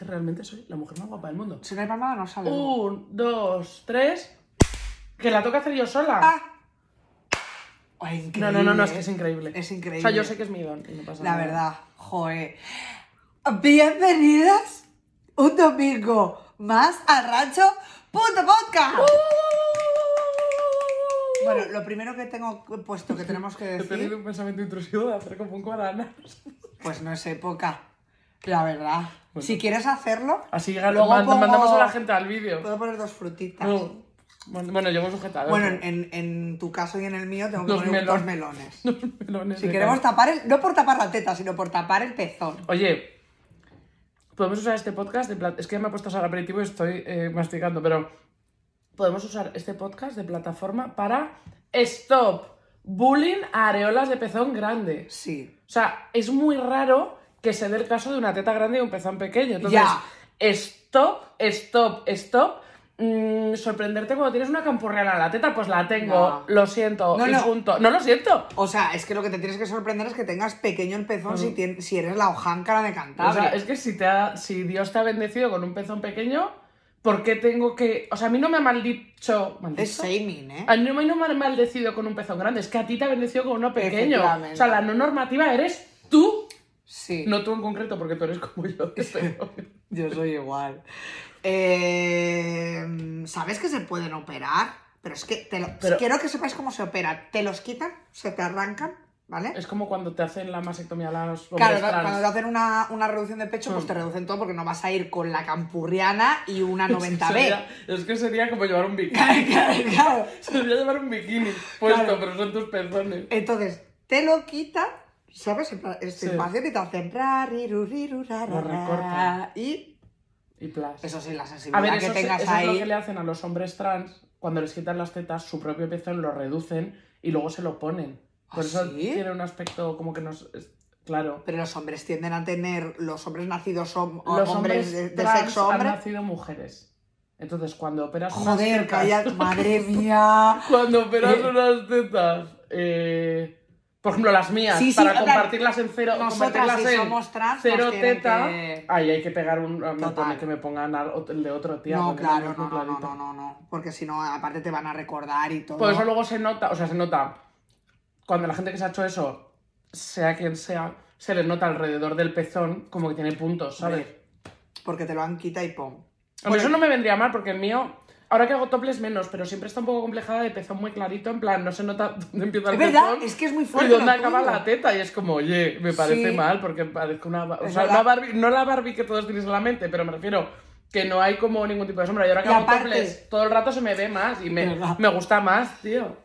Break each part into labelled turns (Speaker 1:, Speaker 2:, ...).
Speaker 1: realmente soy la mujer más guapa del mundo.
Speaker 2: Si no hay palmada, no sale.
Speaker 1: Un, dos, tres. Que la toca hacer yo sola.
Speaker 2: Ah. Ay,
Speaker 1: no,
Speaker 2: increíble,
Speaker 1: no, no, no, es que
Speaker 2: ¿eh?
Speaker 1: es increíble.
Speaker 2: Es increíble.
Speaker 1: O sea, yo sé que es mi don y no pasa
Speaker 2: La
Speaker 1: nada.
Speaker 2: verdad, joe. Bienvenidas un domingo más al rancho punto podcast. Bueno, lo primero que tengo puesto que tenemos que
Speaker 1: He tenido
Speaker 2: decir,
Speaker 1: un pensamiento intrusivo de hacer como un guaraná.
Speaker 2: pues no es época. La verdad.
Speaker 1: Bueno.
Speaker 2: Si quieres hacerlo,
Speaker 1: Así ya lo
Speaker 2: Luego
Speaker 1: mand-
Speaker 2: pongo-
Speaker 1: mandamos a la gente al vídeo.
Speaker 2: puedo poner dos frutitas.
Speaker 1: No. Bueno, bueno, llevo un sujetador.
Speaker 2: Bueno, en, en- en tu caso y en el mío tengo que
Speaker 1: Dos
Speaker 2: poner
Speaker 1: melón-
Speaker 2: dos melones.
Speaker 1: Los melones
Speaker 2: Si
Speaker 1: de
Speaker 2: queremos
Speaker 1: cara.
Speaker 2: tapar el. No por tapar la teta, sino por tapar el pezón.
Speaker 1: Oye, podemos usar este podcast de pla- Es que ya me he puesto a usar aperitivo y estoy eh, masticando, pero podemos usar este podcast de plataforma para stop bullying a areolas de pezón grande.
Speaker 2: Sí.
Speaker 1: O sea, es muy raro que se dé el caso de una teta grande y un pezón pequeño. Entonces,
Speaker 2: Ya.
Speaker 1: stop, stop, stop. Mm, sorprenderte cuando tienes una camporreana en la teta, pues la tengo,
Speaker 2: No.
Speaker 1: lo siento,
Speaker 2: No,
Speaker 1: y
Speaker 2: no.
Speaker 1: punto. No lo siento.
Speaker 2: O sea, es que lo que te tienes que sorprender es que tengas pequeño el pezón si, tien- si eres la hojáncara de
Speaker 1: O
Speaker 2: Cantabria.
Speaker 1: sea, es que si, te ha- si Dios te ha bendecido con un pezón pequeño, ¿por qué tengo que...? O sea, a mí no me ha maldicho... ¿maldicho?
Speaker 2: Es shaming, ¿eh?
Speaker 1: A mí no me- no me ha maldecido con un pezón grande, es que a ti te ha bendecido con uno pequeño.
Speaker 2: Efectivamente.
Speaker 1: O sea, la no normativa eres tú,
Speaker 2: Sí,
Speaker 1: no tú en concreto, porque tú eres como yo. este hombre.
Speaker 2: yo soy igual. Eh, ¿Sabes que se pueden operar? Pero es que te lo-
Speaker 1: Pero-
Speaker 2: quiero que sepáis cómo se opera. Te los quitan, se te arrancan, ¿vale?
Speaker 1: Es como cuando te hacen la masectomía a los
Speaker 2: Claro,
Speaker 1: hombres
Speaker 2: cu-
Speaker 1: trans. Mm.
Speaker 2: cuando te hacen una, una reducción de pecho, pues te reducen todo porque no vas a ir con la campurriana y una 90B.
Speaker 1: Sería- es que sería como llevar un bikini.
Speaker 2: Claro, claro, claro.
Speaker 1: sería llevar un bikini puesto,
Speaker 2: Claro.
Speaker 1: pero son tus pezones.
Speaker 2: Entonces, te lo quitan, ¿sabes? En plan,
Speaker 1: Sí.
Speaker 2: Este espacio y te hacen ra, ri, ru, ri, ru, ra,
Speaker 1: Lo
Speaker 2: ra, ra.
Speaker 1: recortan.
Speaker 2: Y
Speaker 1: Y plas.
Speaker 2: eso sí, la
Speaker 1: A
Speaker 2: sensibilidad
Speaker 1: ver,
Speaker 2: que
Speaker 1: eso, se-
Speaker 2: tengas
Speaker 1: eso es lo
Speaker 2: ahí.
Speaker 1: que le hacen a los hombres trans cuando les quitan las tetas, su propio pezón lo reducen y luego se lo ponen. Por
Speaker 2: ¿Ah,
Speaker 1: eso
Speaker 2: sí?
Speaker 1: tiene un aspecto como que nos. es- Claro.
Speaker 2: Pero los hombres tienden a tener, los hombres nacidos hom- o
Speaker 1: Los
Speaker 2: hombres
Speaker 1: hombres
Speaker 2: de, de
Speaker 1: trans
Speaker 2: sexo
Speaker 1: han
Speaker 2: hombre.
Speaker 1: nacido mujeres. Entonces, cuando operas unas
Speaker 2: Joder,
Speaker 1: tetas-
Speaker 2: calla, Eh. madre mía.
Speaker 1: Cuando operas unas tetas. eh, por ejemplo, las mías,
Speaker 2: Sí, sí,
Speaker 1: para
Speaker 2: en plan,
Speaker 1: compartirlas en cero.
Speaker 2: Nosotras
Speaker 1: compartirlas
Speaker 2: si
Speaker 1: en
Speaker 2: somos trans,
Speaker 1: cero
Speaker 2: nos tienen
Speaker 1: teta.
Speaker 2: que-
Speaker 1: Ahí hay que pegar un. me
Speaker 2: Total.
Speaker 1: pone que me pongan al- el de otro tía.
Speaker 2: No,
Speaker 1: porque
Speaker 2: claro,
Speaker 1: es muy
Speaker 2: no, no, no,
Speaker 1: pues clarito.
Speaker 2: no, no, no. Porque si no, aparte te van a recordar y todo.
Speaker 1: Por eso luego se nota, o sea, se nota. Cuando la gente que se ha hecho eso, sea quien sea, se le nota alrededor del pezón como que tiene puntos, ¿sabes?
Speaker 2: Hombre, Porque te lo han quitado y pum.
Speaker 1: A mí eso no me vendría mal porque el mío, ahora que hago toples menos, pero siempre está un poco complejada de pezón muy clarito, en plan, no se nota dónde empieza el
Speaker 2: Es verdad,
Speaker 1: pezón.
Speaker 2: es que es muy
Speaker 1: Y
Speaker 2: fuerte.
Speaker 1: dónde
Speaker 2: lo
Speaker 1: acaba
Speaker 2: tuyo.
Speaker 1: la teta, y es como, oye, me parece
Speaker 2: Sí.
Speaker 1: mal porque parezco una. ba- O
Speaker 2: Es
Speaker 1: sea,
Speaker 2: verdad.
Speaker 1: una Barbie, no la Barbie que todos tenéis en la mente, pero me refiero que no hay como ningún tipo de sombra. Y ahora que
Speaker 2: Y
Speaker 1: hago
Speaker 2: aparte-
Speaker 1: toples, todo el rato se me ve más y me,
Speaker 2: Verdad.
Speaker 1: me gusta más, tío.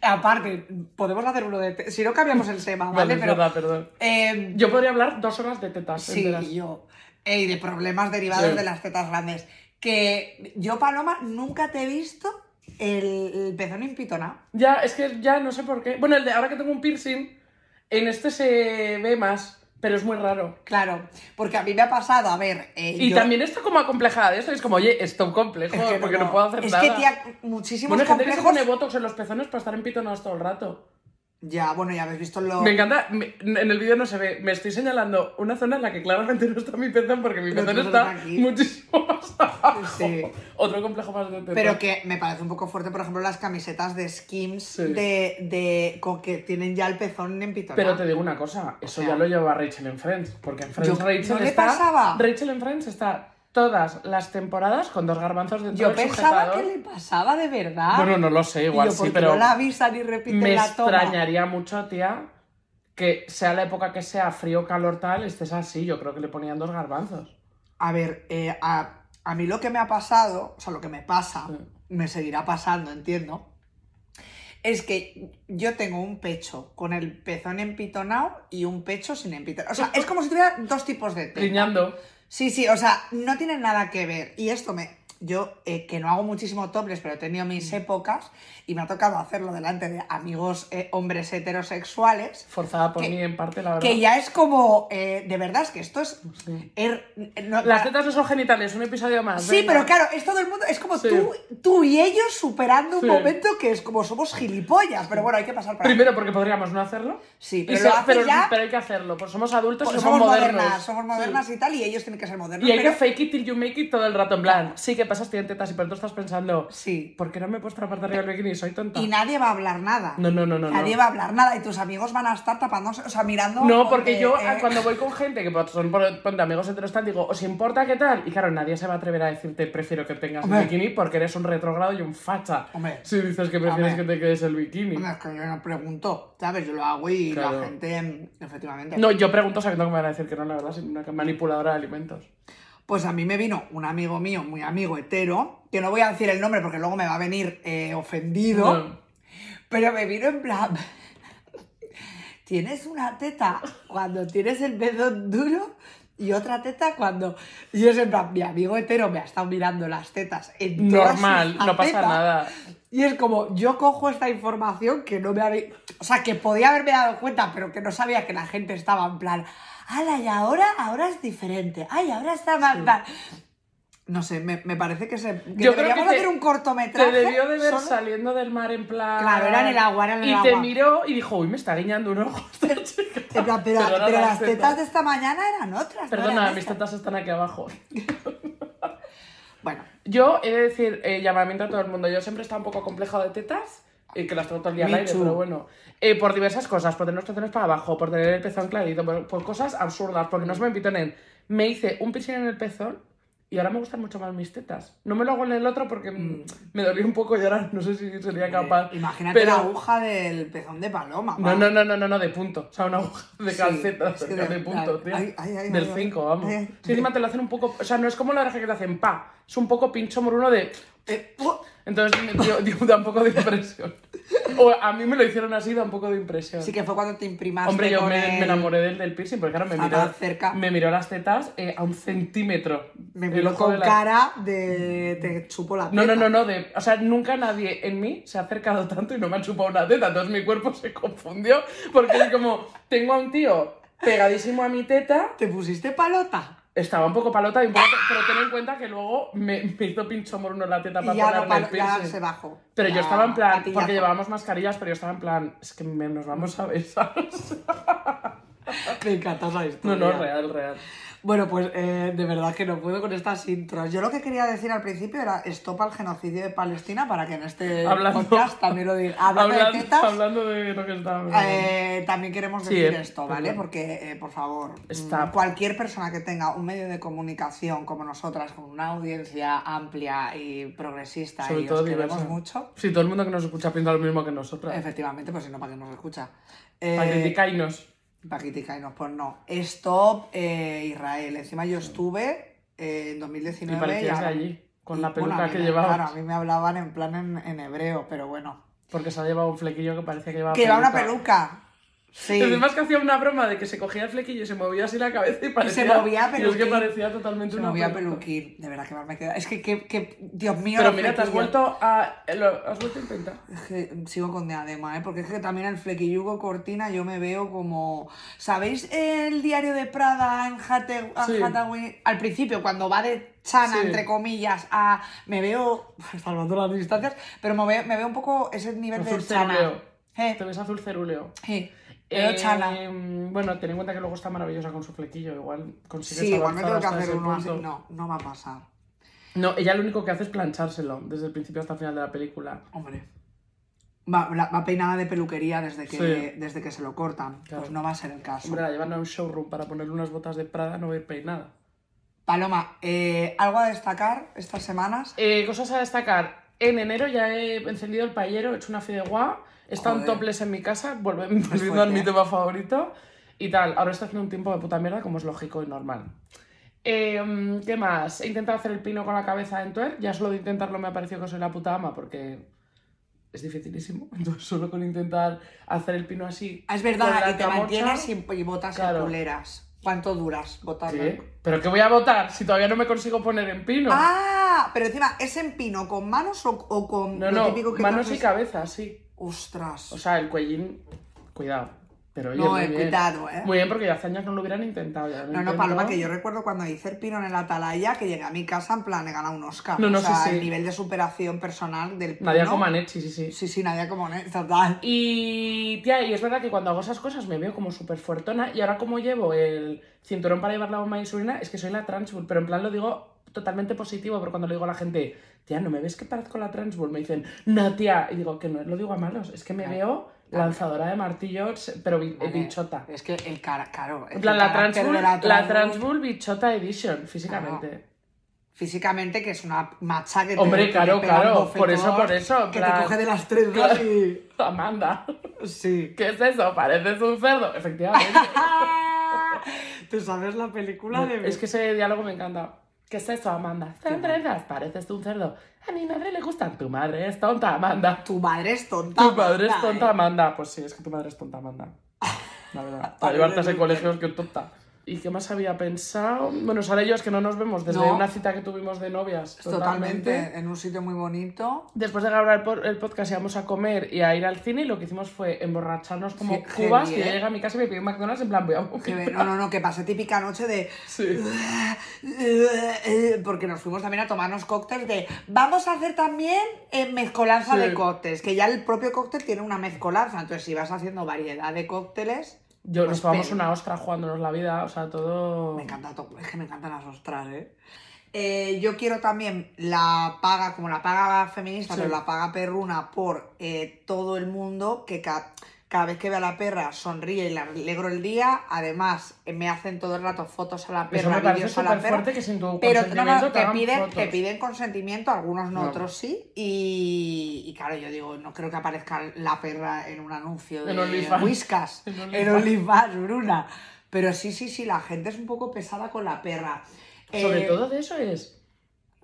Speaker 2: Aparte, podemos hacer uno de. te- Si no cambiamos el tema, ¿vale?
Speaker 1: es
Speaker 2: Pero.
Speaker 1: verdad, perdón.
Speaker 2: eh,
Speaker 1: Yo podría hablar dos horas de tetas.
Speaker 2: sí,
Speaker 1: enteras.
Speaker 2: yo. Eh, Y de problemas derivados
Speaker 1: Sí.
Speaker 2: de las tetas grandes. Que yo, Paloma, nunca te he visto el, el pezón impitonado.
Speaker 1: Ya, es que ya no sé por qué. Bueno, el de ahora que tengo un piercing, en este se ve más, pero es muy raro.
Speaker 2: Claro, porque a mí me ha pasado, a ver. eh,
Speaker 1: Y
Speaker 2: yo-
Speaker 1: también está como acomplejada de eso. y Es como, oye, esto complejo,
Speaker 2: es que
Speaker 1: porque no, puedo hacer nada.
Speaker 2: Es que tía, muchísimos
Speaker 1: bueno, hay gente que se
Speaker 2: complejos.
Speaker 1: pone botox en los pezones para estar empitonados todo el rato.
Speaker 2: Ya, bueno, ya habéis visto lo.
Speaker 1: Me encanta, me- en el vídeo no se ve, me estoy señalando una zona en la que claramente no está mi pezón porque mi
Speaker 2: Pero
Speaker 1: pezón
Speaker 2: tú no
Speaker 1: está
Speaker 2: estás aquí.
Speaker 1: muchísimo más abajo.
Speaker 2: Sí.
Speaker 1: Otro complejo más de teta.
Speaker 2: Pero que me parece un poco fuerte, por ejemplo, las camisetas de Skims
Speaker 1: Sí.
Speaker 2: de, de, con que tienen ya el pezón empitonado.
Speaker 1: Pero te digo una cosa, eso
Speaker 2: O sea,
Speaker 1: ya lo lleva Rachel en Friends, porque en Friends
Speaker 2: yo-
Speaker 1: Rachel
Speaker 2: ¿no le
Speaker 1: está
Speaker 2: pasaba?
Speaker 1: Rachel en Friends está todas las temporadas con dos garbanzos dentro
Speaker 2: Yo
Speaker 1: del
Speaker 2: pensaba que
Speaker 1: sujetador.
Speaker 2: le pasaba de verdad.
Speaker 1: Bueno, no lo sé, igual
Speaker 2: Y yo, ¿por
Speaker 1: sí,
Speaker 2: qué
Speaker 1: pero
Speaker 2: No la avisan y repiten
Speaker 1: me
Speaker 2: la toma.
Speaker 1: extrañaría mucho, tía, que sea la época que sea, frío, calor, tal, estés así. Yo creo que le ponían dos garbanzos.
Speaker 2: A ver, eh, a, a mí lo que me ha pasado, o sea, lo que me pasa,
Speaker 1: Sí.
Speaker 2: me seguirá pasando, entiendo, es que yo tengo un pecho con el pezón empitonado y un pecho sin empitonado. O sea, es como si tuviera dos tipos de teta.
Speaker 1: Riñando.
Speaker 2: Sí, sí, o sea, no tiene nada que ver. Y esto me, yo eh, que no hago muchísimo topless, pero he tenido mis épocas y me ha tocado hacerlo delante de amigos eh, hombres heterosexuales,
Speaker 1: Forzada por
Speaker 2: Que-
Speaker 1: mí en parte, la verdad.
Speaker 2: que ya es como, eh, de verdad, es que esto es...
Speaker 1: Sí.
Speaker 2: er- no-
Speaker 1: Las tetas no son genitales, un episodio más.
Speaker 2: Sí,
Speaker 1: venga.
Speaker 2: pero claro, es todo el mundo, es como
Speaker 1: Sí.
Speaker 2: tú, tú y ellos superando un
Speaker 1: Sí.
Speaker 2: momento que es como somos gilipollas, pero bueno, hay que pasar para
Speaker 1: Primero porque podríamos no hacerlo.
Speaker 2: Sí,
Speaker 1: Y
Speaker 2: pero
Speaker 1: se-
Speaker 2: lo haces ya-
Speaker 1: pero hay que hacerlo, porque somos adultos
Speaker 2: Pues
Speaker 1: y somos, modernos.
Speaker 2: modernas, somos modernas
Speaker 1: Sí.
Speaker 2: y tal, y ellos tienen que ser modernos.
Speaker 1: Y hay
Speaker 2: pero-
Speaker 1: que fake it till you make it todo el rato, en plan, sí que pasas tienen tetas y pero tú estás pensando,
Speaker 2: Sí.
Speaker 1: ¿por qué no me he puesto la parte de arriba del bikini? Soy tonta.
Speaker 2: Y nadie va a hablar nada.
Speaker 1: No, no, no, no,
Speaker 2: Nadie
Speaker 1: no.
Speaker 2: va a hablar nada y tus amigos van a estar tapándose, o sea, mirando.
Speaker 1: No, porque
Speaker 2: eh,
Speaker 1: yo
Speaker 2: eh,
Speaker 1: a- cuando voy con gente que pues, son por- ponte amigos heteros tal, digo, ¿os importa qué tal? Y claro, nadie se va a atrever a decirte prefiero que tengas
Speaker 2: Hombre.
Speaker 1: el bikini porque eres un retrogrado y un facha.
Speaker 2: Hombre.
Speaker 1: Si dices que prefieres
Speaker 2: Hombre.
Speaker 1: que te quedes el bikini.
Speaker 2: Bueno, es que yo no pregunto, ¿sabes? Yo lo hago y
Speaker 1: Claro.
Speaker 2: la gente, mm, efectivamente.
Speaker 1: No, yo pregunto sabiendo que me van a decir que no, la verdad, soy una manipuladora de alimentos.
Speaker 2: Pues a mí me vino un amigo mío, muy amigo hetero, que no voy a decir el nombre porque luego me va a venir eh, ofendido,
Speaker 1: No.
Speaker 2: pero me vino en plan. Tienes una teta cuando tienes el dedo duro y otra teta cuando. Y es en plan, mi amigo hetero me ha estado mirando las tetas. En todas sus
Speaker 1: Normal, no pasa
Speaker 2: facetas.
Speaker 1: nada.
Speaker 2: Y es como, yo cojo esta información que no me había... O sea, que podía haberme dado cuenta, pero que no sabía que la gente estaba en plan... ¡Hala, y ahora, ahora es diferente! ¡Ay, ahora está más... más". No sé, me, me parece que se... que
Speaker 1: Yo creo
Speaker 2: deberíamos
Speaker 1: que te-
Speaker 2: hacer un
Speaker 1: Te
Speaker 2: cortometraje.
Speaker 1: debió de ver
Speaker 2: solo-
Speaker 1: saliendo del mar en plan.
Speaker 2: Claro, era en el agua, era en el
Speaker 1: y te
Speaker 2: agua.
Speaker 1: miró y dijo, uy, me está guiñando un ojo esta chica.
Speaker 2: En plan, pero,
Speaker 1: Perdona,
Speaker 2: pero las
Speaker 1: tetas.
Speaker 2: tetas de esta mañana eran otras. no
Speaker 1: Perdona,
Speaker 2: eran
Speaker 1: mis
Speaker 2: estas.
Speaker 1: tetas están aquí abajo.
Speaker 2: Bueno,
Speaker 1: Yo he de decir, eh, llamamiento a todo el mundo. Yo siempre he estado un poco complejo de tetas. eh, que las tengo todo el día al
Speaker 2: Me
Speaker 1: aire,
Speaker 2: too.
Speaker 1: pero bueno. Eh, por diversas cosas, por tener los pezones para abajo, por tener el pezón clarito, por, por cosas absurdas, porque no se me pitonen. Me hice un piercing en el pezón y ahora me gustan mucho más mis tetas. No me lo hago en el otro porque mm, me dolió un poco llorar, no sé si sería capaz.
Speaker 2: eh, imagínate
Speaker 1: pero-
Speaker 2: la aguja del pezón de paloma.
Speaker 1: No,
Speaker 2: va.
Speaker 1: no, no, no, no, no, de punto. O sea, una aguja de
Speaker 2: Ah. Sí,
Speaker 1: calceta
Speaker 2: es que
Speaker 1: de,
Speaker 2: de-
Speaker 1: punto,
Speaker 2: ay,
Speaker 1: tío.
Speaker 2: ay, ay, ay,
Speaker 1: Del
Speaker 2: ay,
Speaker 1: 5,
Speaker 2: ay.
Speaker 1: vamos.
Speaker 2: Ay,
Speaker 1: Sí, encima te lo hacen un poco. O sea, no es como la oreja que te hacen pa. Es un poco pincho moruno de.
Speaker 2: Eh, uh,
Speaker 1: Entonces me- tío, tío, da un poco de impresión. O a mí me lo hicieron así, da un poco de impresión.
Speaker 2: sí que fue cuando te imprimaste
Speaker 1: Hombre, yo
Speaker 2: con
Speaker 1: me,
Speaker 2: el-
Speaker 1: me enamoré del, del piercing, porque claro, me
Speaker 2: Estaba
Speaker 1: miró,
Speaker 2: cerca.
Speaker 1: me miró las tetas eh, a un centímetro.
Speaker 2: Me
Speaker 1: El
Speaker 2: miró
Speaker 1: ojo
Speaker 2: con
Speaker 1: de la-
Speaker 2: cara de te chupo la
Speaker 1: No, no,
Speaker 2: teta.
Speaker 1: no, no, de, o sea, nunca nadie en mí se ha acercado tanto y no me ha chupado una teta, entonces mi cuerpo se confundió porque es como, tengo a un tío pegadísimo a mi teta,
Speaker 2: ¿Te pusiste palota?
Speaker 1: estaba un poco palota y un poco, pero ten en cuenta que luego me, me hizo pincho moruno en la teta para
Speaker 2: Y ya,
Speaker 1: ponerme
Speaker 2: no palo-
Speaker 1: el
Speaker 2: ya
Speaker 1: piercing.
Speaker 2: se bajó.
Speaker 1: Pero yo
Speaker 2: Ya,
Speaker 1: estaba en plan,
Speaker 2: gatillazo.
Speaker 1: porque llevábamos mascarillas, pero yo estaba en plan, es que me- nos vamos a besar.
Speaker 2: Me encanta esa historia.
Speaker 1: No, no, real, real.
Speaker 2: Bueno, pues eh, de verdad que no puedo con estas intros. Yo lo que quería decir al principio era stop al genocidio de Palestina para que en este
Speaker 1: Hablando-
Speaker 2: podcast también lo diga. Hablando, de tetas,
Speaker 1: hablando de lo que estábamos hablando.
Speaker 2: eh, también queremos
Speaker 1: Sí,
Speaker 2: decir
Speaker 1: eh,
Speaker 2: esto, ¿vale?
Speaker 1: perdón.
Speaker 2: Porque, eh, por favor,
Speaker 1: Está-
Speaker 2: mm, cualquier persona que tenga un medio de comunicación como nosotras, con una audiencia amplia y progresista,
Speaker 1: Sobre
Speaker 2: y
Speaker 1: todo
Speaker 2: os queremos
Speaker 1: diversa.
Speaker 2: mucho,
Speaker 1: Sí, todo el mundo que nos escucha piensa lo mismo que nosotras.
Speaker 2: Efectivamente, pues si no, ¿para qué nos escucha?
Speaker 1: Para
Speaker 2: Eh,
Speaker 1: criticainos.
Speaker 2: para criticainos, pues no. Stop eh, Israel. Encima yo estuve eh, en
Speaker 1: Y
Speaker 2: 2019
Speaker 1: parecías de
Speaker 2: ahora-
Speaker 1: allí, con la
Speaker 2: y, bueno,
Speaker 1: peluca
Speaker 2: a mí
Speaker 1: que
Speaker 2: me-
Speaker 1: llevabas.
Speaker 2: Claro, a mí me hablaban en plan en, en hebreo, pero bueno.
Speaker 1: Porque se ha llevado un flequillo que parecía que llevaba
Speaker 2: que era una peluca. Sí.
Speaker 1: Y además que hacía una broma de que se cogía el flequillo y se movía así la cabeza y parecía...
Speaker 2: movía
Speaker 1: Y es que
Speaker 2: peluquín.
Speaker 1: parecía totalmente
Speaker 2: Se
Speaker 1: una
Speaker 2: movía
Speaker 1: peluca.
Speaker 2: peluquín. De verdad que más me queda. Es que, que, que- Dios mío.
Speaker 1: Pero
Speaker 2: los
Speaker 1: mira, te has
Speaker 2: flequillos.
Speaker 1: vuelto a... lo- has vuelto a intentar.
Speaker 2: Es que sigo con diadema, ¿eh? Porque es que también el flequillugo cortina yo me veo como... ¿Sabéis el diario de Prada en Hate- a
Speaker 1: Sí.
Speaker 2: Hathaway? Al principio, cuando va de chana,
Speaker 1: Sí.
Speaker 2: entre comillas, a... Me veo... Salvando las distancias, pero me veo, me veo un poco ese nivel
Speaker 1: Azul
Speaker 2: de chana.
Speaker 1: ceruleo.
Speaker 2: Eh,
Speaker 1: Te ves azul cerúleo.
Speaker 2: eh, veo chana.
Speaker 1: mm, Bueno, ten en cuenta que luego está maravillosa con su flequillo. Igual consigues
Speaker 2: Sí, igual me
Speaker 1: avanzar
Speaker 2: tengo que
Speaker 1: hasta
Speaker 2: hacer
Speaker 1: ese
Speaker 2: uno así.
Speaker 1: punto.
Speaker 2: No, no va a pasar.
Speaker 1: No, ella lo único que hace es planchárselo desde el principio hasta el final de la película.
Speaker 2: Hombre. Va, la- va peinada de peluquería desde que,
Speaker 1: Sí.
Speaker 2: desde que se lo cortan.
Speaker 1: Claro.
Speaker 2: Pues no va a ser el caso.
Speaker 1: Hombre, la llevan a un showroom para ponerle unas botas de Prada, no va a ir peinada.
Speaker 2: Paloma, eh, ¿algo a destacar estas semanas?
Speaker 1: Eh, cosas a destacar. En enero ya he encendido el paellero, he hecho una fideuá, he estado en
Speaker 2: Joder.
Speaker 1: topless en mi casa, volve- volviendo
Speaker 2: fuerte,
Speaker 1: a mi
Speaker 2: ¿eh?
Speaker 1: tema favorito y tal. Ahora está haciendo un tiempo de puta mierda, como es lógico y normal. Eh, ¿Qué más? He intentado hacer el pino con la cabeza en tuer. Ya solo de intentarlo me ha parecido que soy la puta ama porque es dificilísimo. Entonces, solo con intentar hacer el pino así.
Speaker 2: Ah, Es
Speaker 1: con
Speaker 2: verdad,
Speaker 1: la
Speaker 2: y te
Speaker 1: camocha-
Speaker 2: mantienes sin y botas
Speaker 1: Claro.
Speaker 2: y culeras. ¿Cuánto duras votando?
Speaker 1: ¿Qué? ¿Pero qué voy a votar si todavía no me consigo poner en pino?
Speaker 2: Ah, pero encima, ¿es en pino con manos o, o con
Speaker 1: no,
Speaker 2: lo
Speaker 1: no,
Speaker 2: típico que
Speaker 1: manos y
Speaker 2: coges?
Speaker 1: cabeza, sí.
Speaker 2: Ostras.
Speaker 1: O sea, el cuellín, cuidado. Pero oye,
Speaker 2: No,
Speaker 1: muy
Speaker 2: eh,
Speaker 1: bien.
Speaker 2: cuidado, eh.
Speaker 1: Muy bien, porque ya hace años no lo hubieran intentado. ya lo
Speaker 2: No, no,
Speaker 1: intentó.
Speaker 2: Paloma, que yo recuerdo cuando hice el pino en el Atalaya, que llegué a mi casa en plan, he ganado un Oscar.
Speaker 1: No, no,
Speaker 2: o sea,
Speaker 1: sí, sí.
Speaker 2: el nivel de superación personal del pino.
Speaker 1: Nadia Comaneci, sí, sí.
Speaker 2: Sí, sí, Nadia Comaneci, total.
Speaker 1: Y, tía, y es verdad que cuando hago esas cosas me veo como súper fuertona. Y ahora, como llevo el cinturón para llevar la bomba de insulina, es que soy la Transbull. Pero en plan lo digo totalmente positivo, porque cuando le digo a la gente, tía, ¿no me ves que parezco la Transbull? Me dicen, no, tía. Y digo, que no lo digo a malos, es que me
Speaker 2: Claro.
Speaker 1: veo lanzadora de martillos, pero bi-
Speaker 2: Vale.
Speaker 1: bichota.
Speaker 2: Es que el cara, claro.
Speaker 1: En plan, la Transbull, la
Speaker 2: transbull
Speaker 1: Transbull bichota edition, físicamente.
Speaker 2: Físicamente, que es una macha que te-
Speaker 1: Hombre,
Speaker 2: que te
Speaker 1: claro,
Speaker 2: pega un
Speaker 1: claro,
Speaker 2: bofetón,
Speaker 1: por eso, por eso, en
Speaker 2: Que
Speaker 1: plan-
Speaker 2: te coge de las trenzas y.
Speaker 1: Amanda,
Speaker 2: Sí.
Speaker 1: ¿qué es eso? Pareces un cerdo. Efectivamente.
Speaker 2: ¿Tú sabes la película de.?
Speaker 1: Es que ese diálogo me encanta. ¿Qué es eso, Amanda? Están trenzas, pareces tú un cerdo. A mi madre le gustan. Tu madre es tonta, Amanda.
Speaker 2: Tu madre es tonta.
Speaker 1: Tu madre es
Speaker 2: ¿eh?
Speaker 1: tonta, Amanda. Pues sí, es que tu madre es tonta, Amanda. La verdad. Para
Speaker 2: Parece
Speaker 1: llevarte a ese
Speaker 2: muy
Speaker 1: colegio, que tonta. ¿Y qué más había pensado? Bueno, Sara y yo es que no nos vemos desde
Speaker 2: No.
Speaker 1: una cita que tuvimos de novias.
Speaker 2: Totalmente. En un sitio muy bonito.
Speaker 1: Después de grabar el por- el podcast íbamos a comer y a ir al cine y lo que hicimos fue emborracharnos como
Speaker 2: Sí,
Speaker 1: cubas
Speaker 2: heavy,
Speaker 1: y yo
Speaker 2: ¿eh?
Speaker 1: llegué a mi casa y me pidió un McDonald's en plan, voy a
Speaker 2: Que
Speaker 1: morir.
Speaker 2: ve- no, no, no, que pasé típica noche de.
Speaker 1: Sí.
Speaker 2: Porque nos fuimos también a tomarnos cócteles de. Vamos a hacer también eh, mezcolanza
Speaker 1: Sí.
Speaker 2: de cócteles. Que ya el propio cóctel tiene una mezcolanza. Entonces, si vas haciendo variedad de cócteles.
Speaker 1: Yo,
Speaker 2: Pues
Speaker 1: nos tomamos
Speaker 2: pero-
Speaker 1: una ostra jugándonos la vida, o sea, todo...
Speaker 2: Me encanta todo. Es que me encantan las ostras, ¿eh? Eh, yo quiero también la paga, como la paga feminista,
Speaker 1: Sí.
Speaker 2: pero la paga perruna por eh, todo el mundo, que ca- cada vez que veo a la perra sonríe y le alegro el día. Además, eh, me hacen todo el rato fotos a la
Speaker 1: Eso
Speaker 2: perra,
Speaker 1: me parece
Speaker 2: vídeos a la
Speaker 1: súper
Speaker 2: perra.
Speaker 1: fuerte que sin tu
Speaker 2: Pero no,
Speaker 1: consentimiento
Speaker 2: no,
Speaker 1: te
Speaker 2: te
Speaker 1: hagan
Speaker 2: piden,
Speaker 1: fotos.
Speaker 2: te piden consentimiento, algunos no,
Speaker 1: No.
Speaker 2: otros sí. Y, y claro, yo digo, no creo que aparezca la perra en un anuncio
Speaker 1: En
Speaker 2: de
Speaker 1: OnlyFans.
Speaker 2: Whiskas,
Speaker 1: En
Speaker 2: en OnlyFans, Bruna. Pero sí, sí, sí, la gente es un poco pesada con la perra.
Speaker 1: Sobre
Speaker 2: Eh,
Speaker 1: todo de eso es...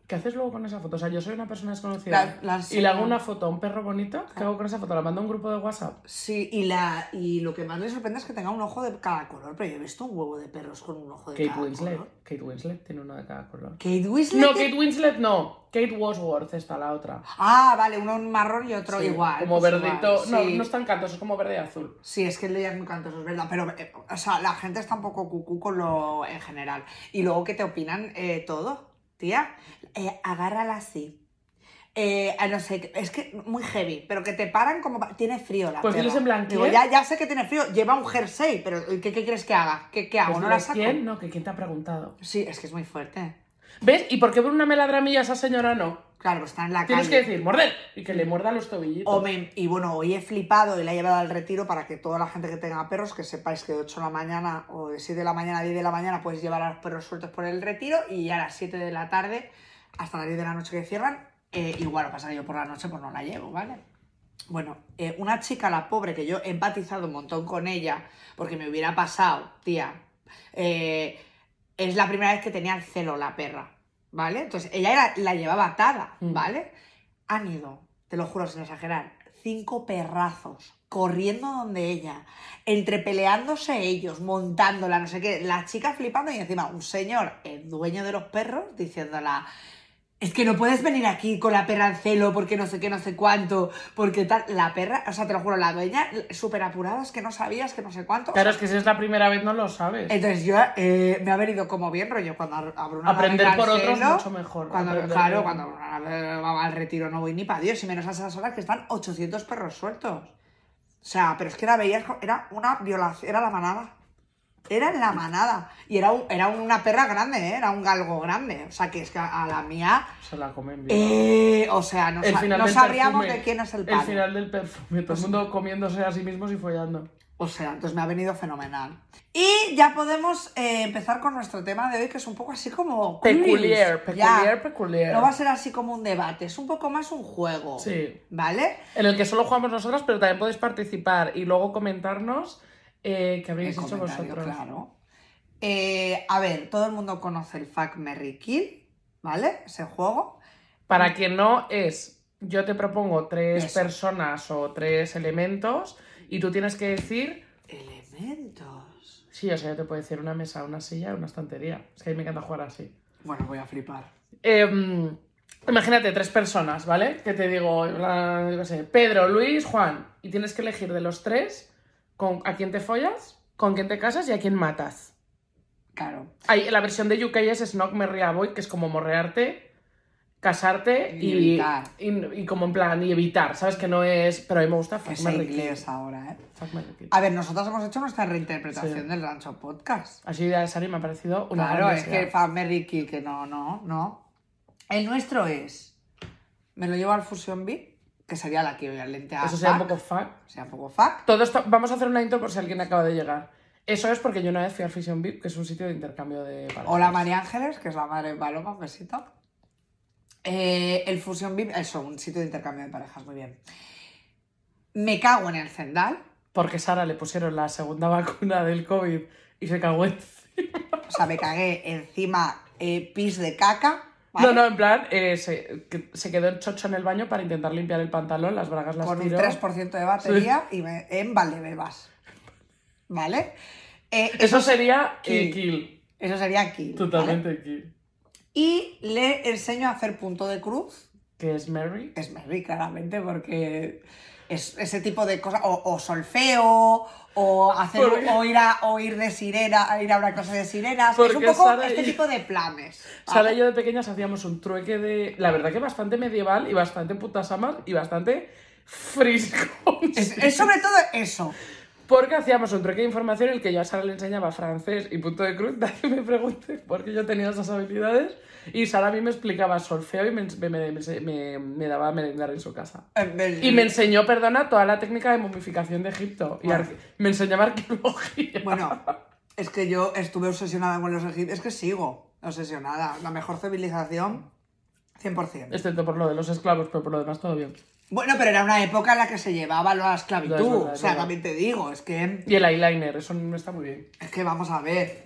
Speaker 1: ¿Qué haces luego con esa foto? O sea, yo soy una persona desconocida
Speaker 2: La- Ah. la
Speaker 1: y le hago
Speaker 2: enseño.
Speaker 1: una foto a un perro bonito, ¿qué hago con esa foto? ¿La mando a un grupo de WhatsApp?
Speaker 2: Sí, y, la, y lo que más le sorprende es que tenga un ojo de cada color, pero yo he visto un huevo de perros con un ojo de
Speaker 1: Kate
Speaker 2: cada
Speaker 1: Winslet.
Speaker 2: color.
Speaker 1: Kate Winslet tiene uno de cada color.
Speaker 2: Kate Winslet.
Speaker 1: No,
Speaker 2: tiene-
Speaker 1: Kate Winslet no. Kate Wadsworth está la otra.
Speaker 2: Ah, vale, uno marrón y otro
Speaker 1: Sí,
Speaker 2: igual.
Speaker 1: Como
Speaker 2: pues
Speaker 1: verdito.
Speaker 2: igual,
Speaker 1: no,
Speaker 2: sí.
Speaker 1: no es tan cantoso, es como verde y azul.
Speaker 2: Sí, es que el de ellas muy cantoso, es verdad, pero eh, o sea, la gente está un poco cucú con lo en general. Y luego que te opinan eh, todo, tía. Eh, agárrala así. Eh, ah, no sé, es que muy heavy, pero que te paran como... pa- Tiene frío la
Speaker 1: Pues
Speaker 2: perra.
Speaker 1: diles en plan,
Speaker 2: Digo,
Speaker 1: ¿quién?
Speaker 2: ya, ya sé que tiene frío, lleva un jersey, pero ¿qué, qué quieres que haga? ¿Qué, qué hago?
Speaker 1: Pues
Speaker 2: ¿No
Speaker 1: dile,
Speaker 2: la saco?
Speaker 1: ¿Quién? No, que quién te ha preguntado.
Speaker 2: Sí, es que es muy fuerte.
Speaker 1: ¿Ves? ¿Y por qué por una meladramilla esa señora no?
Speaker 2: Claro, pues está en la
Speaker 1: Tienes
Speaker 2: calle.
Speaker 1: que decir, morder. Y que le muerda los tobillitos.
Speaker 2: O me- y bueno, hoy he flipado y la he llevado al retiro para que toda la gente que tenga perros, que sepáis que de 8 de la mañana o de 6 de la mañana a 10 de la mañana puedes llevar a los perros sueltos por el retiro y a las 7 de la tarde hasta las 10 de la noche que cierran, eh, igual lo pasa que yo por la noche pues no la llevo, ¿vale? Bueno, eh, una chica, la pobre, que yo he empatizado un montón con ella porque me hubiera pasado, tía, eh, es la primera vez que tenía el celo la perra, ¿vale? Entonces ella era- la llevaba atada,
Speaker 1: Mm.
Speaker 2: ¿vale? Han ido, te lo juro sin exagerar, cinco perrazos corriendo donde ella, entrepeleándose ellos, montándola, no sé qué, la chica flipando y encima un señor, el dueño de los perros, diciéndola, es que no puedes venir aquí con la perra en celo porque no sé qué, no sé cuánto, porque tal, la perra, o sea, te lo juro, la dueña, súper apurada, es que no sabías, que no sé cuánto. o
Speaker 1: Claro, es que si es la primera vez no lo sabes.
Speaker 2: entonces yo eh, me ha venido como bien rollo cuando ab- abro una
Speaker 1: Aprender
Speaker 2: barriga
Speaker 1: por
Speaker 2: al
Speaker 1: otros
Speaker 2: seno,
Speaker 1: mucho mejor.
Speaker 2: Cuando,
Speaker 1: Aprender
Speaker 2: claro,
Speaker 1: por-
Speaker 2: cuando abro una barriga al retiro no voy ni para Dios, y menos a esas horas que están 800 perros sueltos. O sea, pero es que era, veías, co- era una violación, era la manada. Era la manada. Y era, un- era una perra grande, ¿eh? era un galgo grande. O sea, que es que a la mía,
Speaker 1: Se la comen bien.
Speaker 2: eh, o sea, no,
Speaker 1: El
Speaker 2: sa-
Speaker 1: final
Speaker 2: no
Speaker 1: del
Speaker 2: sabríamos
Speaker 1: perfume.
Speaker 2: de quién es el
Speaker 1: El
Speaker 2: padre.
Speaker 1: final del perfume. Todo el mundo comiéndose a sí mismos y follando.
Speaker 2: O sea, entonces me ha venido fenomenal. Y ya podemos eh, empezar con nuestro tema de hoy, que es un poco así como... quiz.
Speaker 1: Peculiar, peculiar,
Speaker 2: Ya.
Speaker 1: peculiar.
Speaker 2: No va a ser así como un debate, es un poco más un juego.
Speaker 1: Sí.
Speaker 2: ¿Vale?
Speaker 1: En el que solo jugamos nosotras, pero también podéis participar y luego comentarnos eh, qué habréis
Speaker 2: El
Speaker 1: hecho
Speaker 2: comentario,
Speaker 1: vosotros.
Speaker 2: Claro. Eh, a ver, todo el mundo conoce el Fuck Merry Kill, ¿vale? Ese juego.
Speaker 1: Para que no es, yo te propongo tres
Speaker 2: Eso.
Speaker 1: personas o tres elementos y tú tienes que decir
Speaker 2: Elementos.
Speaker 1: Sí, o sea, yo te puedo decir una mesa, una silla, una estantería. Es que a mí me encanta jugar así.
Speaker 2: Bueno, voy a flipar.
Speaker 1: Em, imagínate, tres personas, ¿vale? Que te digo, la- yo qué sé, Pedro, Luis, Juan. Y tienes que elegir de los tres con, a quién te follas, con quién te casas y a quién matas.
Speaker 2: Claro.
Speaker 1: Hay, la versión de UK es Snog Merry Avoid, que es como morrearte, casarte
Speaker 2: Y
Speaker 1: y,
Speaker 2: evitar.
Speaker 1: y- y como en plan, y evitar, ¿sabes? Que no es... Pero a mí me gusta
Speaker 2: Que
Speaker 1: Fuck
Speaker 2: sea
Speaker 1: Marry, Kill.
Speaker 2: inglés ahora, ¿eh?
Speaker 1: Fuck, Marry, Kill.
Speaker 2: A ver, nosotros hemos hecho nuestra reinterpretación
Speaker 1: Sí.
Speaker 2: del Rancho Podcast.
Speaker 1: Así de Sari me ha parecido una
Speaker 2: claro,
Speaker 1: gran
Speaker 2: es que
Speaker 1: idea.
Speaker 2: Fan Ricky, que no, no, no. El nuestro es. Me lo llevo al Fusion Beat, que sería la equivalente a.
Speaker 1: Eso sería un
Speaker 2: fuck,
Speaker 1: poco fuck.
Speaker 2: Sería un poco fuck.
Speaker 1: Todo esto, vamos a hacer una intro por si alguien acaba de llegar. Eso es porque yo una vez fui al Fusion VIP, que es un sitio de intercambio de parejas.
Speaker 2: Hola María Ángeles, que es la madre de Paloma, un besito. Eh, el Fusion Beat, eso, un sitio de intercambio de parejas, muy bien. Me cago en el Zendal.
Speaker 1: Porque Sara le pusieron la segunda vacuna del COVID y se cagó en...
Speaker 2: O sea, me cagué encima eh, pis de caca. ¿vale?
Speaker 1: No, no, en plan, eh, se, que- se quedó el chocho en el baño para intentar limpiar el pantalón, las bragas las
Speaker 2: con un
Speaker 1: tiró.
Speaker 2: 3% de batería y me, en Valdebebas. ¿Vale? Eh,
Speaker 1: Eso sería eh,
Speaker 2: Kill.
Speaker 1: kill.
Speaker 2: eso sería aquí. ¿vale?
Speaker 1: Totalmente kill.
Speaker 2: Y le enseño a hacer punto de cruz.
Speaker 1: Que es Mary.
Speaker 2: Es Mary, claramente, porque es ese tipo de cosas. O, o solfeo, o, hacer,
Speaker 1: ¿Por qué?
Speaker 2: o, ir a, o ir de sirena, a ir a una clase de sirenas.
Speaker 1: ¿Por
Speaker 2: Es un
Speaker 1: qué
Speaker 2: poco
Speaker 1: Sara
Speaker 2: este
Speaker 1: y-
Speaker 2: tipo de planes. ¿vale?
Speaker 1: Sara y yo de pequeñas hacíamos un trueque de. La verdad que bastante medieval y bastante putas amas y bastante frisco.
Speaker 2: Es, es sobre todo eso.
Speaker 1: Porque hacíamos un trueque de información en el que yo a Sara le enseñaba francés y punto de cruz, nadie me pregunte por qué yo tenía esas habilidades. Y Sara a mí me explicaba solfeo y me, ens- me- me- me- me- me daba a merendar en su casa. Y me enseñó, perdona, toda la técnica de momificación de Egipto. Y
Speaker 2: Bueno.
Speaker 1: arque- me enseñaba arqueología.
Speaker 2: Bueno, es que yo estuve obsesionada con los egipcios. Es que sigo obsesionada. La mejor civilización, 100%.
Speaker 1: Excepto por lo de los esclavos, pero por lo demás todo bien.
Speaker 2: Bueno, pero era una época en la que se llevaba la
Speaker 1: No,
Speaker 2: esclavitud.
Speaker 1: es verdad,
Speaker 2: o
Speaker 1: es
Speaker 2: sea,
Speaker 1: verdad.
Speaker 2: también te digo, es que,
Speaker 1: Y el eyeliner, eso no está muy bien.
Speaker 2: es que vamos a ver.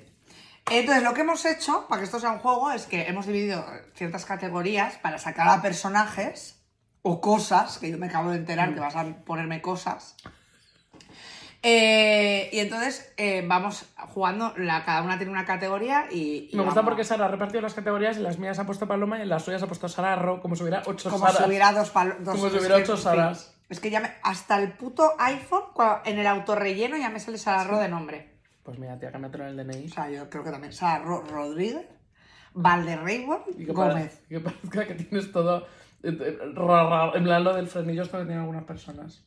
Speaker 2: Entonces, lo que hemos hecho, para que esto sea un juego, es que hemos dividido ciertas categorías para sacar a personajes o cosas, que yo me acabo de enterar que vas a ponerme cosas. Eh, y entonces eh, vamos jugando, la, cada una tiene una categoría y... y
Speaker 1: Me gusta
Speaker 2: vamos-
Speaker 1: porque Sara ha repartido las categorías, en las mías ha puesto Paloma y en las suyas ha puesto Sara Ro, como si hubiera ocho
Speaker 2: Como
Speaker 1: Saras.
Speaker 2: si hubiera dos palo- dos-
Speaker 1: Como si
Speaker 2: es
Speaker 1: hubiera
Speaker 2: que,
Speaker 1: ocho
Speaker 2: en fin,
Speaker 1: Saras.
Speaker 2: Es que ya me, hasta el puto iPhone, cua- en el autorrelleno, ya me sale Sararro de nombre.
Speaker 1: Pues mira, tía, cámbiatelo en el DNI.
Speaker 2: O sea, yo creo que también. Sararro Rodríguez, Valderreybor,
Speaker 1: Y que, pare-
Speaker 2: Gómez.
Speaker 1: que parezca que tienes todo. eh, eh, ra- ra- En plan, lo del frenillo esto que tienen algunas personas.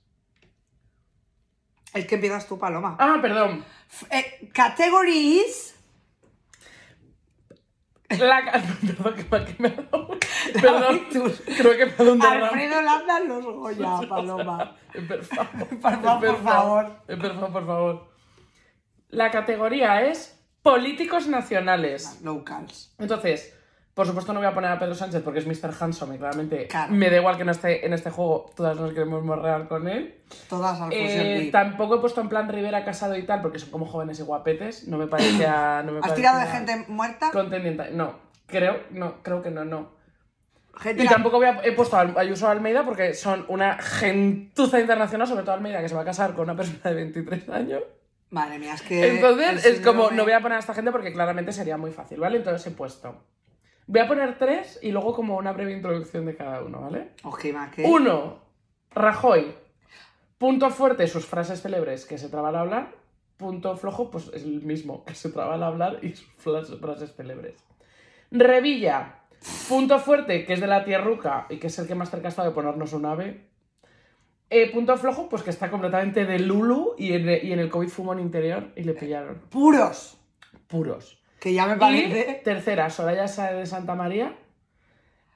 Speaker 2: Es que empiezas tú, Paloma.
Speaker 1: Ah, perdón.
Speaker 2: F- eh, categories.
Speaker 1: La ca- Perdón, que me, que me ha dado. un-
Speaker 2: David,
Speaker 1: Perdón.
Speaker 2: tú-
Speaker 1: Creo que me ha dado un derrame.
Speaker 2: Alfredo Landa los Goya, Paloma.
Speaker 1: Eh, Por favor.
Speaker 2: Por favor,
Speaker 1: Eh,
Speaker 2: por favor.
Speaker 1: eh, Por favor, por favor. La categoría es políticos nacionales.
Speaker 2: Locals.
Speaker 1: Entonces, por supuesto no voy a poner a Pedro Sánchez porque es Mr. Handsome y claramente
Speaker 2: Claro.
Speaker 1: me da igual que no esté en este juego, todas nos queremos morrear con él.
Speaker 2: Todas al fusión
Speaker 1: Eh,
Speaker 2: VIP.
Speaker 1: tampoco he puesto en plan Rivera casado y tal porque son como jóvenes y guapetes, no me parece a... No me
Speaker 2: ¿Has
Speaker 1: parece
Speaker 2: tirado de
Speaker 1: a-
Speaker 2: gente muerta?
Speaker 1: Contendiente, no, creo, no, creo que no, no.
Speaker 2: Gente
Speaker 1: Y
Speaker 2: la-
Speaker 1: tampoco voy a- he puesto a Ayuso Almeida porque son una gentuza internacional, sobre todo Almeida, que se va a casar con una persona de 23 años.
Speaker 2: Madre mía, Eh, es que. el
Speaker 1: Entonces, es como,
Speaker 2: síndrome-
Speaker 1: no voy a poner a esta gente porque claramente sería muy fácil, ¿vale? Entonces he puesto. Voy a poner tres y luego como una breve introducción de cada uno, ¿vale?
Speaker 2: Ojima, que.
Speaker 1: Uno, Rajoy. Punto fuerte, sus frases célebres que se traba al hablar. Punto flojo, pues es el mismo, que se traba al hablar y sus flas- frases célebres. Revilla. Punto fuerte, que es de la tierruca y que es el que más cerca está de ponernos un ave. Eh, punto flojo, pues que está completamente de Lulu y en, y en el COVID fumó en interior y le pillaron
Speaker 2: Puros.
Speaker 1: puros.
Speaker 2: Que ya me parece.
Speaker 1: Y tercera, Soraya Sáenz de Santa María,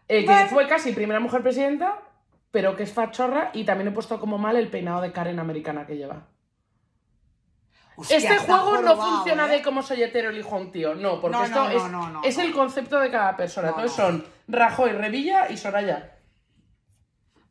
Speaker 1: eh, que
Speaker 2: Bueno.
Speaker 1: fue casi primera mujer presidenta, pero que es fachorra y también he puesto como mal el peinado de Karen americana que lleva.
Speaker 2: Hostia,
Speaker 1: este
Speaker 2: está
Speaker 1: juego no
Speaker 2: jorobado,
Speaker 1: funciona
Speaker 2: ¿eh?
Speaker 1: de como solletero el hijo a un tío, no, porque
Speaker 2: No,
Speaker 1: esto
Speaker 2: no, no,
Speaker 1: es,
Speaker 2: no, no,
Speaker 1: es
Speaker 2: no.
Speaker 1: el concepto de cada persona.
Speaker 2: No,
Speaker 1: Entonces
Speaker 2: no.
Speaker 1: son Rajoy, Revilla y Soraya.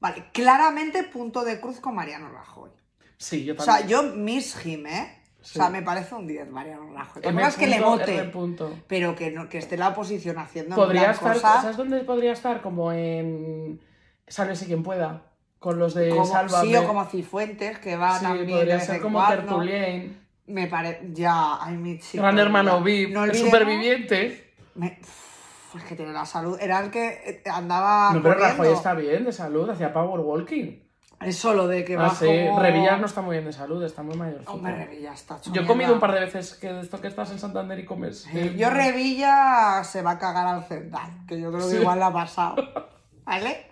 Speaker 2: Vale, claramente punto de cruz con Mariano Rajoy.
Speaker 1: Sí, yo
Speaker 2: O sea,
Speaker 1: también.
Speaker 2: yo miss him, ¿eh?
Speaker 1: Sí.
Speaker 2: O sea, me parece un 10 Mariano Rajoy.
Speaker 1: M
Speaker 2: Tampoco es que le
Speaker 1: punto,
Speaker 2: vote,
Speaker 1: R punto.
Speaker 2: pero que, no, que esté la oposición haciendo en
Speaker 1: Podría
Speaker 2: plan
Speaker 1: estar,
Speaker 2: cosa-
Speaker 1: ¿sabes dónde podría estar? Como en Sálvese quien pueda, con los de
Speaker 2: como,
Speaker 1: Sálvame.
Speaker 2: sí, o como Cifuentes, que va
Speaker 1: Sí,
Speaker 2: Ah, también de
Speaker 1: podría
Speaker 2: vez
Speaker 1: ser
Speaker 2: en
Speaker 1: como
Speaker 2: cuando.
Speaker 1: Tertullian.
Speaker 2: Me parece. Ya, ay, mi chico.
Speaker 1: Gran hermano
Speaker 2: ya.
Speaker 1: VIP,
Speaker 2: No
Speaker 1: el
Speaker 2: olvidemos-
Speaker 1: superviviente.
Speaker 2: Me- Uf, es que tiene la salud. Era el que eh, andaba.
Speaker 1: No, pero
Speaker 2: corriendo.
Speaker 1: Rajoy está bien de salud, hacía power walking.
Speaker 2: Eso lo de que
Speaker 1: Ah,
Speaker 2: va
Speaker 1: sí.
Speaker 2: como-
Speaker 1: Revillar no está muy bien de salud, está muy mayor.
Speaker 2: Hombre, Revilla está hecho
Speaker 1: Yo he
Speaker 2: mierda.
Speaker 1: comido un par de veces que de esto que estás en Santander y comes.
Speaker 2: Sí,
Speaker 1: eh,
Speaker 2: Yo Revilla se va a cagar al Zendal, que yo creo que
Speaker 1: Sí.
Speaker 2: igual la ha pasado. ¿Vale?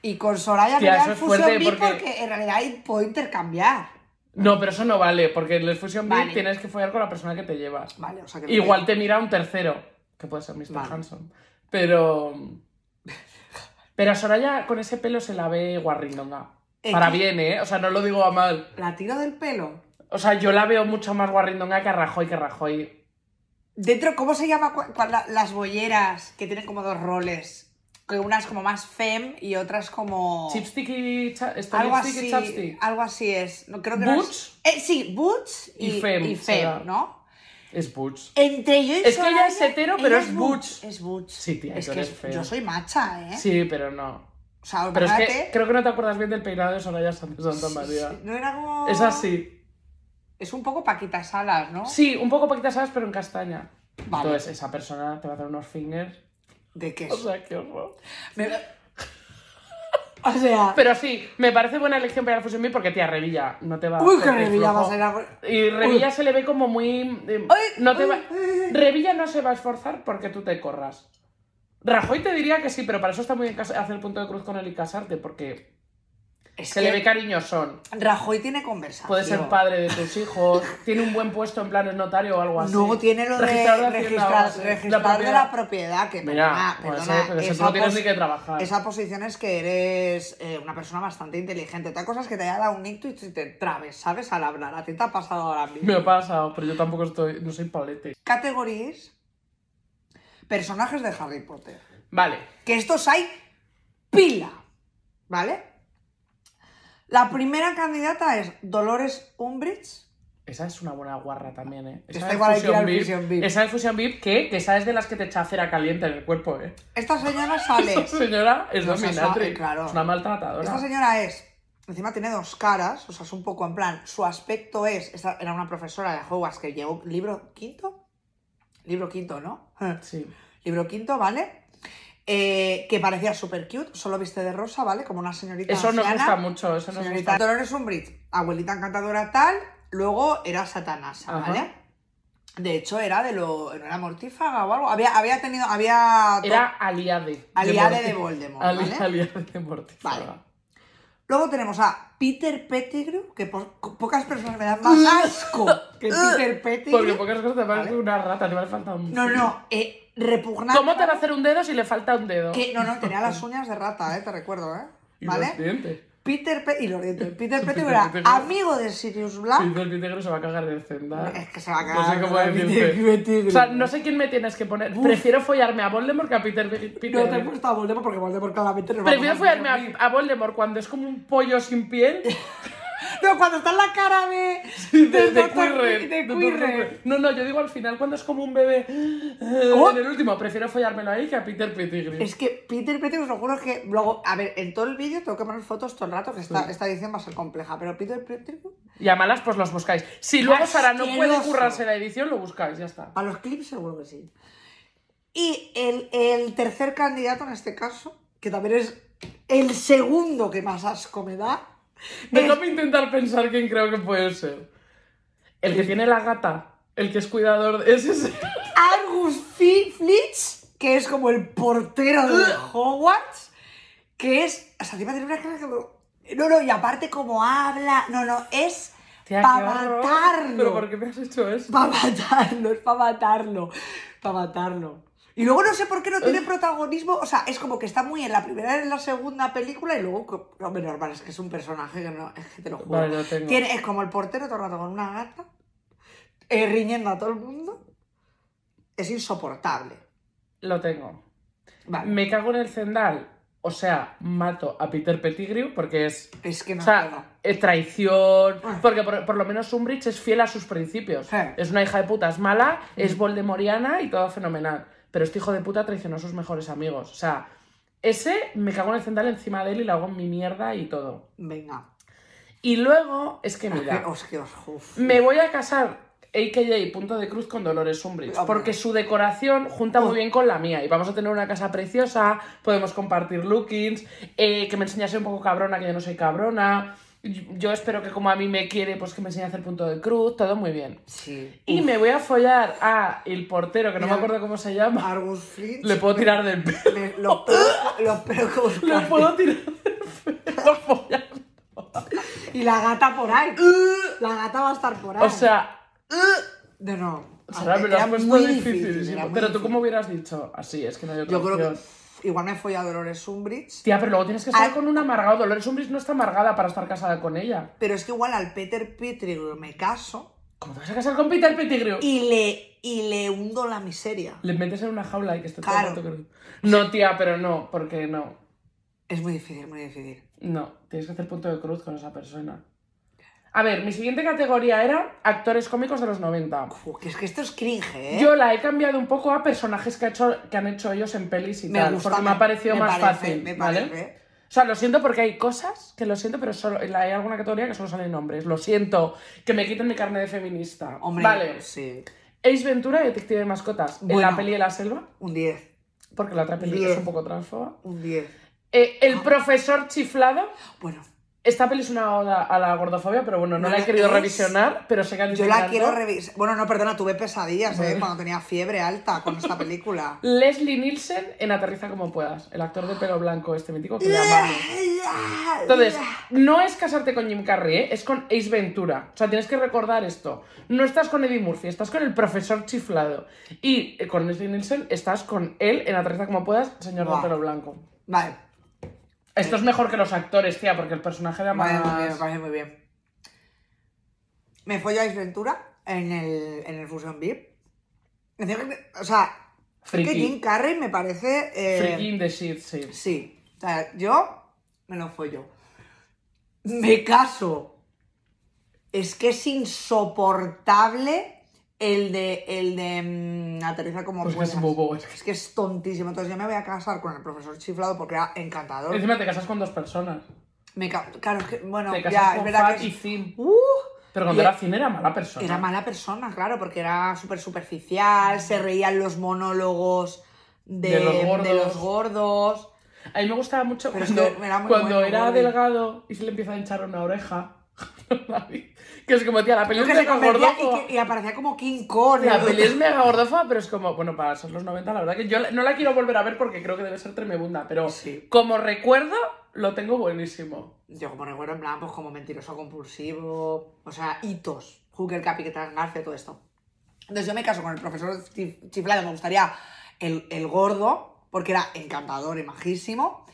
Speaker 2: Y con Soraya
Speaker 1: Tía,
Speaker 2: me
Speaker 1: eso
Speaker 2: dan
Speaker 1: es
Speaker 2: fusión
Speaker 1: fuerte
Speaker 2: VIP
Speaker 1: porque-
Speaker 2: porque... en realidad ahí puedo intercambiar.
Speaker 1: No, pero eso no vale, porque en el Fusion Beat
Speaker 2: Vale.
Speaker 1: tienes que follar con la persona que te llevas.
Speaker 2: Vale, o sea que.
Speaker 1: Igual te mira un tercero, que puede ser Mr.
Speaker 2: Vale.
Speaker 1: Hanson. Pero. Pero a Soraya con ese pelo se la ve guarrindonga.
Speaker 2: Eh,
Speaker 1: Para
Speaker 2: ¿qué?
Speaker 1: bien, ¿eh? O sea, no lo digo a mal.
Speaker 2: La tiro del pelo.
Speaker 1: O sea, yo la veo mucho más guarrindonga que a Rajoy, que Rajoy.
Speaker 2: Dentro, ¿cómo se llama cua- cua- la- las bolleras que tienen como dos roles? Que una es como más fem y otra es como.
Speaker 1: Chipstick y, cha- esto,
Speaker 2: algo
Speaker 1: lipstick y
Speaker 2: así.
Speaker 1: chapstick.
Speaker 2: Algo así es. No, creo que no es-
Speaker 1: Butch
Speaker 2: Eh, sí, Butch y,
Speaker 1: Y fem,
Speaker 2: y
Speaker 1: será.
Speaker 2: ¿no?
Speaker 1: es Butch.
Speaker 2: Entre yo y
Speaker 1: Es que ella
Speaker 2: Soraya,
Speaker 1: es hetero, pero
Speaker 2: ella
Speaker 1: es butch.
Speaker 2: Es Butch.
Speaker 1: Sí, tía,
Speaker 2: es
Speaker 1: tú
Speaker 2: que
Speaker 1: eres
Speaker 2: es-
Speaker 1: fea.
Speaker 2: yo soy macha, ¿eh?
Speaker 1: Sí, pero no.
Speaker 2: O sea,
Speaker 1: Pero es
Speaker 2: olvídate.
Speaker 1: que creo que no te acuerdas bien del peinado de Soraya Sánchez Santa María.
Speaker 2: No era como...
Speaker 1: Es así.
Speaker 2: Es un poco Paquita Salas, ¿no?
Speaker 1: Sí, un poco paquita sabes, pero en castaña.
Speaker 2: Vale.
Speaker 1: Entonces, esa persona te va a dar unos fingers.
Speaker 2: ¿De qué?
Speaker 1: O sea, qué horror.
Speaker 2: Me- O sea...
Speaker 1: Pero sí, me parece buena elección para ir al Fusion Beat porque, tía, Revilla no te va
Speaker 2: Uy, que
Speaker 1: corte y
Speaker 2: Revilla va a
Speaker 1: flojo.
Speaker 2: ser... algo-
Speaker 1: Y Revilla se le ve como muy. eh,
Speaker 2: Ay,
Speaker 1: no te
Speaker 2: ay,
Speaker 1: va-
Speaker 2: ay, ay.
Speaker 1: Revilla no se va a esforzar porque tú te corras. Rajoy te diría que sí, pero para eso está muy bien cas- hacer el punto de cruz con él y casarte, porque
Speaker 2: Es
Speaker 1: se
Speaker 2: que
Speaker 1: le ve cariñosón.
Speaker 2: Rajoy tiene conversación.
Speaker 1: Puede ser padre de tus hijos, tiene un buen puesto en plan es notario o algo así.
Speaker 2: No, tiene lo de
Speaker 1: Registrador de
Speaker 2: registrar,
Speaker 1: Hacienda o algo así.
Speaker 2: registrar de la propiedad, que
Speaker 1: Mira,
Speaker 2: perdona,
Speaker 1: pues,
Speaker 2: perdona,
Speaker 1: eh, pero eso
Speaker 2: esa
Speaker 1: tú no tienes
Speaker 2: pos-
Speaker 1: ni que trabajar.
Speaker 2: Esa posición es que eres eh, una persona bastante inteligente. Otra cosa es que te haya dado un ictus y te trabes, ¿sabes? Al hablar. A ti te ha pasado ahora mismo.
Speaker 1: Me ha pasado, pero yo tampoco estoy, no soy palete.
Speaker 2: Categorías. Personajes de Harry Potter.
Speaker 1: Vale,
Speaker 2: Que estos hay pila. ¿Vale? La primera candidata es Dolores Umbridge.
Speaker 1: esa es una buena guarra también, ¿eh? Esa
Speaker 2: Está
Speaker 1: de
Speaker 2: igual hay que ir
Speaker 1: Fusion
Speaker 2: al
Speaker 1: VIP-
Speaker 2: Fusion VIP.
Speaker 1: Esa de Fusion VIP, que, que esa es de las que te echa cera caliente en el cuerpo, ¿eh?
Speaker 2: Esta señora sale.
Speaker 1: Esa señora es
Speaker 2: No, esa es
Speaker 1: dominante,
Speaker 2: la- claro.
Speaker 1: es una maltratadora.
Speaker 2: Esta señora es, encima tiene dos caras, o sea, es un poco en plan, su aspecto es, esta era una profesora de Hogwarts que llevó libro quinto, libro quinto, ¿no?
Speaker 1: Sí.
Speaker 2: libro quinto, ¿vale? Eh, que parecía súper cute, solo viste de rosa, ¿vale? Como una señorita
Speaker 1: Eso nos
Speaker 2: anciana.
Speaker 1: gusta mucho, eso nos
Speaker 2: Señorita
Speaker 1: gusta.
Speaker 2: Dolores Umbridge, abuelita encantadora tal, luego era satanasa,
Speaker 1: Ajá.
Speaker 2: ¿vale? De hecho, era de lo... ¿No era mortífaga o algo? Había, había tenido... Había...
Speaker 1: Era aliade.
Speaker 2: Aliade de
Speaker 1: Voldemort.
Speaker 2: Voldemort,
Speaker 1: Ali-
Speaker 2: ¿vale?
Speaker 1: Aliade de Mortífaga.
Speaker 2: Vale. Luego tenemos a Peter Pettigrew, que po- co- pocas personas me dan más asco que Peter
Speaker 1: Porque
Speaker 2: Pettigrew.
Speaker 1: pocas cosas te parecen
Speaker 2: Vale.
Speaker 1: una rata, te va a faltar un...
Speaker 2: No, no, eh, repugnante.
Speaker 1: ¿Cómo te va a hacer un dedo si le falta un dedo?
Speaker 2: Que, no, no, tenía las uñas de rata, eh, te recuerdo, ¿eh?
Speaker 1: Y los
Speaker 2: ¿Vale?
Speaker 1: dientes.
Speaker 2: Peter Pe- y los dientes. Peter Pettigrew
Speaker 1: Peter
Speaker 2: era
Speaker 1: Pettigrew.
Speaker 2: amigo de Sirius Black.
Speaker 1: Pinto el Pitegro se va a cagar de senda.
Speaker 2: ¿Ah? Es que se va a
Speaker 1: No sé
Speaker 2: cagar
Speaker 1: cómo
Speaker 2: de Peter
Speaker 1: decirte.
Speaker 2: Pettigrew.
Speaker 1: O sea, no sé quién me tienes que poner. Prefiero follarme a Voldemort que a Peter Peter.
Speaker 2: No te he puesto a Voldemort porque Voldemort claramente no va a
Speaker 1: Prefiero
Speaker 2: poner
Speaker 1: follarme a, a Voldemort cuando es como un pollo sin piel
Speaker 2: No, cuando está en la cara de.
Speaker 1: de,
Speaker 2: del
Speaker 1: de
Speaker 2: Dr.
Speaker 1: Quirrell.
Speaker 2: de
Speaker 1: De
Speaker 2: Quirrell.
Speaker 1: Quirrell. No, no, yo digo al final cuando es como un bebé. eh,
Speaker 2: Oh.
Speaker 1: En el último, prefiero follármelo ahí que a Peter Pettigrew.
Speaker 2: Es que Peter Pettigrew, os lo juro, es que luego, a ver, en todo el vídeo tengo que poner fotos todo el rato, que esta, esta edición va a ser compleja, pero Peter Pettigrew,
Speaker 1: Y a malas, pues los buscáis. Si luego Sara no puede
Speaker 2: Asqueroso.
Speaker 1: currarse la edición, lo buscáis, ya está.
Speaker 2: a los clips seguro que sí. Y el, el tercer candidato en este caso, que también es el segundo que más asco me da, es
Speaker 1: Déjame intentar pensar quién creo que puede ser. El que tiene la gata. El que es cuidador. de- Ese es.
Speaker 2: Argus Fi- Flitch, que es como el portero de Hogwarts, que es, o sea, encima tiene una cara como... No, no, y aparte como habla, no, no, es...
Speaker 1: Tía,
Speaker 2: para
Speaker 1: qué horror.
Speaker 2: matarlo.
Speaker 1: ¿Pero por qué me has hecho eso?
Speaker 2: Para matarlo, es para matarlo. Para matarlo. Y luego no sé por qué no tiene protagonismo. O sea, es como que está muy en la primera y en la segunda película y luego. co- No, hombre, normal, es que es un personaje que no. Es que te lo juro.
Speaker 1: Vale, lo tengo.
Speaker 2: Tiene- es como el portero todo el rato con una gata, eh, riñendo a todo el mundo. Es insoportable.
Speaker 1: Lo tengo.
Speaker 2: Vale.
Speaker 1: Me cago en el cendal. O sea, mato a Peter Pettigrew porque es.
Speaker 2: Es que no
Speaker 1: O
Speaker 2: puedo.
Speaker 1: sea, eh, traición.
Speaker 2: Ah.
Speaker 1: Porque por, por lo menos Umbridge es fiel a sus principios.
Speaker 2: Sí.
Speaker 1: Es una hija de puta, es mala, es Voldemoriana y todo fenomenal. Pero este hijo de puta traicionó a sus mejores amigos. O sea, ese me cago en el cendal encima de él y le hago mi mierda y todo.
Speaker 2: Venga.
Speaker 1: Y luego, es que mira.
Speaker 2: Os que os. uf.
Speaker 1: Me voy a casar AKA Punto de Cruz con Dolores Umbridge. Porque su decoración junta muy bien con la mía. Y vamos a tener una casa preciosa, podemos compartir lookings, eh, que me enseñase un poco cabrona, que yo no soy cabrona. Yo yo espero que como a mí me quiere, pues que me enseñe a hacer punto de cruz, todo muy bien.
Speaker 2: Sí.
Speaker 1: Y me voy a follar a el portero, que no me
Speaker 2: Mira. Ah,
Speaker 1: acuerdo cómo se llama.
Speaker 2: Argus Fritz.
Speaker 1: Le puedo tirar del pelo.
Speaker 2: Le- los pelos, los pelos como su
Speaker 1: Le
Speaker 2: cara.
Speaker 1: puedo tirar del pelo. follar.
Speaker 2: Y la gata por ahí. La gata va a estar por ahí.
Speaker 1: O sea,
Speaker 2: de no.
Speaker 1: Sara, me lo
Speaker 2: Era
Speaker 1: has puesto
Speaker 2: muy
Speaker 1: dificilísimo.
Speaker 2: era muy
Speaker 1: Pero tú,
Speaker 2: difícil.
Speaker 1: ¿cómo hubieras dicho? Así, es que no hay otra
Speaker 2: Yo creo que
Speaker 1: opción.
Speaker 2: pff, igual me fui a Dolores Umbridge.
Speaker 1: Tía, pero luego tienes que estar
Speaker 2: Ah.
Speaker 1: con un amargado. Dolores Umbridge no está amargada para estar casada con ella.
Speaker 2: Pero es que igual al Peter Pettigrew me caso
Speaker 1: ¿Cómo te vas a casar con Peter Pettigrew?
Speaker 2: y le, y le hundo la miseria.
Speaker 1: Le metes en una jaula y que esté
Speaker 2: Claro.
Speaker 1: todo el rato con- No, tía, pero no, porque no.
Speaker 2: Es muy difícil, muy difícil.
Speaker 1: No, tienes que hacer punto de cruz con esa persona. A ver, mi siguiente categoría era actores cómicos de los 90.
Speaker 2: Uf, que es que esto es cringe, ¿eh?
Speaker 1: Yo la he cambiado un poco a personajes que, ha hecho- que han hecho ellos en pelis y tal, porque me ha parecido
Speaker 2: me
Speaker 1: más
Speaker 2: parece,
Speaker 1: fácil,
Speaker 2: Me
Speaker 1: ¿vale?
Speaker 2: parece.
Speaker 1: O sea, lo siento porque hay cosas que lo siento, pero solo, hay alguna categoría que solo salen nombres. Lo siento, que me quiten mi carne de feminista.
Speaker 2: Hombre,
Speaker 1: vale.
Speaker 2: sí.
Speaker 1: Ace Ventura, Detective de Mascotas, en
Speaker 2: Bueno.
Speaker 1: la peli de la selva,
Speaker 2: Un 10,
Speaker 1: porque la otra peli
Speaker 2: Bien.
Speaker 1: es un poco transfoba.
Speaker 2: un 10.
Speaker 1: Eh, el profesor chiflado.
Speaker 2: Bueno,
Speaker 1: Esta peli es una oda a la gordofobia, pero bueno, no,
Speaker 2: No
Speaker 1: la he
Speaker 2: la
Speaker 1: querido
Speaker 2: es.
Speaker 1: revisionar, pero sé que a ti
Speaker 2: yo
Speaker 1: te
Speaker 2: la
Speaker 1: encanta.
Speaker 2: quiero revisar. Bueno, no, perdona, tuve pesadillas, ¿eh?
Speaker 1: Bueno.
Speaker 2: Cuando tenía fiebre alta con esta película.
Speaker 1: Leslie Nielsen en Aterriza como puedas, el actor de pelo blanco este mítico que le amamos. Entonces, no es casarte con Jim Carrey, ¿eh? es con Ace Ventura. O sea, tienes que recordar esto. No estás con Eddie Murphy, estás con el profesor chiflado. Y eh, con Leslie Nielsen estás con él en Aterriza como puedas, señor
Speaker 2: Buah.
Speaker 1: de pelo blanco.
Speaker 2: Vale,
Speaker 1: Esto es mejor que los actores, tía, porque el personaje da
Speaker 2: vale, muy bien, me
Speaker 1: más...
Speaker 2: parece muy bien. Me follo a Ace Ventura en el, en el Fusion VIP. O sea, es que Jim
Speaker 1: Friki.
Speaker 2: Carrey me parece... eh,
Speaker 1: Friki in the shit, sí.
Speaker 2: Sí, o sea, yo me lo follo. Me caso. Es que es insoportable el de, el de mm, aterrizar como
Speaker 1: Pues que es
Speaker 2: puedas.
Speaker 1: bobo. es
Speaker 2: Es que es tontísimo. Entonces yo me voy a casar con el profesor chiflado porque era encantador.
Speaker 1: que- Encima te casas con dos personas.
Speaker 2: Me ca- claro, es que, bueno,
Speaker 1: Te
Speaker 2: ya,
Speaker 1: casas
Speaker 2: es
Speaker 1: con
Speaker 2: verdad
Speaker 1: Fat
Speaker 2: que...
Speaker 1: y
Speaker 2: es-
Speaker 1: Zim.
Speaker 2: ¡Uh!
Speaker 1: Pero
Speaker 2: Y-
Speaker 1: cuando era Zim era mala persona.
Speaker 2: Era mala persona, claro, porque era súper superficial, se reían los monólogos de,
Speaker 1: De los gordos.
Speaker 2: de los gordos.
Speaker 1: A mí me gustaba mucho
Speaker 2: Pero es
Speaker 1: cuando,
Speaker 2: que era muy
Speaker 1: cuando
Speaker 2: bueno,
Speaker 1: era
Speaker 2: Gordy.
Speaker 1: delgado y se le empieza a hinchar una oreja. que es como, tía, la peli es
Speaker 2: Creo que se
Speaker 1: mega
Speaker 2: convertía
Speaker 1: gordofa.
Speaker 2: y, que- y aparecía como King Kong.
Speaker 1: La
Speaker 2: ¿no?
Speaker 1: peli es mega gordofa, pero es como, bueno, para ser los 90, la verdad que yo la- no la quiero volver a ver porque creo que debe ser tremebunda, pero
Speaker 2: Sí.
Speaker 1: como recuerdo, lo tengo buenísimo.
Speaker 2: Yo como recuerdo, en plan, pues como mentiroso compulsivo, o sea, hitos. Hooker, Capitán García, todo esto. Entonces yo me caso con el profesor chif- chiflado, me gustaría el, el gordo, porque era encantador y majísimo.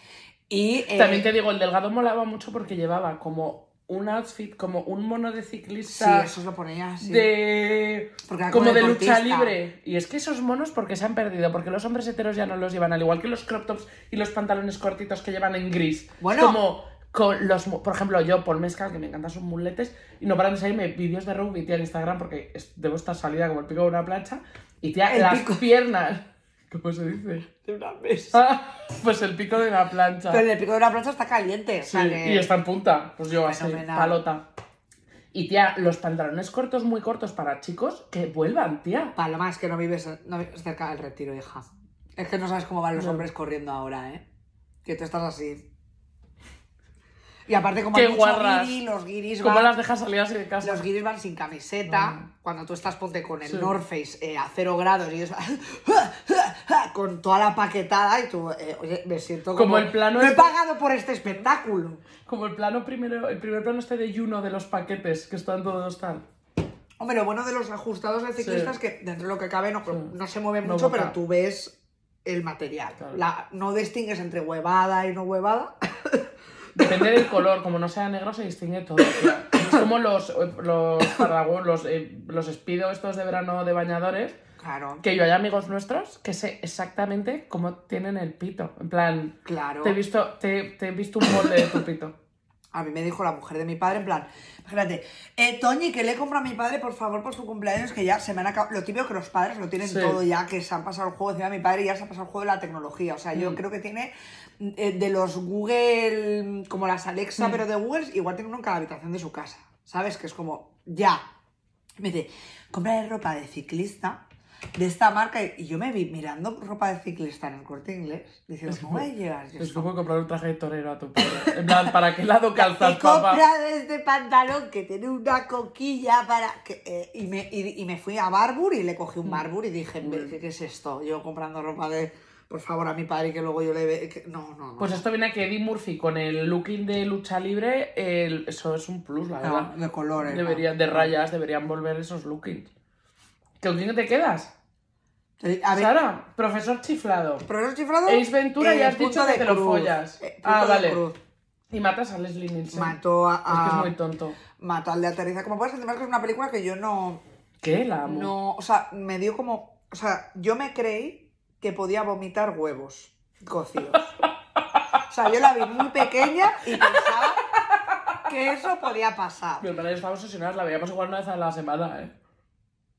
Speaker 2: Y, eh,
Speaker 1: También te digo, el delgado molaba mucho porque llevaba como un outfit, como un mono de
Speaker 2: Sí,
Speaker 1: ciclista.
Speaker 2: eso os lo ponía así.
Speaker 1: De.
Speaker 2: Porque era como
Speaker 1: como de
Speaker 2: deportista.
Speaker 1: lucha libre. Y es que esos monos porque se han perdido, porque los hombres heteros ya no los llevan, al igual que los crop tops y los pantalones cortitos que llevan en gris.
Speaker 2: Bueno.
Speaker 1: Es Como con los, mu- por ejemplo, yo por mezcal, que me encantan sus muletes, y no paran de salirme vídeos de rugby, tía, en Instagram, porque es- debo estar salida como el pico de una plancha, y tía,
Speaker 2: El
Speaker 1: las
Speaker 2: pico.
Speaker 1: piernas. ¿Cómo se dice?
Speaker 2: De una mesa.
Speaker 1: Ah, pues el pico de una plancha.
Speaker 2: Pero en el pico de una plancha está caliente. o
Speaker 1: Ah. Sí,
Speaker 2: sea que-
Speaker 1: y está en punta. Pues yo así,
Speaker 2: Fenomenal.
Speaker 1: palota. Y tía, los pantalones cortos, muy cortos para chicos, que vuelvan, tía.
Speaker 2: Paloma, es que no vives, no vives cerca del retiro, hija. Es que no sabes cómo van los
Speaker 1: No.
Speaker 2: hombres corriendo ahora, ¿eh? Que tú estás así. Y aparte, como
Speaker 1: Qué
Speaker 2: hay mucho
Speaker 1: guarras.
Speaker 2: guiri, los guiris
Speaker 1: ¿Cómo
Speaker 2: van,
Speaker 1: las dejas salir así de casa?
Speaker 2: los guiris van sin camiseta.
Speaker 1: Mm.
Speaker 2: Cuando tú estás, ponte con el
Speaker 1: Sí.
Speaker 2: North Face eh, a cero grados y ellos van con toda la paquetada y tú, eh, oye, me siento como...
Speaker 1: Como el plano
Speaker 2: No he
Speaker 1: este-
Speaker 2: pagado por este espectáculo.
Speaker 1: Como el plano primero, el primer plano este de Juno de los paquetes que están todos tal.
Speaker 2: Hombre, lo bueno de los ajustados de ciclistas
Speaker 1: Sí.
Speaker 2: que dentro de lo que cabe no, no se mueve
Speaker 1: No
Speaker 2: mucho,
Speaker 1: boca.
Speaker 2: pero tú ves el material.
Speaker 1: Claro.
Speaker 2: La- no distingues entre huevada y no huevada.
Speaker 1: Depende del color, como no sea negro se distingue todo. tía. Es como los eh, los paraguas, los, eh, los espido estos de verano de bañadores,
Speaker 2: Claro,
Speaker 1: que yo hay amigos nuestros que sé exactamente cómo tienen el pito. En plan,
Speaker 2: claro.
Speaker 1: te he visto, te, te he visto un molde de tu pito.
Speaker 2: A mí me dijo la mujer de mi padre, en plan, imagínate, eh, Toñi, que le compro a mi padre, por favor, por su cumpleaños, que ya se me han acabado. Lo típico que los padres lo tienen
Speaker 1: Sí.
Speaker 2: todo ya, que se han pasado el juego encima de mi padre y ya se ha pasado el juego de la tecnología. O sea,
Speaker 1: Mm.
Speaker 2: yo creo que tiene eh, de los Google,
Speaker 1: Mm.
Speaker 2: como las Alexa, pero de Google, igual tiene uno en cada habitación de su casa. ¿Sabes? Que es como, ya. Me dice, compraré ropa de ciclista de esta marca. Y yo me vi mirando ropa de ciclista en el corte inglés, diciendo, ¿cómo voy a llevar yo
Speaker 1: Es
Speaker 2: esto?
Speaker 1: como comprar un traje de torero a tu padre. En plan, ¿para qué lado calzas,
Speaker 2: Te
Speaker 1: papá?
Speaker 2: compras este pantalón que tiene una coquilla para... que, eh, y, me, y- y me fui a Barbour y le cogí
Speaker 1: Mm.
Speaker 2: un Barbour y dije, "Ve, ¿qué, qué es esto? Yo comprando ropa de... Por favor, a mi padre que luego yo le... ve- que- No, no, no.
Speaker 1: Pues esto viene a que Eddie Murphy con el looking de lucha libre, el- eso es un plus, la
Speaker 2: No,
Speaker 1: verdad.
Speaker 2: Ah, de colores. no.
Speaker 1: Debería- de rayas deberían volver esos lookings. ¿Con quién te quedas?
Speaker 2: Sí, Eh, A ver,
Speaker 1: Sara, profesor chiflado.
Speaker 2: profesor chiflado... Eh,
Speaker 1: Ace Ventura ya has
Speaker 2: punto
Speaker 1: dicho que
Speaker 2: de
Speaker 1: te lo
Speaker 2: cruz,
Speaker 1: follas.
Speaker 2: eh,
Speaker 1: Ah,
Speaker 2: punto de
Speaker 1: vale.
Speaker 2: cruz.
Speaker 1: Y matas a Leslie Nielsen.
Speaker 2: Mató a...
Speaker 1: Es que es
Speaker 2: a-
Speaker 1: muy tonto.
Speaker 2: Mató al de aterriza. Como puedes entender que es una película que yo no...
Speaker 1: ¿Qué? La amo.
Speaker 2: No, o sea, me dio como. O sea, yo me creí que podía vomitar huevos cocidos. O sea, yo la vi muy pequeña y pensaba que eso podía pasar.
Speaker 1: Mi hermana y yo estábamos obsesionados, la veíamos igual una vez a la semana, ¿eh?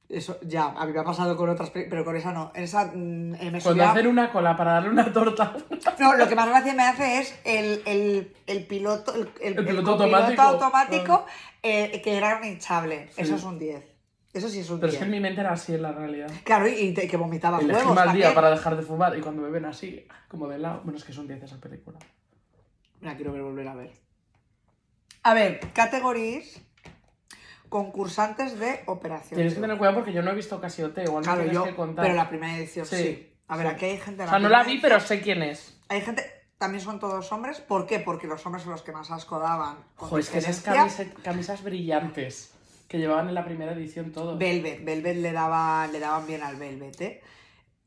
Speaker 2: Eso ya, a mí me ha pasado con otras, pe- pero con esa no. Esa mm, eh, me
Speaker 1: Cuando
Speaker 2: subía-
Speaker 1: hacen una cola para darle una torta.
Speaker 2: No, lo que más gracia me hace es el, el, el piloto, el, el-
Speaker 1: El piloto
Speaker 2: copiloto
Speaker 1: automático. Ah.
Speaker 2: automático, eh, que era un hinchable.
Speaker 1: Sí.
Speaker 2: Eso es un 10. Eso sí es un
Speaker 1: Pero es
Speaker 2: 10.
Speaker 1: que en mi mente era así en la realidad.
Speaker 2: Claro, y, y te- que vomitaba
Speaker 1: Elegí
Speaker 2: huevos.
Speaker 1: mal día
Speaker 2: también.
Speaker 1: para dejar de fumar y cuando me ven así, como de lado, bueno, es que son 10 esa película.
Speaker 2: La quiero ver, volver a ver. A ver, categorías concursantes de operación.
Speaker 1: Tienes que tener cuidado porque yo no he visto casi OT, igual me
Speaker 2: claro,
Speaker 1: tienes
Speaker 2: yo,
Speaker 1: que contar.
Speaker 2: pero la primera edición sí.
Speaker 1: Sí,
Speaker 2: A ver,
Speaker 1: sí.
Speaker 2: aquí hay gente...
Speaker 1: O sea, no la
Speaker 2: primera
Speaker 1: vi, pero sé quién es.
Speaker 2: Hay gente... También son todos hombres. ¿Por qué? Porque los hombres son los que más asco daban. con
Speaker 1: Joder, es que esas
Speaker 2: diferencia.
Speaker 1: camise- camisas brillantes que llevaban en la primera edición todo.
Speaker 2: Velvet. Velvet le, daba, le daban bien al Velvet, ¿eh?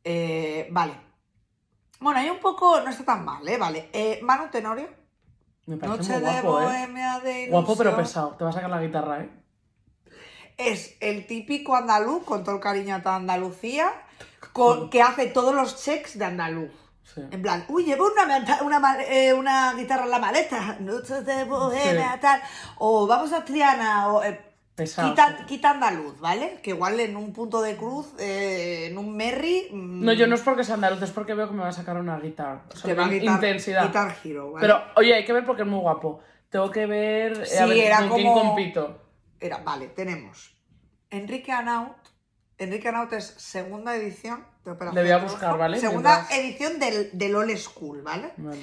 Speaker 2: Eh, Vale. Bueno, hay un poco... No está tan mal, ¿eh? Vale. Eh, Manu Tenorio.
Speaker 1: Me parece
Speaker 2: Noche
Speaker 1: muy
Speaker 2: de
Speaker 1: guapo, ¿eh?
Speaker 2: bohemia de
Speaker 1: Guapo pero
Speaker 2: ilusión.
Speaker 1: pesado. Te va a sacar la guitarra, ¿eh?
Speaker 2: es el típico andaluz, con todo el cariño a Andalucía, con- que hace todos los checks de andaluz.
Speaker 1: Sí.
Speaker 2: En plan, uy, llevo una, manta- una, ma- eh, una guitarra en la maleta, noches de bohemia,
Speaker 1: Sí.
Speaker 2: tal, o vamos a Triana, o... eh,
Speaker 1: Pesado.
Speaker 2: Quita,
Speaker 1: sí.
Speaker 2: quita andaluz, ¿vale? Que igual en un punto de cruz, eh, en un merry... mm,
Speaker 1: No, yo no es porque sea andaluz, es porque veo que me va a sacar una guitarra. O sea,
Speaker 2: te va a
Speaker 1: una
Speaker 2: guitar-
Speaker 1: intensidad.
Speaker 2: Guitar Hero, ¿vale?
Speaker 1: Pero, oye, hay que ver porque es muy guapo. Tengo que ver eh,
Speaker 2: Sí,
Speaker 1: a ver
Speaker 2: era
Speaker 1: con quién
Speaker 2: como-
Speaker 1: compito.
Speaker 2: Era, vale, tenemos Enrique Anaut. Enrique Anaut es segunda edición de Operación
Speaker 1: Le voy a
Speaker 2: Triunfo.
Speaker 1: buscar, ¿vale?
Speaker 2: Segunda
Speaker 1: Mientras-
Speaker 2: edición del, del Old School, ¿vale?
Speaker 1: Bueno.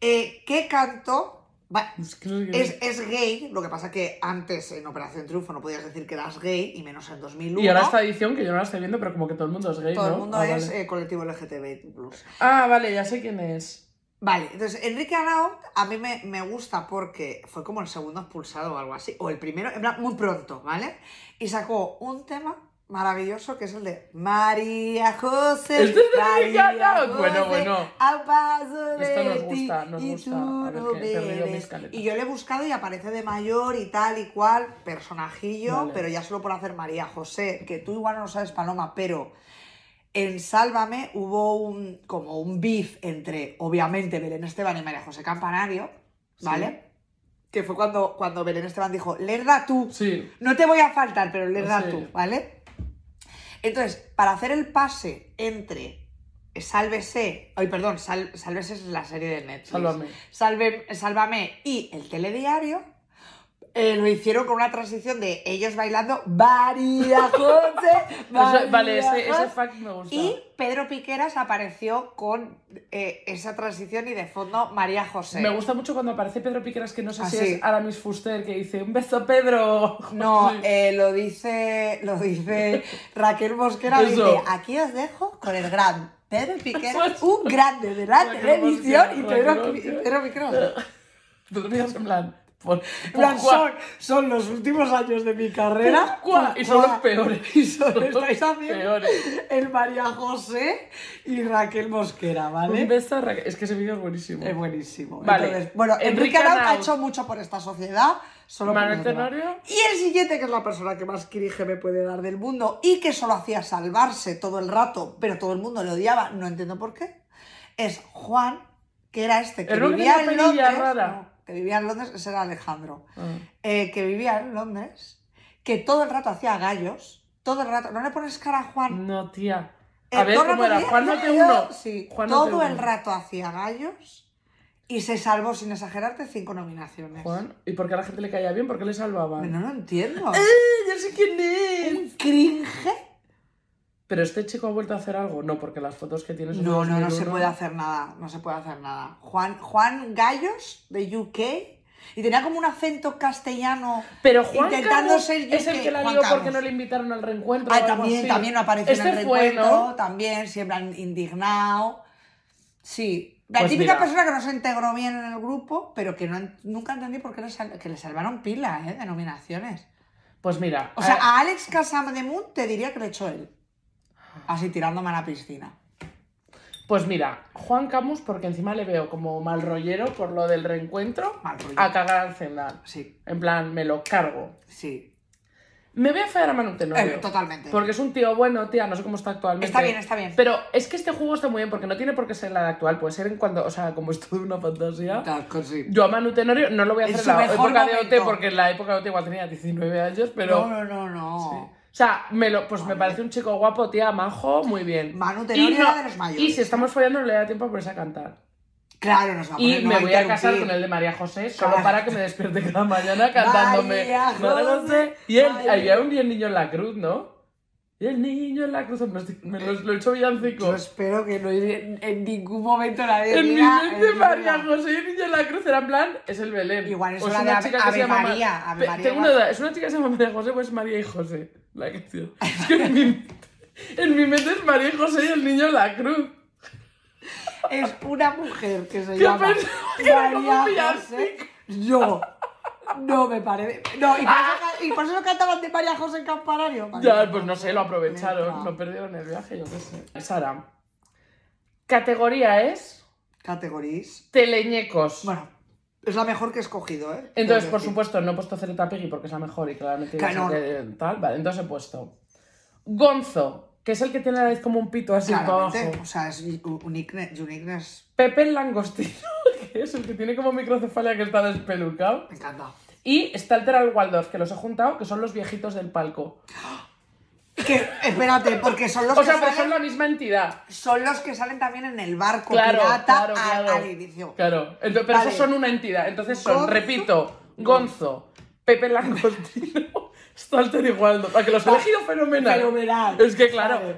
Speaker 2: Eh, ¿Qué canto? Va-
Speaker 1: Es que no sé qué
Speaker 2: Es, es gay, lo que pasa que antes en Operación Triunfo no podías decir que eras gay, y menos en 2001.
Speaker 1: Y ahora esta edición, que yo no la estoy viendo, pero como que todo el mundo es gay,
Speaker 2: Todo
Speaker 1: ¿no?
Speaker 2: el mundo
Speaker 1: Ah,
Speaker 2: es
Speaker 1: Vale.
Speaker 2: eh, colectivo LGTB+.
Speaker 1: Ah, vale, ya sé quién es.
Speaker 2: Vale, entonces Enrique Anaut a mí me, me gusta porque fue como el segundo expulsado o algo así, o el primero, en plan, muy pronto, ¿vale? Y sacó un tema maravilloso que es el de María
Speaker 1: Este
Speaker 2: José.
Speaker 1: es de Enrique
Speaker 2: María
Speaker 1: Anaut. Bueno, bueno.
Speaker 2: A paso de
Speaker 1: Esto nos
Speaker 2: ti,
Speaker 1: gusta, nos
Speaker 2: y
Speaker 1: gusta.
Speaker 2: tú
Speaker 1: A ver,
Speaker 2: no
Speaker 1: que he perdido mi
Speaker 2: bebes.
Speaker 1: escaleta.
Speaker 2: Y yo le he buscado y aparece de mayor y tal y cual, personajillo,
Speaker 1: Vale.
Speaker 2: pero ya solo por hacer María José, que tú igual no lo sabes, Paloma, pero en Sálvame hubo un, como un beef entre, obviamente, Belén Esteban y María José Campanario, ¿vale? Que fue cuando, cuando Belén Esteban dijo, lerda tú,
Speaker 1: Sí.
Speaker 2: no te voy a faltar, pero lerda
Speaker 1: Sí.
Speaker 2: tú, ¿vale? Entonces, para hacer el pase entre Sálvese, ay, perdón, Sal- Sálvese es la serie de Netflix.
Speaker 1: Sálvame.
Speaker 2: Salve- Sálvame y el telediario eh, lo hicieron con una transición de ellos bailando María José.
Speaker 1: Eso- vale,
Speaker 2: María
Speaker 1: ese, ese
Speaker 2: José".
Speaker 1: fact me gusta.
Speaker 2: Y Pedro Piqueras apareció con eh, esa transición y de fondo María José.
Speaker 1: Me gusta mucho cuando aparece Pedro Piqueras, que no sé si
Speaker 2: Así.
Speaker 1: es Aramis Fuster, que dice un beso, Pedro.
Speaker 2: No,
Speaker 1: Sí.
Speaker 2: eh, lo dice, lo dice Raquel Mosquera,
Speaker 1: Eso.
Speaker 2: dice, aquí os dejo con el gran Pedro Piqueras,
Speaker 1: Eso.
Speaker 2: un grande de la
Speaker 1: Raquel
Speaker 2: televisión y
Speaker 1: Mosquera,
Speaker 2: Pedro,
Speaker 1: Raquel Mosquera.
Speaker 2: y Pedro Piqueras.
Speaker 1: Tú te miras en plan. por-
Speaker 2: En plan,
Speaker 1: por
Speaker 2: son,
Speaker 1: cuá,
Speaker 2: son los últimos años de mi carrera.
Speaker 1: por cuá, Y son los
Speaker 2: Cuá.
Speaker 1: peores.
Speaker 2: Y son-
Speaker 1: Son los
Speaker 2: estáis haciendo
Speaker 1: peores.
Speaker 2: el María José y Raquel Mosquera,
Speaker 1: Un
Speaker 2: ¿vale?
Speaker 1: beso, Raquel. Es que ese vídeo es buenísimo.
Speaker 2: Es buenísimo.
Speaker 1: Vale.
Speaker 2: Entonces, bueno, Enrique
Speaker 1: Enrique
Speaker 2: Arauz ha
Speaker 1: Arauz.
Speaker 2: hecho mucho por esta sociedad. Solo por
Speaker 1: Manuel
Speaker 2: nosotros.
Speaker 1: Tenorio.
Speaker 2: Y el siguiente, que es la persona que más kirige me puede dar del mundo y que solo hacía salvarse todo el rato, pero todo el mundo le odiaba, no entiendo por qué, es Juan, que era este, que
Speaker 1: Era uno que
Speaker 2: vivía
Speaker 1: tenía
Speaker 2: en
Speaker 1: perilla
Speaker 2: Londres.
Speaker 1: rara.
Speaker 2: no, que vivía en Londres, ese era Alejandro.
Speaker 1: Ah.
Speaker 2: eh, que vivía en Londres, que todo el rato hacía gallos, todo el rato. ¿No le pones cara a Juan?
Speaker 1: No, tía.
Speaker 2: Eh,
Speaker 1: Mm, A ver
Speaker 2: todo el
Speaker 1: cómo
Speaker 2: rato
Speaker 1: era.
Speaker 2: hacía
Speaker 1: Juan no te
Speaker 2: gallos,
Speaker 1: uno.
Speaker 2: Sí,
Speaker 1: Juan no te
Speaker 2: todo el
Speaker 1: uno.
Speaker 2: rato hacía gallos. Y se salvó, sin exagerarte, cinco nominaciones.
Speaker 1: Juan, ¿y por qué a la gente le caía bien? ¿Por qué le salvaban?
Speaker 2: No lo entiendo.
Speaker 1: ¡Eh! ¡Ya sé quién es!
Speaker 2: ¿Un cringe?
Speaker 1: Pero este chico ha vuelto a hacer algo. No, porque las fotos que tienes.
Speaker 2: No, no, no se puede hacer nada. No se puede hacer nada. Juan, Juan Gallos, de UK. Y tenía como un acento castellano.
Speaker 1: Pero Juan
Speaker 2: Intentando
Speaker 1: Carlos
Speaker 2: ser
Speaker 1: es el
Speaker 2: UK,
Speaker 1: que la
Speaker 2: Juan
Speaker 1: dio porque
Speaker 2: Carlos.
Speaker 1: no le invitaron al reencuentro.
Speaker 2: Ah,
Speaker 1: o algo
Speaker 2: también,
Speaker 1: así.
Speaker 2: también no apareció en
Speaker 1: Este
Speaker 2: el
Speaker 1: fue,
Speaker 2: recuento.
Speaker 1: ¿no?
Speaker 2: También, siempre han indignado. Sí. La
Speaker 1: Pues
Speaker 2: típica
Speaker 1: mira.
Speaker 2: persona que no se integró bien en el grupo, pero que no, en- nunca entendí por qué le, sal- que le salvaron pilas ¿eh? de nominaciones.
Speaker 1: Pues mira.
Speaker 2: O
Speaker 1: a-
Speaker 2: sea, ah. a Alex Casademun te diría que le echó él. Así tirándome a la piscina.
Speaker 1: Pues mira, Juan Camus, porque encima le veo como mal rollero por lo del reencuentro,
Speaker 2: Mal rollo.
Speaker 1: a cagar al cendal.
Speaker 2: Sí,
Speaker 1: En plan, me lo cargo.
Speaker 2: sí.
Speaker 1: Me voy a fallar a Manu
Speaker 2: Eh,
Speaker 1: Tenorio.
Speaker 2: totalmente.
Speaker 1: Porque es un tío bueno, tía, no sé cómo está actualmente.
Speaker 2: Está bien, está bien.
Speaker 1: Pero es que este juego está muy bien porque no tiene por qué ser la edad actual, puede ser en cuando, o sea, como es toda una fantasía.
Speaker 2: Tal, sí.
Speaker 1: Yo a Manu Tenorio no lo voy a
Speaker 2: En
Speaker 1: hacer
Speaker 2: su
Speaker 1: en la
Speaker 2: mejor
Speaker 1: época de
Speaker 2: momento.
Speaker 1: OT porque en la época de OT igual tenía 19 años, pero...
Speaker 2: No, no, no, no.
Speaker 1: O sea, me lo, pues me parece un chico guapo, tía, majo, muy bien.
Speaker 2: Manu
Speaker 1: Y
Speaker 2: Tenorio
Speaker 1: no-
Speaker 2: era de los mayores,
Speaker 1: Y si estamos follando no le da tiempo a ponerse a cantar.
Speaker 2: Claro, nos va a poner,
Speaker 1: Y
Speaker 2: Ah, no
Speaker 1: me
Speaker 2: va
Speaker 1: voy a casar
Speaker 2: interrumpir.
Speaker 1: con el de María José solo
Speaker 2: Claro.
Speaker 1: para que me despierte cada mañana cantándome.
Speaker 2: María
Speaker 1: María
Speaker 2: José,
Speaker 1: José. Y él,
Speaker 2: María-
Speaker 1: había un día el niño en la cruz, ¿no? Y el niño en la cruz, me lo estoy- me lo, lo he hecho
Speaker 2: Yo
Speaker 1: villancico.
Speaker 2: espero que no en, en ningún momento nadie
Speaker 1: El
Speaker 2: diga,
Speaker 1: niño es
Speaker 2: eh,
Speaker 1: de
Speaker 2: no,
Speaker 1: María
Speaker 2: no.
Speaker 1: José y el niño en la cruz era en plan, es el Belén.
Speaker 2: Igual es
Speaker 1: O
Speaker 2: una de Ave- Ave María, Ave
Speaker 1: Pe-
Speaker 2: María
Speaker 1: Tengo
Speaker 2: va-
Speaker 1: una duda, ¿es una chica que se llama María José o es María y José? La canción. Es que en mi, en mi mente es María y José y el niño en la cruz.
Speaker 2: Es una mujer que se
Speaker 1: Yo
Speaker 2: llama
Speaker 1: pensaba que era como
Speaker 2: María José. Yo. No me parece. No, y por, eso, y por eso cantaban de María José en Campanario. María
Speaker 1: Ya, pues no sé, lo aprovecharon,
Speaker 2: Venga.
Speaker 1: lo perdieron el viaje, yo qué sé. Sara, categoría es
Speaker 2: Categorías.
Speaker 1: teleñecos.
Speaker 2: Bueno, es la mejor que he escogido, ¿eh?
Speaker 1: Entonces,
Speaker 2: Tengo
Speaker 1: por
Speaker 2: que decir.
Speaker 1: supuesto, no he puesto Celeta Piggy porque es la mejor y claramente iba a
Speaker 2: Claro,
Speaker 1: ser de- tal. Vale, entonces he puesto Gonzo, que es el que tiene la nariz como un pito así para abajo.
Speaker 2: Claramente. O sea, es uniqueness. uniqueness.
Speaker 1: Pepe el Langostino, que es el que tiene como microcefalia que está despelucado.
Speaker 2: Me encanta.
Speaker 1: Y Stalter al Waldorf, que los he juntado, que son los viejitos del palco.
Speaker 2: Que, espérate, porque son los
Speaker 1: O
Speaker 2: que
Speaker 1: sea, pues son
Speaker 2: salen-
Speaker 1: la misma entidad.
Speaker 2: son los que salen también en el barco
Speaker 1: Claro,
Speaker 2: pirata
Speaker 1: claro,
Speaker 2: al,
Speaker 1: claro.
Speaker 2: al inicio.
Speaker 1: Claro, Ento- pero
Speaker 2: Vale.
Speaker 1: esos son una entidad. Entonces son,
Speaker 2: Gonzo.
Speaker 1: repito, Gonzo, Pepe Langostino, Stalter y Waldorf. A que los he elegido fenomenal.
Speaker 2: Ah, Fenomenal.
Speaker 1: Es que claro.
Speaker 2: Vale.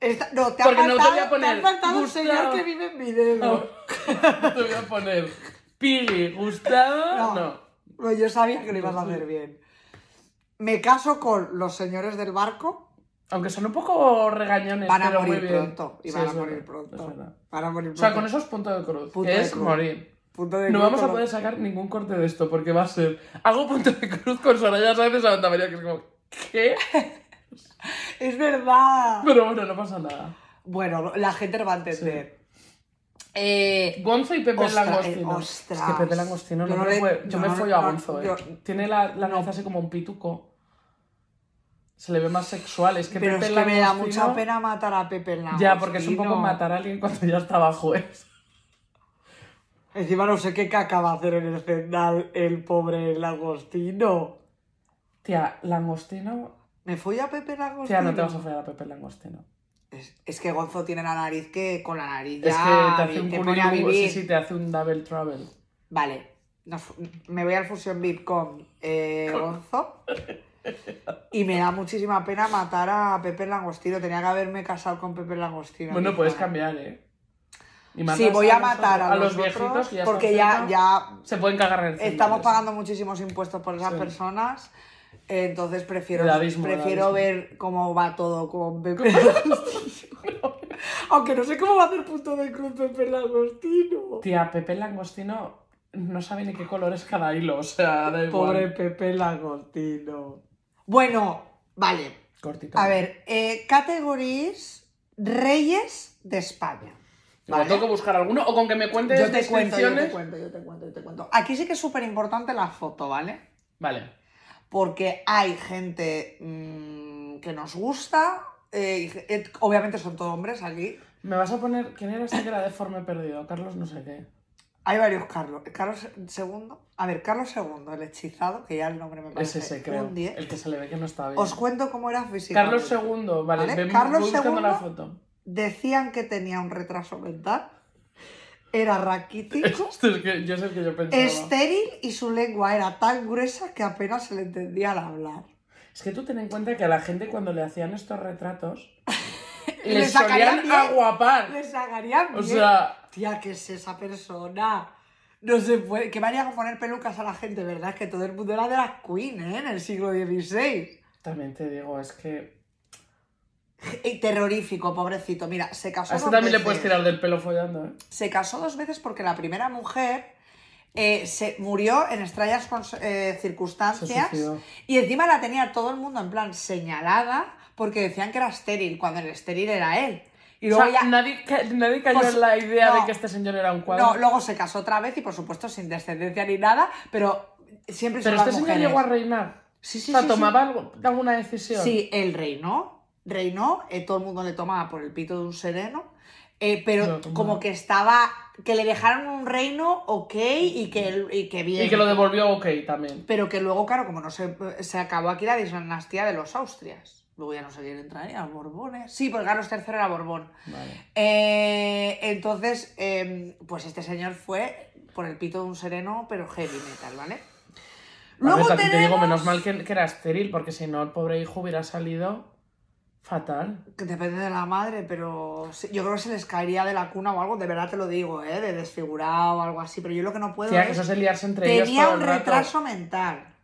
Speaker 2: Esta- no, te ha
Speaker 1: Porque no
Speaker 2: faltado,
Speaker 1: te voy a poner Ah.
Speaker 2: te ha faltado un
Speaker 1: Gustavo.
Speaker 2: señor que vive en Video.
Speaker 1: Te voy a poner Piggy, Gustavo. No.
Speaker 2: No, Pues yo sabía que lo
Speaker 1: Pues
Speaker 2: ibas a hacer bien. Me caso con los señores del barco.
Speaker 1: Aunque son un poco regañones.
Speaker 2: Van a
Speaker 1: pero muy
Speaker 2: morir
Speaker 1: bien.
Speaker 2: pronto. Y
Speaker 1: Sí,
Speaker 2: van a
Speaker 1: es
Speaker 2: morir
Speaker 1: verdad, es
Speaker 2: pronto.
Speaker 1: verdad.
Speaker 2: Van a morir
Speaker 1: O
Speaker 2: pronto.
Speaker 1: sea, con esos puntos de cruz.
Speaker 2: Punto
Speaker 1: que
Speaker 2: de
Speaker 1: es
Speaker 2: cruz.
Speaker 1: morir.
Speaker 2: Punto de
Speaker 1: No vamos a
Speaker 2: cruz,
Speaker 1: poder
Speaker 2: no.
Speaker 1: sacar ningún corte de esto porque va a ser. Hago punto de cruz con Soraya Sáenz a Santa María, que es como. ¿Qué?
Speaker 2: Es verdad.
Speaker 1: Pero bueno, no pasa nada.
Speaker 2: Bueno, la gente lo va a entender. Eh,
Speaker 1: Gonzo y Pepe el
Speaker 2: Ostras,
Speaker 1: Langostino.
Speaker 2: eh, ostras.
Speaker 1: Es que Pepe el Langostino
Speaker 2: Yo
Speaker 1: no,
Speaker 2: no
Speaker 1: me
Speaker 2: le-
Speaker 1: lo puedo- Yo
Speaker 2: no,
Speaker 1: me
Speaker 2: no,
Speaker 1: follo a
Speaker 2: no,
Speaker 1: Gonzo, eh.
Speaker 2: yo-
Speaker 1: Tiene la, la nariz así como un pituco. Se le ve más sexual. Es que
Speaker 2: pero
Speaker 1: Pepe
Speaker 2: es
Speaker 1: el
Speaker 2: que me da
Speaker 1: Langostino-
Speaker 2: mucha pena matar a Pepe en la
Speaker 1: Ya, porque es un poco matar a alguien cuando ya está abajo, ¿eh?
Speaker 2: Encima no sé qué caca va a hacer en el cendal el pobre Lagostino.
Speaker 1: Tía, Langostino.
Speaker 2: ¿Me fui a Pepe Lagostino?
Speaker 1: Tía, no te vas a follar a Pepe el Langostino.
Speaker 2: es, es que Gonzo tiene la nariz que con la nariz
Speaker 1: es
Speaker 2: ya
Speaker 1: que te hace un
Speaker 2: te pone a
Speaker 1: currículum.
Speaker 2: vivir.
Speaker 1: Sí, sí, te hace un double travel.
Speaker 2: Vale, nos fu- me voy al Fusion VIP con eh, Gonzo. Y me da muchísima pena matar a Pepe Langostino. Tenía que haberme casado con Pepe Langostino.
Speaker 1: Bueno,
Speaker 2: Qué
Speaker 1: puedes
Speaker 2: joder.
Speaker 1: cambiar, ¿eh? Y
Speaker 2: Sí,
Speaker 1: matas
Speaker 2: voy a
Speaker 1: los-
Speaker 2: matar a,
Speaker 1: los
Speaker 2: otros,
Speaker 1: viejitos que ya están
Speaker 2: porque ya,
Speaker 1: cerca.
Speaker 2: ya
Speaker 1: Se pueden cagar en el
Speaker 2: Estamos
Speaker 1: cendal,
Speaker 2: pagando muchísimos impuestos por esas
Speaker 1: Sí.
Speaker 2: personas. eh, Entonces prefiero,
Speaker 1: El abismo, el
Speaker 2: prefiero
Speaker 1: abismo.
Speaker 2: ver cómo va todo con Pepe Lagostino. Aunque no sé cómo va a hacer punto de cruz Pepe Lagostino.
Speaker 1: Tía, Pepe Langostino no sabe ni qué color es cada hilo, o sea, da igual.
Speaker 2: Pobre Pepe Lagostino. Bueno, vale.
Speaker 1: Cortito.
Speaker 2: A ver, eh, categorías Reyes de España.
Speaker 1: Igual
Speaker 2: ¿vale?
Speaker 1: tengo que buscar alguno, o con que me cuentes
Speaker 2: Yo te cuento, yo te
Speaker 1: descripciones.
Speaker 2: cuento, yo te cuento, yo te cuento. Aquí sí que es súper importante la foto, ¿vale?
Speaker 1: Vale.
Speaker 2: porque hay gente mm, que nos gusta. eh, y ge- et- obviamente son todos hombres aquí.
Speaker 1: Me vas a poner. ¿Quién era este que era deforme perdido? Carlos no sé qué.
Speaker 2: Hay varios Carlos. Carlos II. A ver, Carlos II, el hechizado, que ya el nombre me
Speaker 1: Es
Speaker 2: parece
Speaker 1: ese, creo.
Speaker 2: un 10.
Speaker 1: El que se le ve que no está bien.
Speaker 2: Os cuento cómo era físicamente.
Speaker 1: Carlos II, vale.
Speaker 2: ¿Vale?
Speaker 1: ven-
Speaker 2: Carlos
Speaker 1: voy buscando
Speaker 2: II.
Speaker 1: la foto.
Speaker 2: Decían que tenía un retraso mental. era raquítico,
Speaker 1: Esto es que yo sé que yo pensaba.
Speaker 2: estéril y su lengua era tan gruesa que apenas se le entendía al hablar.
Speaker 1: Es que tú ten en cuenta que a la gente cuando le hacían estos retratos
Speaker 2: Le
Speaker 1: les
Speaker 2: sacarían
Speaker 1: solían
Speaker 2: bien.
Speaker 1: aguapar.
Speaker 2: Le sacarían
Speaker 1: O
Speaker 2: bien.
Speaker 1: sea,
Speaker 2: Tía, ¿qué es esa persona? No se puede. Que varía a poner pelucas a la gente, ¿verdad? Es que todo el mundo era de las queen, ¿eh? En el siglo XVI.
Speaker 1: también te digo, es que
Speaker 2: Y terrorífico, pobrecito. Mira, se casó.
Speaker 1: a este
Speaker 2: dos
Speaker 1: también le
Speaker 2: veces.
Speaker 1: puedes tirar del pelo follando, ¿eh?
Speaker 2: Se casó dos veces porque la primera mujer eh, se murió en extrañas cons- eh,
Speaker 1: Se
Speaker 2: circunstancias.
Speaker 1: suicidó.
Speaker 2: Y encima la tenía todo el mundo en plan señalada porque decían que era estéril, cuando el estéril era él. Y
Speaker 1: O
Speaker 2: luego
Speaker 1: sea,
Speaker 2: ya-
Speaker 1: nadie, ca- nadie cayó
Speaker 2: Pues,
Speaker 1: en la idea
Speaker 2: no.
Speaker 1: de que este señor era un cuadro.
Speaker 2: No, luego se casó otra vez y por supuesto sin descendencia ni nada, pero siempre
Speaker 1: Pero este
Speaker 2: son las
Speaker 1: señor
Speaker 2: mujeres.
Speaker 1: llegó a reinar.
Speaker 2: Sí, sí,
Speaker 1: o sea,
Speaker 2: sí,
Speaker 1: tomaba algo- alguna decisión.
Speaker 2: Sí, él reinó, reinó, eh, todo el mundo le tomaba por el pito de un sereno, eh, pero
Speaker 1: No, no.
Speaker 2: como que estaba, que le dejaron un reino ok y que, él- y que bien.
Speaker 1: Y que lo devolvió ok también.
Speaker 2: Pero que luego, claro, como no se, se acabó aquí la dinastía de los Austrias. Luego ya no se quién entrar a los Borbones. Sí, porque Carlos III era Borbón.
Speaker 1: Vale.
Speaker 2: Eh, entonces, eh, pues este señor fue por el pito de un sereno, pero heavy metal, ¿vale?
Speaker 1: Luego
Speaker 2: Luego
Speaker 1: te digo,
Speaker 2: tenemos-
Speaker 1: menos mal que, que era estéril, porque si no, el pobre hijo hubiera salido fatal.
Speaker 2: Que depende de la madre, pero sí, yo creo que se les caería de la cuna o algo, de verdad te lo digo, ¿eh? De desfigurado o algo así, pero yo lo que no puedo
Speaker 1: Tía, que
Speaker 2: es...
Speaker 1: eso es de liarse entre ellos
Speaker 2: Tenía
Speaker 1: todo
Speaker 2: un
Speaker 1: el rato.
Speaker 2: retraso mental.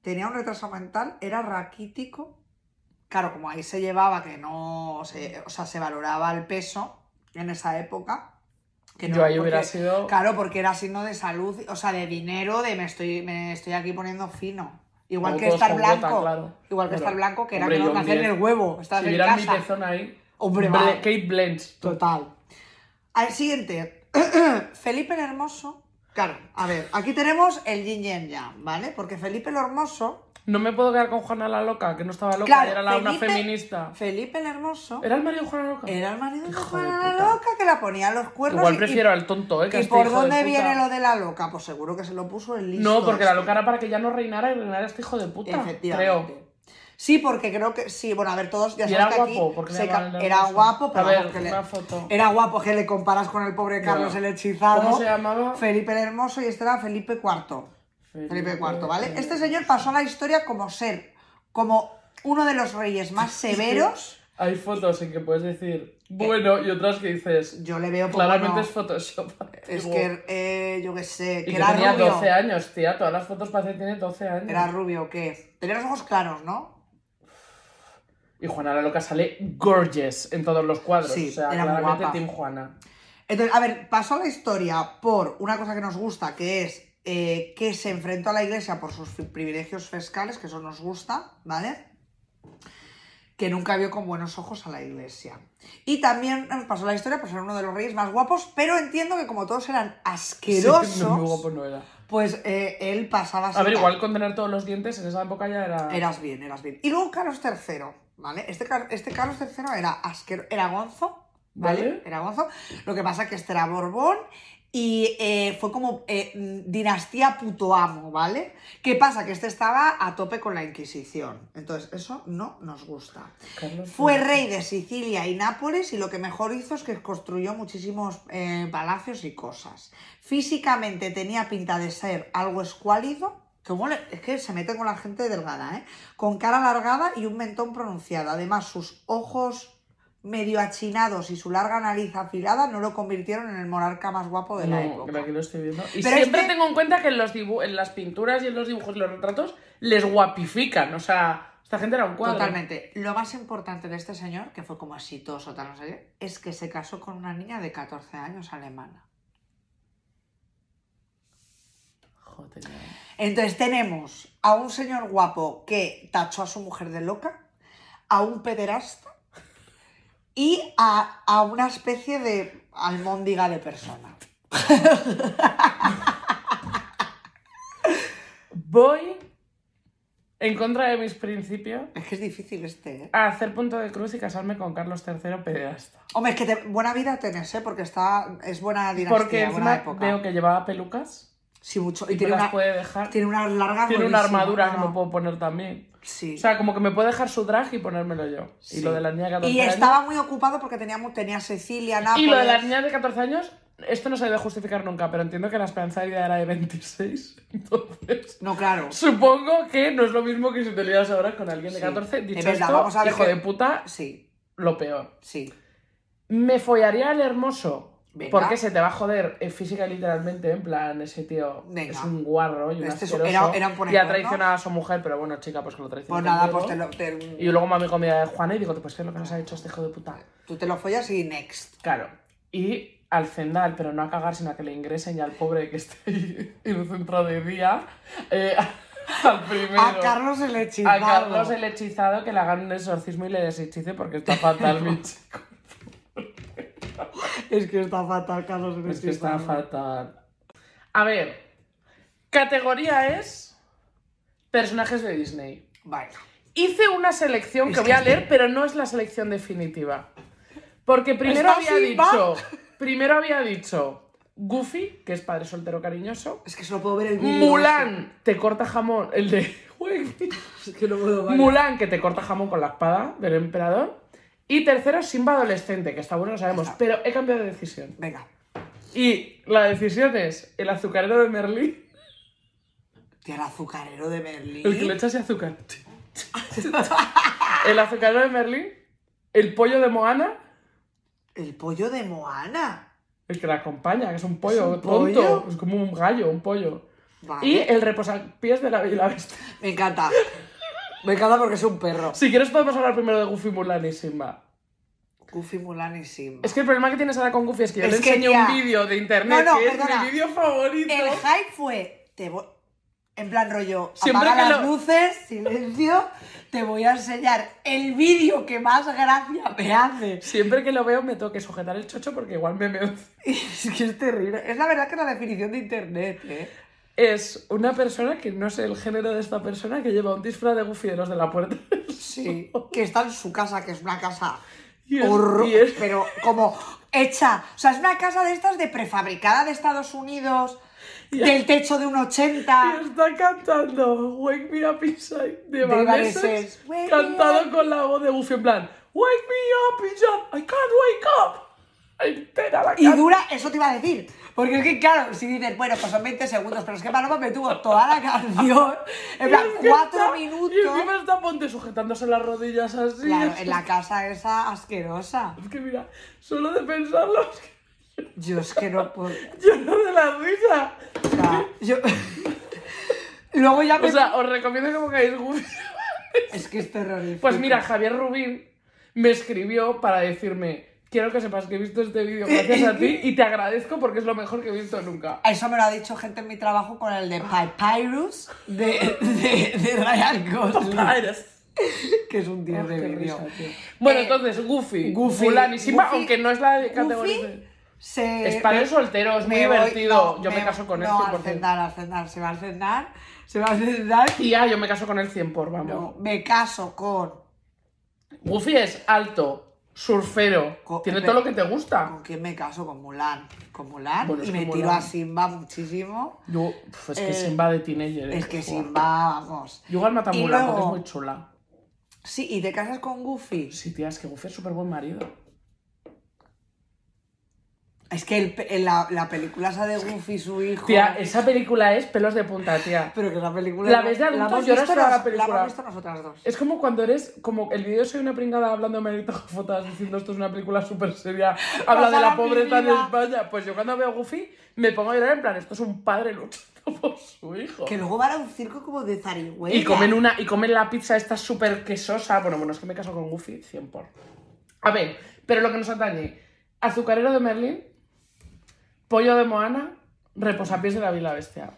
Speaker 2: Tenía un retraso mental, era raquítico. Claro, como ahí se llevaba que no, se, o sea, se valoraba el peso en esa época. Que no,
Speaker 1: Yo ahí
Speaker 2: porque-
Speaker 1: hubiera sido...
Speaker 2: Claro, porque era signo de salud, o sea, de dinero, de me estoy, me estoy aquí poniendo fino. Igual
Speaker 1: Como
Speaker 2: que
Speaker 1: todos
Speaker 2: estar
Speaker 1: con gota,
Speaker 2: blanco.
Speaker 1: claro.
Speaker 2: Igual que
Speaker 1: Claro.
Speaker 2: estar blanco, que era
Speaker 1: Hombre,
Speaker 2: que no
Speaker 1: yo
Speaker 2: te
Speaker 1: un
Speaker 2: hacían
Speaker 1: 10.
Speaker 2: el huevo. Estás
Speaker 1: Si
Speaker 2: en
Speaker 1: vieran mi
Speaker 2: casa.
Speaker 1: pezón ahí...
Speaker 2: Hombre,
Speaker 1: Bla-
Speaker 2: vale.
Speaker 1: Kate Blanchett.
Speaker 2: Total. Al siguiente. Felipe el Hermoso. Claro, a ver, aquí tenemos el yin y el yang, ¿vale? Porque Felipe el Hermoso.
Speaker 1: No me puedo quedar con Juana la Loca, que no estaba loca,
Speaker 2: Claro,
Speaker 1: era la, una
Speaker 2: Felipe-
Speaker 1: feminista.
Speaker 2: Felipe el Hermoso
Speaker 1: ¿Era el marido de Juana Loca?
Speaker 2: era el marido de
Speaker 1: Hijo de
Speaker 2: Juana la
Speaker 1: puta.
Speaker 2: Loca que la ponía los cuernos.
Speaker 1: Igual
Speaker 2: y-
Speaker 1: prefiero al tonto, ¿eh?
Speaker 2: ¿Y,
Speaker 1: Que a
Speaker 2: ¿y
Speaker 1: este
Speaker 2: por
Speaker 1: hijo de
Speaker 2: dónde
Speaker 1: puta.
Speaker 2: viene lo de la loca? Pues seguro que se lo puso el listo.
Speaker 1: No, porque la
Speaker 2: este.
Speaker 1: loca era para que ya no reinara y reinara este hijo de puta.
Speaker 2: Efectivamente.
Speaker 1: Creo.
Speaker 2: Sí, porque creo que. Sí, bueno, a ver, todos ya
Speaker 1: Y
Speaker 2: sabes
Speaker 1: era
Speaker 2: que aquí
Speaker 1: guapo, porque
Speaker 2: se
Speaker 1: le llamaban
Speaker 2: ca-
Speaker 1: el
Speaker 2: era
Speaker 1: hermoso.
Speaker 2: guapo,
Speaker 1: A
Speaker 2: pero
Speaker 1: ver,
Speaker 2: vamos, que le-
Speaker 1: una foto.
Speaker 2: Era guapo que le comparas con el pobre Carlos
Speaker 1: Bueno.
Speaker 2: el hechizado.
Speaker 1: ¿Cómo se llamaba?
Speaker 2: Felipe el Hermoso y este era Felipe IV. Felipe IV, ¿vale? Este señor pasó a la historia como ser, como uno de los reyes más severos.
Speaker 1: Hay fotos en que puedes decir bueno y otras que dices
Speaker 2: Yo le veo como.
Speaker 1: claramente
Speaker 2: no,
Speaker 1: es Photoshop.
Speaker 2: es
Speaker 1: antiguo.
Speaker 2: que, eh, yo qué sé, que
Speaker 1: Y que
Speaker 2: era
Speaker 1: tenía
Speaker 2: rubio.
Speaker 1: 12 años, tía. Todas las fotos parece que tiene 12 años.
Speaker 2: Era rubio, ¿qué? Tenía los ojos claros, ¿no?
Speaker 1: Y Juana la Loca sale gorgeous en todos los cuadros.
Speaker 2: Sí,
Speaker 1: o sea,
Speaker 2: era muy
Speaker 1: claramente
Speaker 2: guapa.
Speaker 1: Team Juana.
Speaker 2: Entonces, a ver, pasó la historia por una cosa que nos gusta, que es eh, que se enfrentó a la iglesia por sus fi- privilegios fiscales, que eso nos gusta, ¿vale? Que nunca vio con buenos ojos a la iglesia. Y también nos pasó la historia por ser uno de los reyes más guapos, pero entiendo que como todos eran asquerosos,
Speaker 1: Sí, muy guapo no era.
Speaker 2: pues eh, él pasaba a
Speaker 1: A
Speaker 2: ser
Speaker 1: ver, igual con tener todos los dientes en esa época ya era.
Speaker 2: Eras bien, eras bien. Y luego Carlos III, ¿vale? Este, Car- este Carlos III era asquero, era gonzo, ¿vale?
Speaker 1: Vale.
Speaker 2: Era gonzo. Lo que pasa que este era Borbón y eh, fue como eh, mm, dinastía puto amo, ¿vale? ¿Qué pasa? Que este estaba a tope con la Inquisición. Entonces, eso no nos gusta.
Speaker 1: Carlos
Speaker 2: Fue
Speaker 1: era-
Speaker 2: rey de Sicilia y Nápoles y lo que mejor hizo es que construyó muchísimos eh, palacios y cosas. Físicamente tenía pinta de ser algo escuálido, que huele- es que se mete con la gente delgada, ¿eh? con cara alargada y un mentón pronunciado. Además, sus ojos medio achinados y su larga nariz afilada no lo convirtieron en el monarca más guapo de la
Speaker 1: No,
Speaker 2: época.
Speaker 1: creo que lo estoy viendo. Y
Speaker 2: Pero
Speaker 1: siempre
Speaker 2: este-
Speaker 1: tengo en cuenta que en, los dibu- en las pinturas y en los dibujos y los retratos les guapifican. O sea, esta gente era un cuadro.
Speaker 2: Totalmente. Lo más importante de este señor, que fue como exitoso, tal, no sé qué, es que se casó con una niña de 14 años alemana.
Speaker 1: Joder.
Speaker 2: Entonces tenemos a un señor guapo que tachó a su mujer de loca, a un pederasta y a, a una especie de almóndiga de persona.
Speaker 1: Voy en contra de mis principios
Speaker 2: Es que es difícil este, ¿eh?
Speaker 1: a hacer punto de cruz y casarme con Carlos III pederasta.
Speaker 2: Hombre, es que te- buena vida tenés, ¿eh? Porque está, es buena dinastía,
Speaker 1: Porque
Speaker 2: buena
Speaker 1: encima
Speaker 2: época.
Speaker 1: veo que llevaba pelucas
Speaker 2: Sí, mucho.
Speaker 1: y
Speaker 2: Y
Speaker 1: me
Speaker 2: tiene
Speaker 1: las
Speaker 2: una,
Speaker 1: puede dejar.
Speaker 2: tiene una larga
Speaker 1: Tiene una
Speaker 2: buenísima,
Speaker 1: armadura que
Speaker 2: ¿no?
Speaker 1: me puedo poner también.
Speaker 2: Sí.
Speaker 1: O sea, como que me puede dejar su traje y ponérmelo yo. Y
Speaker 2: sí.
Speaker 1: lo de la niña de 14
Speaker 2: Y
Speaker 1: años-
Speaker 2: estaba muy ocupado porque tenía, mu- tenía Sicilia, Nápoles...
Speaker 1: Y lo de las niñas de 14 años Esto no se debe justificar nunca, pero entiendo que la esperanza de vida era de 26. Entonces,
Speaker 2: No, claro.
Speaker 1: supongo que no es lo mismo que si te lias ahora con alguien de
Speaker 2: Sí.
Speaker 1: 14.
Speaker 2: Es
Speaker 1: Dicho
Speaker 2: verdad,
Speaker 1: esto,
Speaker 2: vamos a ver
Speaker 1: hijo
Speaker 2: que-
Speaker 1: de puta,
Speaker 2: Sí,
Speaker 1: lo peor.
Speaker 2: sí.
Speaker 1: Me follaría al hermoso.
Speaker 2: Venga.
Speaker 1: Porque se te va a joder eh, física y literalmente, en plan, ese tío
Speaker 2: Venga.
Speaker 1: es un guarro y un
Speaker 2: Este es-
Speaker 1: asqueroso.
Speaker 2: era- era
Speaker 1: y
Speaker 2: un
Speaker 1: ha
Speaker 2: ponedor, ¿no?
Speaker 1: traicionado a su mujer, pero bueno, chica, pues que lo traicionó.
Speaker 2: Pues nada, pues te lo, te-
Speaker 1: Y luego mami comida de Juana y digo, pues qué es lo que nos ha hecho este hijo de puta.
Speaker 2: tú te lo follas y next.
Speaker 1: Claro. Y al Zendal, pero no a cagar, sino a que le ingresen y al pobre que esté ahí en el centro de día, eh, al primero.
Speaker 2: A Carlos el hechizado.
Speaker 1: A Carlos el hechizado, que le hagan un exorcismo y le deshechice porque está fatal, mi chico.
Speaker 2: Es que está fatal, Carlos el
Speaker 1: Es que está
Speaker 2: hechizado.
Speaker 1: fatal. Pues A ver, categoría es personajes de Disney.
Speaker 2: Vale.
Speaker 1: Hice una selección que voy a leer, pero no es la selección definitiva. Porque primero
Speaker 2: ¿Está
Speaker 1: había
Speaker 2: Simba?
Speaker 1: dicho, primero había dicho Goofy, que es padre soltero cariñoso.
Speaker 2: Es que solo puedo ver el vídeo.
Speaker 1: Mulan, te corta jamón, el de Güey.
Speaker 2: Es que no puedo ver.
Speaker 1: Mulan, que te corta jamón con la espada del emperador. Y tercero, Simba adolescente, que está bueno, lo sabemos,
Speaker 2: Está.
Speaker 1: pero he cambiado de decisión.
Speaker 2: Venga.
Speaker 1: Y la decisión es el azucarero de Merlín,
Speaker 2: Tía, el azucarero de Berlín.
Speaker 1: el que le echase azúcar. El azucarero de Merlín, el pollo de Moana.
Speaker 2: El pollo de Moana.
Speaker 1: El que la acompaña, que es un pollo
Speaker 2: ¿Es un
Speaker 1: tonto.
Speaker 2: pollo?
Speaker 1: Es como un gallo, un pollo.
Speaker 2: Vale.
Speaker 1: Y el reposapiés de la Bella y la Bestia.
Speaker 2: Me encanta. Me encanta porque es un perro.
Speaker 1: Si quieres podemos hablar primero de Goofy, Mulan y Simba.
Speaker 2: Goofy, Mulan y Simba.
Speaker 1: Es que el problema que tienes ahora con Goofy es que yo
Speaker 2: Es
Speaker 1: le
Speaker 2: que,
Speaker 1: enseño
Speaker 2: tía.
Speaker 1: un vídeo de internet
Speaker 2: No, no,
Speaker 1: que es
Speaker 2: perdona.
Speaker 1: mi vídeo favorito.
Speaker 2: El hype fue. Te voy- En plan rollo,
Speaker 1: Siempre
Speaker 2: apaga
Speaker 1: que
Speaker 2: las
Speaker 1: lo-
Speaker 2: luces, silencio, te voy a enseñar el vídeo que más gracia me hace.
Speaker 1: Siempre que lo veo me tengo que sujetar el chocho porque igual me meo.
Speaker 2: Es que es terrible. Es la verdad que la definición de internet, ¿eh?
Speaker 1: Es una persona que no sé el género de esta persona que lleva un disfraz de Goofy de los de la puerta.
Speaker 2: Sí. Que está en su casa, que es una casa
Speaker 1: Y es-
Speaker 2: horror-
Speaker 1: y es-
Speaker 2: pero como hecha. O sea, es una casa de estas de prefabricada de Estados Unidos, del techo de un 80.
Speaker 1: Y está cantando Wake Me Up Inside de
Speaker 2: De
Speaker 1: Vanessa.
Speaker 2: Evanescence. Wake me
Speaker 1: Cantado
Speaker 2: up.
Speaker 1: con la voz de Goofy en plan Wake me up inside, I can't wake up. Entera la
Speaker 2: Y
Speaker 1: can-
Speaker 2: dura, eso te iba a decir. Porque es que, claro, si dices, bueno, pues son 20 segundos, pero es que Paloma me tuvo toda la canción, en plan,
Speaker 1: Es que
Speaker 2: cuatro
Speaker 1: está- Y
Speaker 2: minutos.
Speaker 1: encima está Ponte sujetándose las rodillas así.
Speaker 2: Claro,
Speaker 1: es,
Speaker 2: en la casa esa asquerosa.
Speaker 1: es que mira, solo de pensarlo es que
Speaker 2: Yo es que no puedo.
Speaker 1: lloro de la risa.
Speaker 2: o sea, yo- Luego ya
Speaker 1: O
Speaker 2: me.
Speaker 1: sea, os recomiendo que pongáis Goofy.
Speaker 2: es que es terrorífico.
Speaker 1: Pues mira, Javier Rubín me escribió para decirme Quiero que sepas que he visto este vídeo gracias a ti y te agradezco porque es lo mejor que he visto nunca.
Speaker 2: Eso me lo ha dicho gente en mi trabajo con el de Papyrus de, de, de Ryan Gosling, que es un 10 de vídeo.
Speaker 1: Bueno,
Speaker 2: Eh,
Speaker 1: entonces, Goofy,
Speaker 2: Goofy,
Speaker 1: Mulan y Simba,
Speaker 2: Goofy-
Speaker 1: aunque no es la de
Speaker 2: Goofy,
Speaker 1: categoría.
Speaker 2: Se,
Speaker 1: es padre
Speaker 2: me-
Speaker 1: soltero, es muy
Speaker 2: me voy-
Speaker 1: divertido.
Speaker 2: no,
Speaker 1: yo me, caso con este,
Speaker 2: No,
Speaker 1: él
Speaker 2: al
Speaker 1: 100%.
Speaker 2: cenar, al cenar, se va al cenar, se va al cenar.
Speaker 1: Tía, ah, yo me caso con él 100 por, vamos.
Speaker 2: No, me caso con...
Speaker 1: Goofy es alto, surfero,
Speaker 2: Co-
Speaker 1: tiene
Speaker 2: pe-
Speaker 1: todo lo que te gusta.
Speaker 2: ¿Con quién me caso? Con Mulan. Con Mulan.
Speaker 1: Bueno, es
Speaker 2: y
Speaker 1: que
Speaker 2: me
Speaker 1: Mulan.
Speaker 2: tiro a Simba muchísimo.
Speaker 1: Yo, pf, es que
Speaker 2: Eh,
Speaker 1: Simba de teenager.
Speaker 2: Es que
Speaker 1: guau.
Speaker 2: Simba, vamos.
Speaker 1: Yo igual mata a
Speaker 2: Y
Speaker 1: Mulan porque es
Speaker 2: luego-
Speaker 1: muy chula.
Speaker 2: Sí, y te casas con Goofy.
Speaker 1: Sí, tía, es que Goofy es súper buen marido.
Speaker 2: Es que el pe- en la, la película esa de Goofy, su hijo...
Speaker 1: Tía, esa película es pelos de punta, tía.
Speaker 2: Pero que la película.
Speaker 1: La ves de adulto,
Speaker 2: hemos
Speaker 1: lloras
Speaker 2: visto
Speaker 1: toda la
Speaker 2: nos-
Speaker 1: película.
Speaker 2: La hemos visto nosotras dos.
Speaker 1: Es como cuando eres, como el vídeo Soy una pringada hablando de Margarita Jofotas diciendo esto es una película súper seria, habla
Speaker 2: Pasará
Speaker 1: de la
Speaker 2: mi
Speaker 1: pobreza en
Speaker 2: vida.
Speaker 1: España. Pues yo cuando veo a Goofy me pongo a llorar en plan, esto es un padre luchando por su hijo.
Speaker 2: Que luego van a un circo como de zarigüeya.
Speaker 1: Y comen, una, y comen la pizza esta súper quesosa. Bueno, bueno, es que me caso con Goofy 100 por. A ver, pero lo que nos atañe, azucarero de Merlín, pollo de Moana, reposapiés de la Vila Bestia.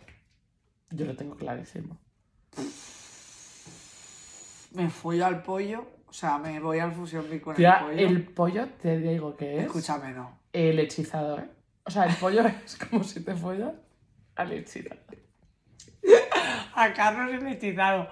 Speaker 1: Yo lo tengo clarísimo.
Speaker 2: Me follo al pollo. O sea, me voy al fusión mí con
Speaker 1: Tía,
Speaker 2: el pollo.
Speaker 1: el pollo, te digo que es...
Speaker 2: Escúchame, no.
Speaker 1: El hechizado, ¿eh? O sea, el pollo es como si te follas al hechizado.
Speaker 2: A Carlos el hechizado.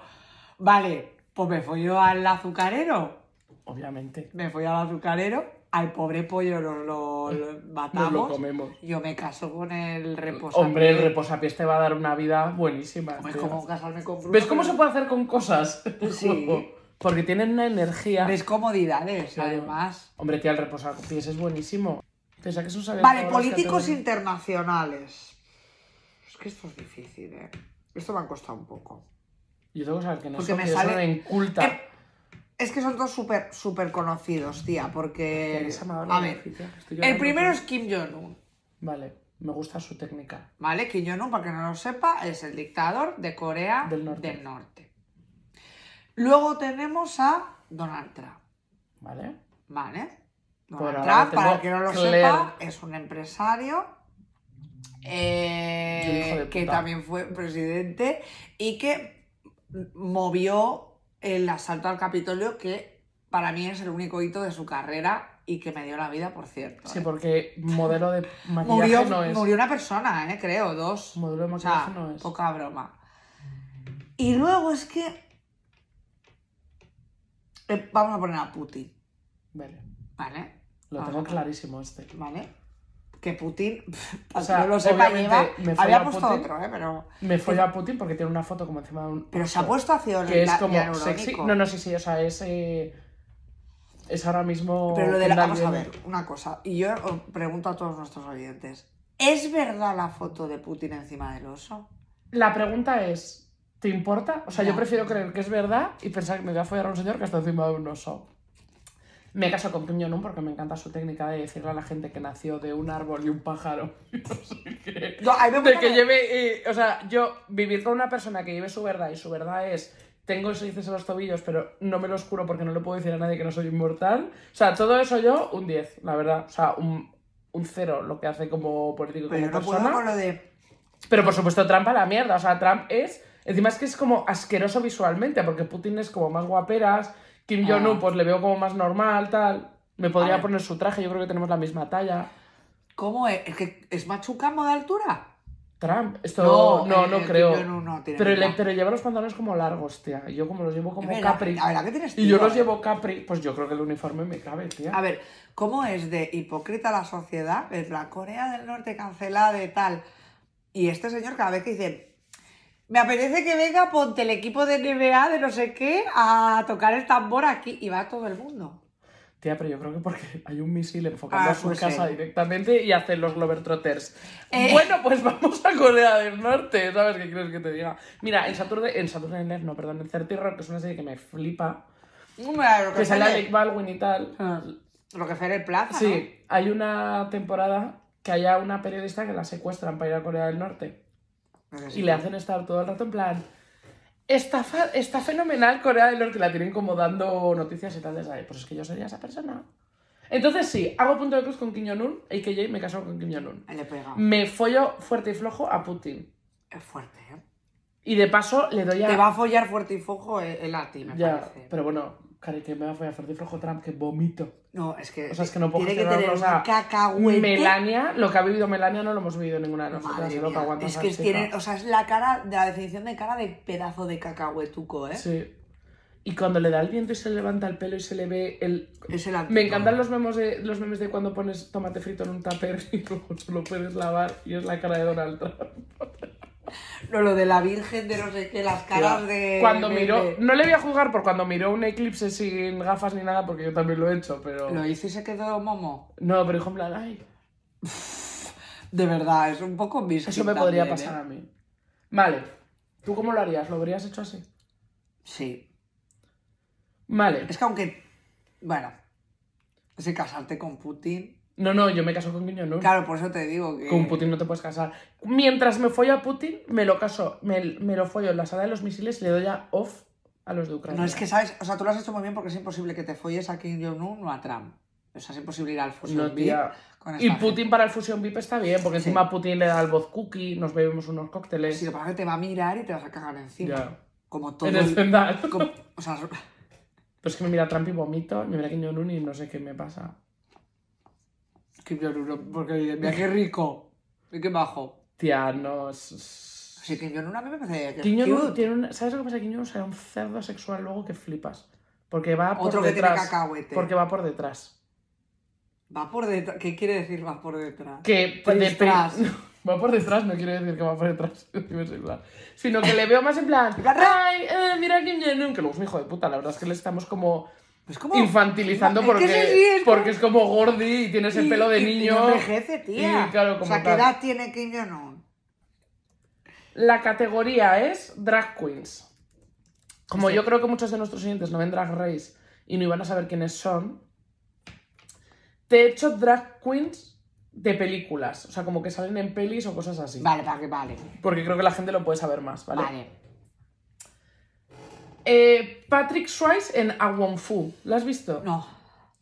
Speaker 2: Vale, pues me follo al azucarero.
Speaker 1: Obviamente.
Speaker 2: Me follo al azucarero. Al pobre pollo nos lo, lo
Speaker 1: Nos
Speaker 2: matamos.
Speaker 1: lo comemos.
Speaker 2: Yo me caso con el reposado.
Speaker 1: Hombre, el reposapiés te va a dar una vida buenísima.
Speaker 2: Es
Speaker 1: tía.
Speaker 2: Pues como casarme con Bruno.
Speaker 1: ¿Ves cómo se puede hacer con cosas? el
Speaker 2: Sí.
Speaker 1: juego? Porque tienen una energía.
Speaker 2: Ves comodidades,
Speaker 1: Claro.
Speaker 2: además.
Speaker 1: Hombre, tía, el reposapiés es buenísimo. Pensaba que eso sabía
Speaker 2: Vale,
Speaker 1: todas las
Speaker 2: políticos
Speaker 1: categorías.
Speaker 2: internacionales. Es que esto es difícil, ¿eh? Esto me ha costado un poco.
Speaker 1: Yo tengo que saber quiénes
Speaker 2: Porque
Speaker 1: son,
Speaker 2: me
Speaker 1: que yo soy
Speaker 2: sale-
Speaker 1: una inculta.
Speaker 2: Eh, Es que son todos súper súper conocidos, tía, porque...
Speaker 1: Eres amadora
Speaker 2: A
Speaker 1: de
Speaker 2: ver,
Speaker 1: oficio, estoy
Speaker 2: el
Speaker 1: llorando,
Speaker 2: primero
Speaker 1: pero-
Speaker 2: es Kim Jong-un,
Speaker 1: Vale, me gusta su técnica.
Speaker 2: ¿vale? Kim Jong-un, para que no lo sepa, es el dictador de Corea
Speaker 1: Del Norte.
Speaker 2: Norte. Luego tenemos a Donald Trump,
Speaker 1: ¿Vale?
Speaker 2: ¿vale?
Speaker 1: Por
Speaker 2: Donald
Speaker 1: ahora
Speaker 2: Trump,
Speaker 1: lo
Speaker 2: para el
Speaker 1: tengo
Speaker 2: que no lo
Speaker 1: claro.
Speaker 2: sepa, es un empresario eh,
Speaker 1: Y un hijo de
Speaker 2: que
Speaker 1: puta.
Speaker 2: también fue presidente y que movió el asalto al Capitolio, que para mí es el único hito de su carrera y que me dio la vida, por cierto.
Speaker 1: Sí,
Speaker 2: ¿eh?
Speaker 1: porque modelo de maquillaje
Speaker 2: murió,
Speaker 1: no es.
Speaker 2: murió una persona, ¿eh? creo, dos.
Speaker 1: Modelo de
Speaker 2: O
Speaker 1: maquillaje
Speaker 2: sea,
Speaker 1: no es.
Speaker 2: poca broma. Y luego es que... eh, Vamos a poner a Putin,
Speaker 1: Vale,
Speaker 2: Ah, ¿vale?
Speaker 1: lo
Speaker 2: Vamos
Speaker 1: tengo
Speaker 2: a-
Speaker 1: clarísimo este.
Speaker 2: ¿Vale? Que Putin,
Speaker 1: O
Speaker 2: o
Speaker 1: sea,
Speaker 2: sea, no lo sepa, lleva...
Speaker 1: obviamente me fui a
Speaker 2: Había puesto
Speaker 1: Putin.
Speaker 2: otro, ¿eh? Pero...
Speaker 1: Me fue a Putin porque tiene una foto como encima de un.
Speaker 2: Pero se ha
Speaker 1: oso,
Speaker 2: puesto hacia
Speaker 1: Que es
Speaker 2: la-
Speaker 1: como
Speaker 2: hialurónico.
Speaker 1: sexy. No, no, sí, sí, o sea, es. eh, es ahora mismo.
Speaker 2: Pero lo de la...
Speaker 1: Kendall
Speaker 2: Vamos a
Speaker 1: Jenner.
Speaker 2: ver, una cosa. Y yo os pregunto a todos nuestros oyentes. ¿Es verdad la foto de Putin encima del oso?
Speaker 1: La pregunta es: ¿te importa? O sea, yo
Speaker 2: Ya.
Speaker 1: prefiero creer que es verdad y pensar que me voy a follar a un señor que está encima de un oso. Me caso con Kim Jong-un porque me encanta su técnica de decirle a la gente que nació de un árbol y un pájaro.
Speaker 2: No, a mí
Speaker 1: De
Speaker 2: me gusta
Speaker 1: que
Speaker 2: la-
Speaker 1: lleve, eh, o sea, yo vivir con una persona que lleve su verdad y su verdad es tengo seis en los tobillos, pero no me los juro porque no le puedo decir a nadie que no soy inmortal. O sea, todo eso yo, un 10, la verdad. O sea, un, un cero lo que hace como político y
Speaker 2: Pero
Speaker 1: como
Speaker 2: no
Speaker 1: persona.
Speaker 2: puedo con lo de...
Speaker 1: Pero por supuesto, Trump a la mierda. O sea, Trump es. Encima es que es como asqueroso visualmente, porque Putin es como más guaperas. Kim
Speaker 2: Ah.
Speaker 1: Jong-un, pues le veo como más normal, tal. Me
Speaker 2: A
Speaker 1: podría
Speaker 2: ver.
Speaker 1: poner su traje, yo creo que tenemos la misma talla.
Speaker 2: ¿Cómo es? ¿Es que es machucamo de altura?
Speaker 1: Trump, esto no, no,
Speaker 2: eh, Kim
Speaker 1: creo.
Speaker 2: Jong-un no tiene
Speaker 1: Pero, le-
Speaker 2: pinta.
Speaker 1: pero lleva los pantalones como largos, tía. Y yo como los llevo
Speaker 2: Es
Speaker 1: como
Speaker 2: verdad,
Speaker 1: capri.
Speaker 2: La verdad que tienes
Speaker 1: Y yo
Speaker 2: tiro,
Speaker 1: los
Speaker 2: eh.
Speaker 1: llevo capri, pues yo creo que el uniforme me cabe, tía.
Speaker 2: A ver, ¿cómo es de hipócrita la sociedad? Es la Corea del Norte cancelada de tal. Y este señor cada vez que dice, me apetece que venga, ponte el equipo de NBA de no sé qué a tocar el tambor aquí. Y va todo el mundo.
Speaker 1: Tía, pero yo creo que porque hay un misil enfocado
Speaker 2: Ah,
Speaker 1: a su
Speaker 2: pues
Speaker 1: casa
Speaker 2: sí.
Speaker 1: directamente y hacen los Globetrotters.
Speaker 2: Eh.
Speaker 1: Bueno, pues vamos a Corea del Norte, ¿sabes qué quieres que te diga? Mira, en Saturday, en Saturday Night, no, perdón, en 30 Rock, que es una serie que me flipa,
Speaker 2: No me da lo
Speaker 1: que sale
Speaker 2: sale.
Speaker 1: Alec Baldwin y tal.
Speaker 2: Ah, Lo que fue el plaza.
Speaker 1: Sí, hay una temporada que haya una periodista que la secuestran para ir a Corea del Norte.
Speaker 2: ¿no? No sé si-
Speaker 1: Y le hacen estar todo el rato en plan. Está, fa- está fenomenal Corea del Norte, la tienen como dando noticias y tal. desde ahí. Pues es que yo sería esa persona. Entonces sí, hago punto de cruz con Kim Jong-un, AKJ me caso con Kim Jong-un.
Speaker 2: Le pega.
Speaker 1: Me follo fuerte y flojo a Putin.
Speaker 2: Es fuerte, ¿eh?
Speaker 1: Y de paso le doy a...
Speaker 2: Te va a follar fuerte y fojo el, el ati, me
Speaker 1: ya, pues,
Speaker 2: parece.
Speaker 1: pero bueno, cari, que me va a follar fuerte y flojo Trump, que vomito.
Speaker 2: No, es que,
Speaker 1: O sea, es que no puedo
Speaker 2: tiene que
Speaker 1: gestionarlo,
Speaker 2: tener
Speaker 1: o sea,
Speaker 2: un cacahuete.
Speaker 1: Melania, lo que ha vivido Melania no lo hemos vivido ninguna de nosotras,
Speaker 2: Madre
Speaker 1: es lo que
Speaker 2: mía,
Speaker 1: aguanta
Speaker 2: es
Speaker 1: esa
Speaker 2: que
Speaker 1: chica.
Speaker 2: tienen, o sea, es la cara, de la definición de cara de pedazo de cacahuetuco, ¿eh?
Speaker 1: Sí. Y cuando le da el viento y se le levanta el pelo y se le ve el
Speaker 2: Es el antiguo.
Speaker 1: Me encantan los memes, de, los memes de cuando pones tomate frito en un tupper y luego solo puedes lavar y es la cara de Donald Trump.
Speaker 2: No, lo de la virgen de no sé qué, las caras de...
Speaker 1: cuando
Speaker 2: de-
Speaker 1: miró,
Speaker 2: de-
Speaker 1: no le voy a juzgar por cuando miró un eclipse sin gafas ni nada porque yo también lo he hecho, pero
Speaker 2: Lo hizo y se quedó momo.
Speaker 1: no, pero dijo en plan, ay,
Speaker 2: De verdad, es un poco mis.
Speaker 1: eso me
Speaker 2: ¿eh?
Speaker 1: podría pasar a mí. Vale, ¿tú cómo lo harías? ¿Lo habrías hecho así?
Speaker 2: Sí.
Speaker 1: Vale.
Speaker 2: Es que aunque... Bueno. Es que casarte con Putin...
Speaker 1: No, no, yo me caso con Guiño, ¿no?
Speaker 2: Claro, por eso te digo que...
Speaker 1: Con Putin no te puedes casar. Mientras me follo a Putin, me lo caso, me, me lo follo en la sala de los misiles y le doy a off a los de Ucrania.
Speaker 2: No, es que sabes... O sea, tú lo has hecho muy bien porque es imposible que te folles a Kim Jong-un o a Trump. O sea, es imposible ir al fusil
Speaker 1: No, tía.
Speaker 2: con
Speaker 1: Y
Speaker 2: esta
Speaker 1: Putin para el Fusion VIP está bien, porque
Speaker 2: Sí.
Speaker 1: encima Putin le da el voz cookie, nos bebemos unos cócteles.
Speaker 2: Si lo que pasa es que te va a mirar y te vas a cagar encima.
Speaker 1: Ya.
Speaker 2: Como todo
Speaker 1: en
Speaker 2: el-
Speaker 1: el cendal.
Speaker 2: como- o sea,
Speaker 1: Pero es que me mira Trump y vomito, me mira Kim Jong-un y no sé qué me pasa.
Speaker 2: Kim Jong-un, porque dice, mira qué rico. Y qué bajo.
Speaker 1: Tía, no. es- es-
Speaker 2: Sí, Kim Jong-un a mí me parece que
Speaker 1: Kim
Speaker 2: es
Speaker 1: Jong-un
Speaker 2: cute.
Speaker 1: tiene un- ¿Sabes lo que pasa? Kim Jong-un será un cerdo sexual luego que flipas. Porque va por
Speaker 2: Otro que tiene este.
Speaker 1: detrás.
Speaker 2: cacahuete.
Speaker 1: Porque va por detrás.
Speaker 2: Va por detrás. ¿Qué quiere decir va por detrás?
Speaker 1: Que
Speaker 2: Por
Speaker 1: de-
Speaker 2: detrás.
Speaker 1: va por detrás, no quiere decir que va por detrás. dime si en plan. Sino que le veo más en plan.
Speaker 2: plan,
Speaker 1: ¡Ay! eh, mira a Kim Jong-un", Que luego es un hijo de puta. La verdad es que le estamos como
Speaker 2: Pues como-
Speaker 1: infantilizando
Speaker 2: Es que
Speaker 1: porque,
Speaker 2: sí, sí, es como-
Speaker 1: porque es como Gordy y tiene ese
Speaker 2: Y-
Speaker 1: pelo de
Speaker 2: y- y
Speaker 1: niño.
Speaker 2: no envejece, tía.
Speaker 1: Y claro,
Speaker 2: o
Speaker 1: como
Speaker 2: sea, ¿qué
Speaker 1: tal.
Speaker 2: edad tiene Kim Jong-un?
Speaker 1: La categoría es drag queens. Como yo creo que muchos de nuestros oyentes no ven Drag Race y no iban a saber quiénes son, te he hecho drag queens de películas. O sea, como que salen en pelis o cosas así.
Speaker 2: Vale, para que vale.
Speaker 1: Porque creo que la gente lo puede saber más, ¿vale?
Speaker 2: Vale.
Speaker 1: Eh, Patrick Swayze en A Wong Fu. ¿La has visto?
Speaker 2: No.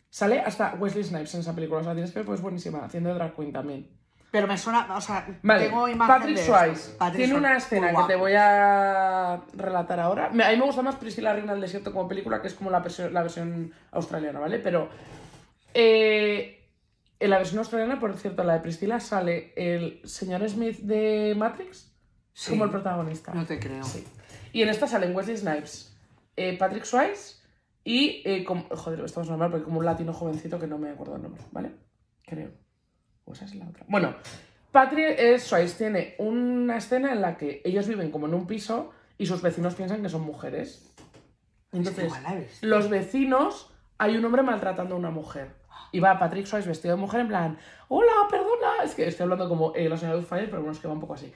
Speaker 1: Sale hasta Wesley Snipes en esa película. O sea, tienes que ver, pues buenísima, haciendo drag queen también.
Speaker 2: Pero me suena, o sea,
Speaker 1: Vale,
Speaker 2: tengo imagen
Speaker 1: Patrick
Speaker 2: de
Speaker 1: Swayze
Speaker 2: esto. Patrick
Speaker 1: tiene
Speaker 2: Swayze,
Speaker 1: una
Speaker 2: muy
Speaker 1: escena que
Speaker 2: guapo.
Speaker 1: te voy a relatar ahora. Me- A mí me gusta más Priscila Reina del Desierto como película, que es como la versión, la versión australiana, ¿vale? Pero eh, en la versión australiana, por cierto, la de Priscila sale el señor Smith de Matrix
Speaker 2: Sí.
Speaker 1: como el protagonista.
Speaker 2: No te creo.
Speaker 1: Sí. Y en esta salen Wesley Snipes, eh, Patrick Swayze y... eh, com- Joder, esto es normal porque como un latino jovencito que no me acuerdo el nombre, ¿vale? Creo. O esa es la otra. Bueno, Patrick eh, Swayze tiene una escena en la que ellos viven como en un piso y sus vecinos piensan que son mujeres.
Speaker 2: Entonces,
Speaker 1: Entonces, los vecinos, hay un hombre maltratando a una mujer. Y va Patrick Swayze vestido de mujer en plan, hola, perdona. Es que estoy hablando como eh, la señora Dufay, pero bueno, es que va un poco así.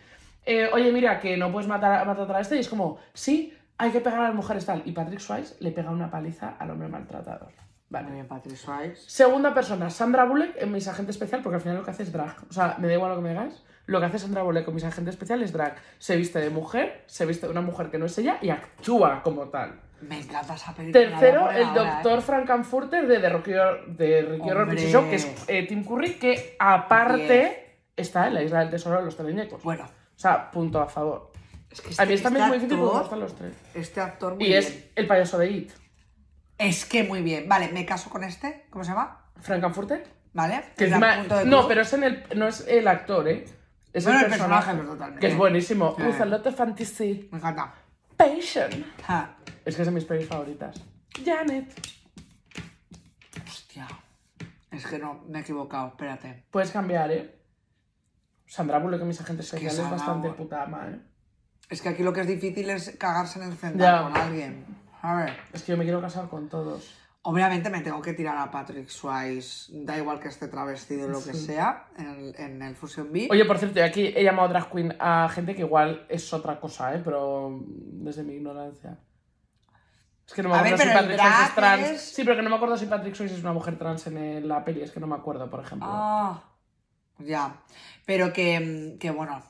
Speaker 1: Eh, Oye, mira, que no puedes matar, maltratar a este. Y es como, sí, hay que pegar a las mujeres tal. Y Patrick Swayze le pega una paliza al hombre maltratador. Vale.
Speaker 2: Muy bien, Patrick Swayze.
Speaker 1: Segunda persona, Sandra Bullock en Mis Agentes Especial, porque al final lo que hace es drag. O sea, me da igual lo que me digas. Lo que hace Sandra Bullock con Mis Agentes Especial es drag. Se viste de mujer, se viste de una mujer que no es ella y actúa como tal.
Speaker 2: Me encanta esa película.
Speaker 1: Tercero,
Speaker 2: la voy a
Speaker 1: el
Speaker 2: poner ahora, ¿eh?
Speaker 1: doctor Frankenfurter de The Rocky Horror, de Rocky Horror
Speaker 2: Hombre.
Speaker 1: Picture Show, que es eh, Tim Curry, que aparte está en la isla del tesoro de los
Speaker 2: ¿eh?
Speaker 1: teleñecos.
Speaker 2: Bueno,
Speaker 1: O sea, punto a favor.
Speaker 2: es que
Speaker 1: A mí
Speaker 2: este
Speaker 1: esta me es muy difícil porque me
Speaker 2: actor,
Speaker 1: gustan los tres.
Speaker 2: Este actor muy
Speaker 1: Y
Speaker 2: bien.
Speaker 1: es el payaso de It.
Speaker 2: Es que muy bien. Vale, me caso con este. ¿Cómo se llama?
Speaker 1: Frankenfurter.
Speaker 2: ¿Vale?
Speaker 1: Que
Speaker 2: En la
Speaker 1: encima-
Speaker 2: punto de
Speaker 1: no,
Speaker 2: cruz.
Speaker 1: pero es en el, no es el actor, ¿eh? Es
Speaker 2: Bueno, el personaje, pero totalmente.
Speaker 1: Que es buenísimo.
Speaker 2: Sí.
Speaker 1: With a lot of fantasy.
Speaker 2: Me encanta. Ah,
Speaker 1: Passion.
Speaker 2: Ja.
Speaker 1: Es que es de mis pelis favoritas. Janet.
Speaker 2: Hostia. Es que no, me he equivocado. Espérate.
Speaker 1: Puedes cambiar, ¿eh? Sandra Bullock, que mis agentes
Speaker 2: que
Speaker 1: especiales, es
Speaker 2: Sandra
Speaker 1: bastante
Speaker 2: Bullock.
Speaker 1: puta ama, ¿eh?
Speaker 2: Es que aquí lo que es difícil es cagarse en el
Speaker 1: Ya.
Speaker 2: con alguien. A ver.
Speaker 1: Es que yo me quiero casar con todos.
Speaker 2: Obviamente me tengo que tirar a Patrick Swayze, da igual que esté travestido o lo que sea, en, en el Fusion B.
Speaker 1: Oye, por cierto, yo aquí he llamado drag queen a gente que igual es otra cosa, ¿eh? Pero mm, desde mi ignorancia. Es que no me
Speaker 2: A
Speaker 1: acuerdo
Speaker 2: ver,
Speaker 1: si
Speaker 2: pero el
Speaker 1: Patrick Swayze es
Speaker 2: drag
Speaker 1: trans.
Speaker 2: es-
Speaker 1: Sí, pero que no me acuerdo si Patrick Swayze es una mujer trans en eh, la peli. Es que no me acuerdo, por ejemplo.
Speaker 2: Ah, ya. Pero que, mm, que bueno,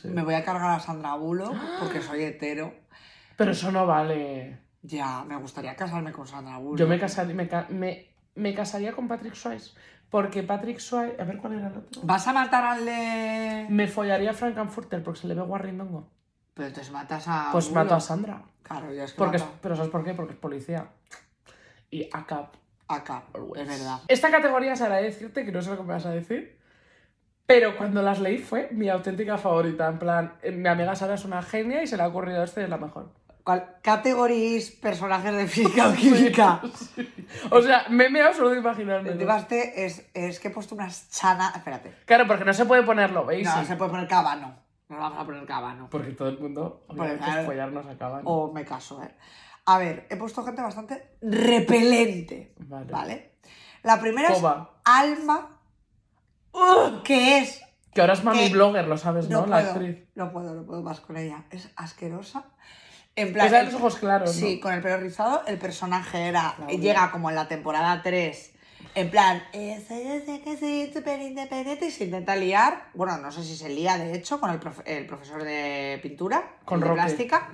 Speaker 1: Sí.
Speaker 2: me voy a cargar a Sandra Bullock porque soy hetero.
Speaker 1: Pero eso no vale.
Speaker 2: Ya, me gustaría casarme con Sandra Bullock.
Speaker 1: Yo me, casar- me, ca- me- me casaría con Patrick Swayze. Porque Patrick Swayze... A ver, ¿cuál era el otro?
Speaker 2: ¿Vas a matar al de...?
Speaker 1: Me follaría a Frankenfurter porque se le ve guarrindongo.
Speaker 2: Pero entonces matas a
Speaker 1: Pues
Speaker 2: Bullock.
Speaker 1: mato a Sandra.
Speaker 2: Claro, ya es que
Speaker 1: Porque es-
Speaker 2: Ah, mata
Speaker 1: pero ¿sabes por qué? Porque es policía. Y a Cap.
Speaker 2: a Cap, es verdad.
Speaker 1: Esta categoría se hará decirte que no sé lo que me vas a decir. Pero cuando las leí fue mi auténtica favorita. En plan, eh, mi amiga Sara es una genia y se le ha ocurrido este y es la mejor.
Speaker 2: ¿Cuál? Categorías, personajes de física o química.
Speaker 1: O sea, me he meado solo de imaginarme.
Speaker 2: Encima este es, es que he puesto unas chanas... Espérate.
Speaker 1: Claro, porque no se puede ponerlo, ¿veis?
Speaker 2: No,
Speaker 1: Sí.
Speaker 2: se puede poner cabano. No vamos a poner cabano.
Speaker 1: Porque todo el mundo, obviamente,
Speaker 2: claro.
Speaker 1: es follarnos acaban.
Speaker 2: O me caso, ¿eh? A ver, he puesto gente bastante repelente.
Speaker 1: Vale.
Speaker 2: ¿Vale? La primera
Speaker 1: Coba.
Speaker 2: es Alma, ¡Ugh! que es.
Speaker 1: Que ahora es mami
Speaker 2: Que-
Speaker 1: blogger, lo sabes, Pues ¿no?
Speaker 2: No,
Speaker 1: La
Speaker 2: puedo,
Speaker 1: actriz.
Speaker 2: no puedo, no puedo más con ella. Es asquerosa. En plan.
Speaker 1: Es la de
Speaker 2: el-
Speaker 1: los ojos claros,
Speaker 2: Sí,
Speaker 1: ¿no?
Speaker 2: con el pelo rizado, el personaje era. eh,
Speaker 1: Claudia.
Speaker 2: Llega como en la temporada 3. En plan, eh, soy- yo sé que soy súper independiente y se intenta liar. Bueno, no sé si se lía, de hecho, con el, profe- el profesor de pintura,
Speaker 1: Con
Speaker 2: de
Speaker 1: Roque.
Speaker 2: plástica.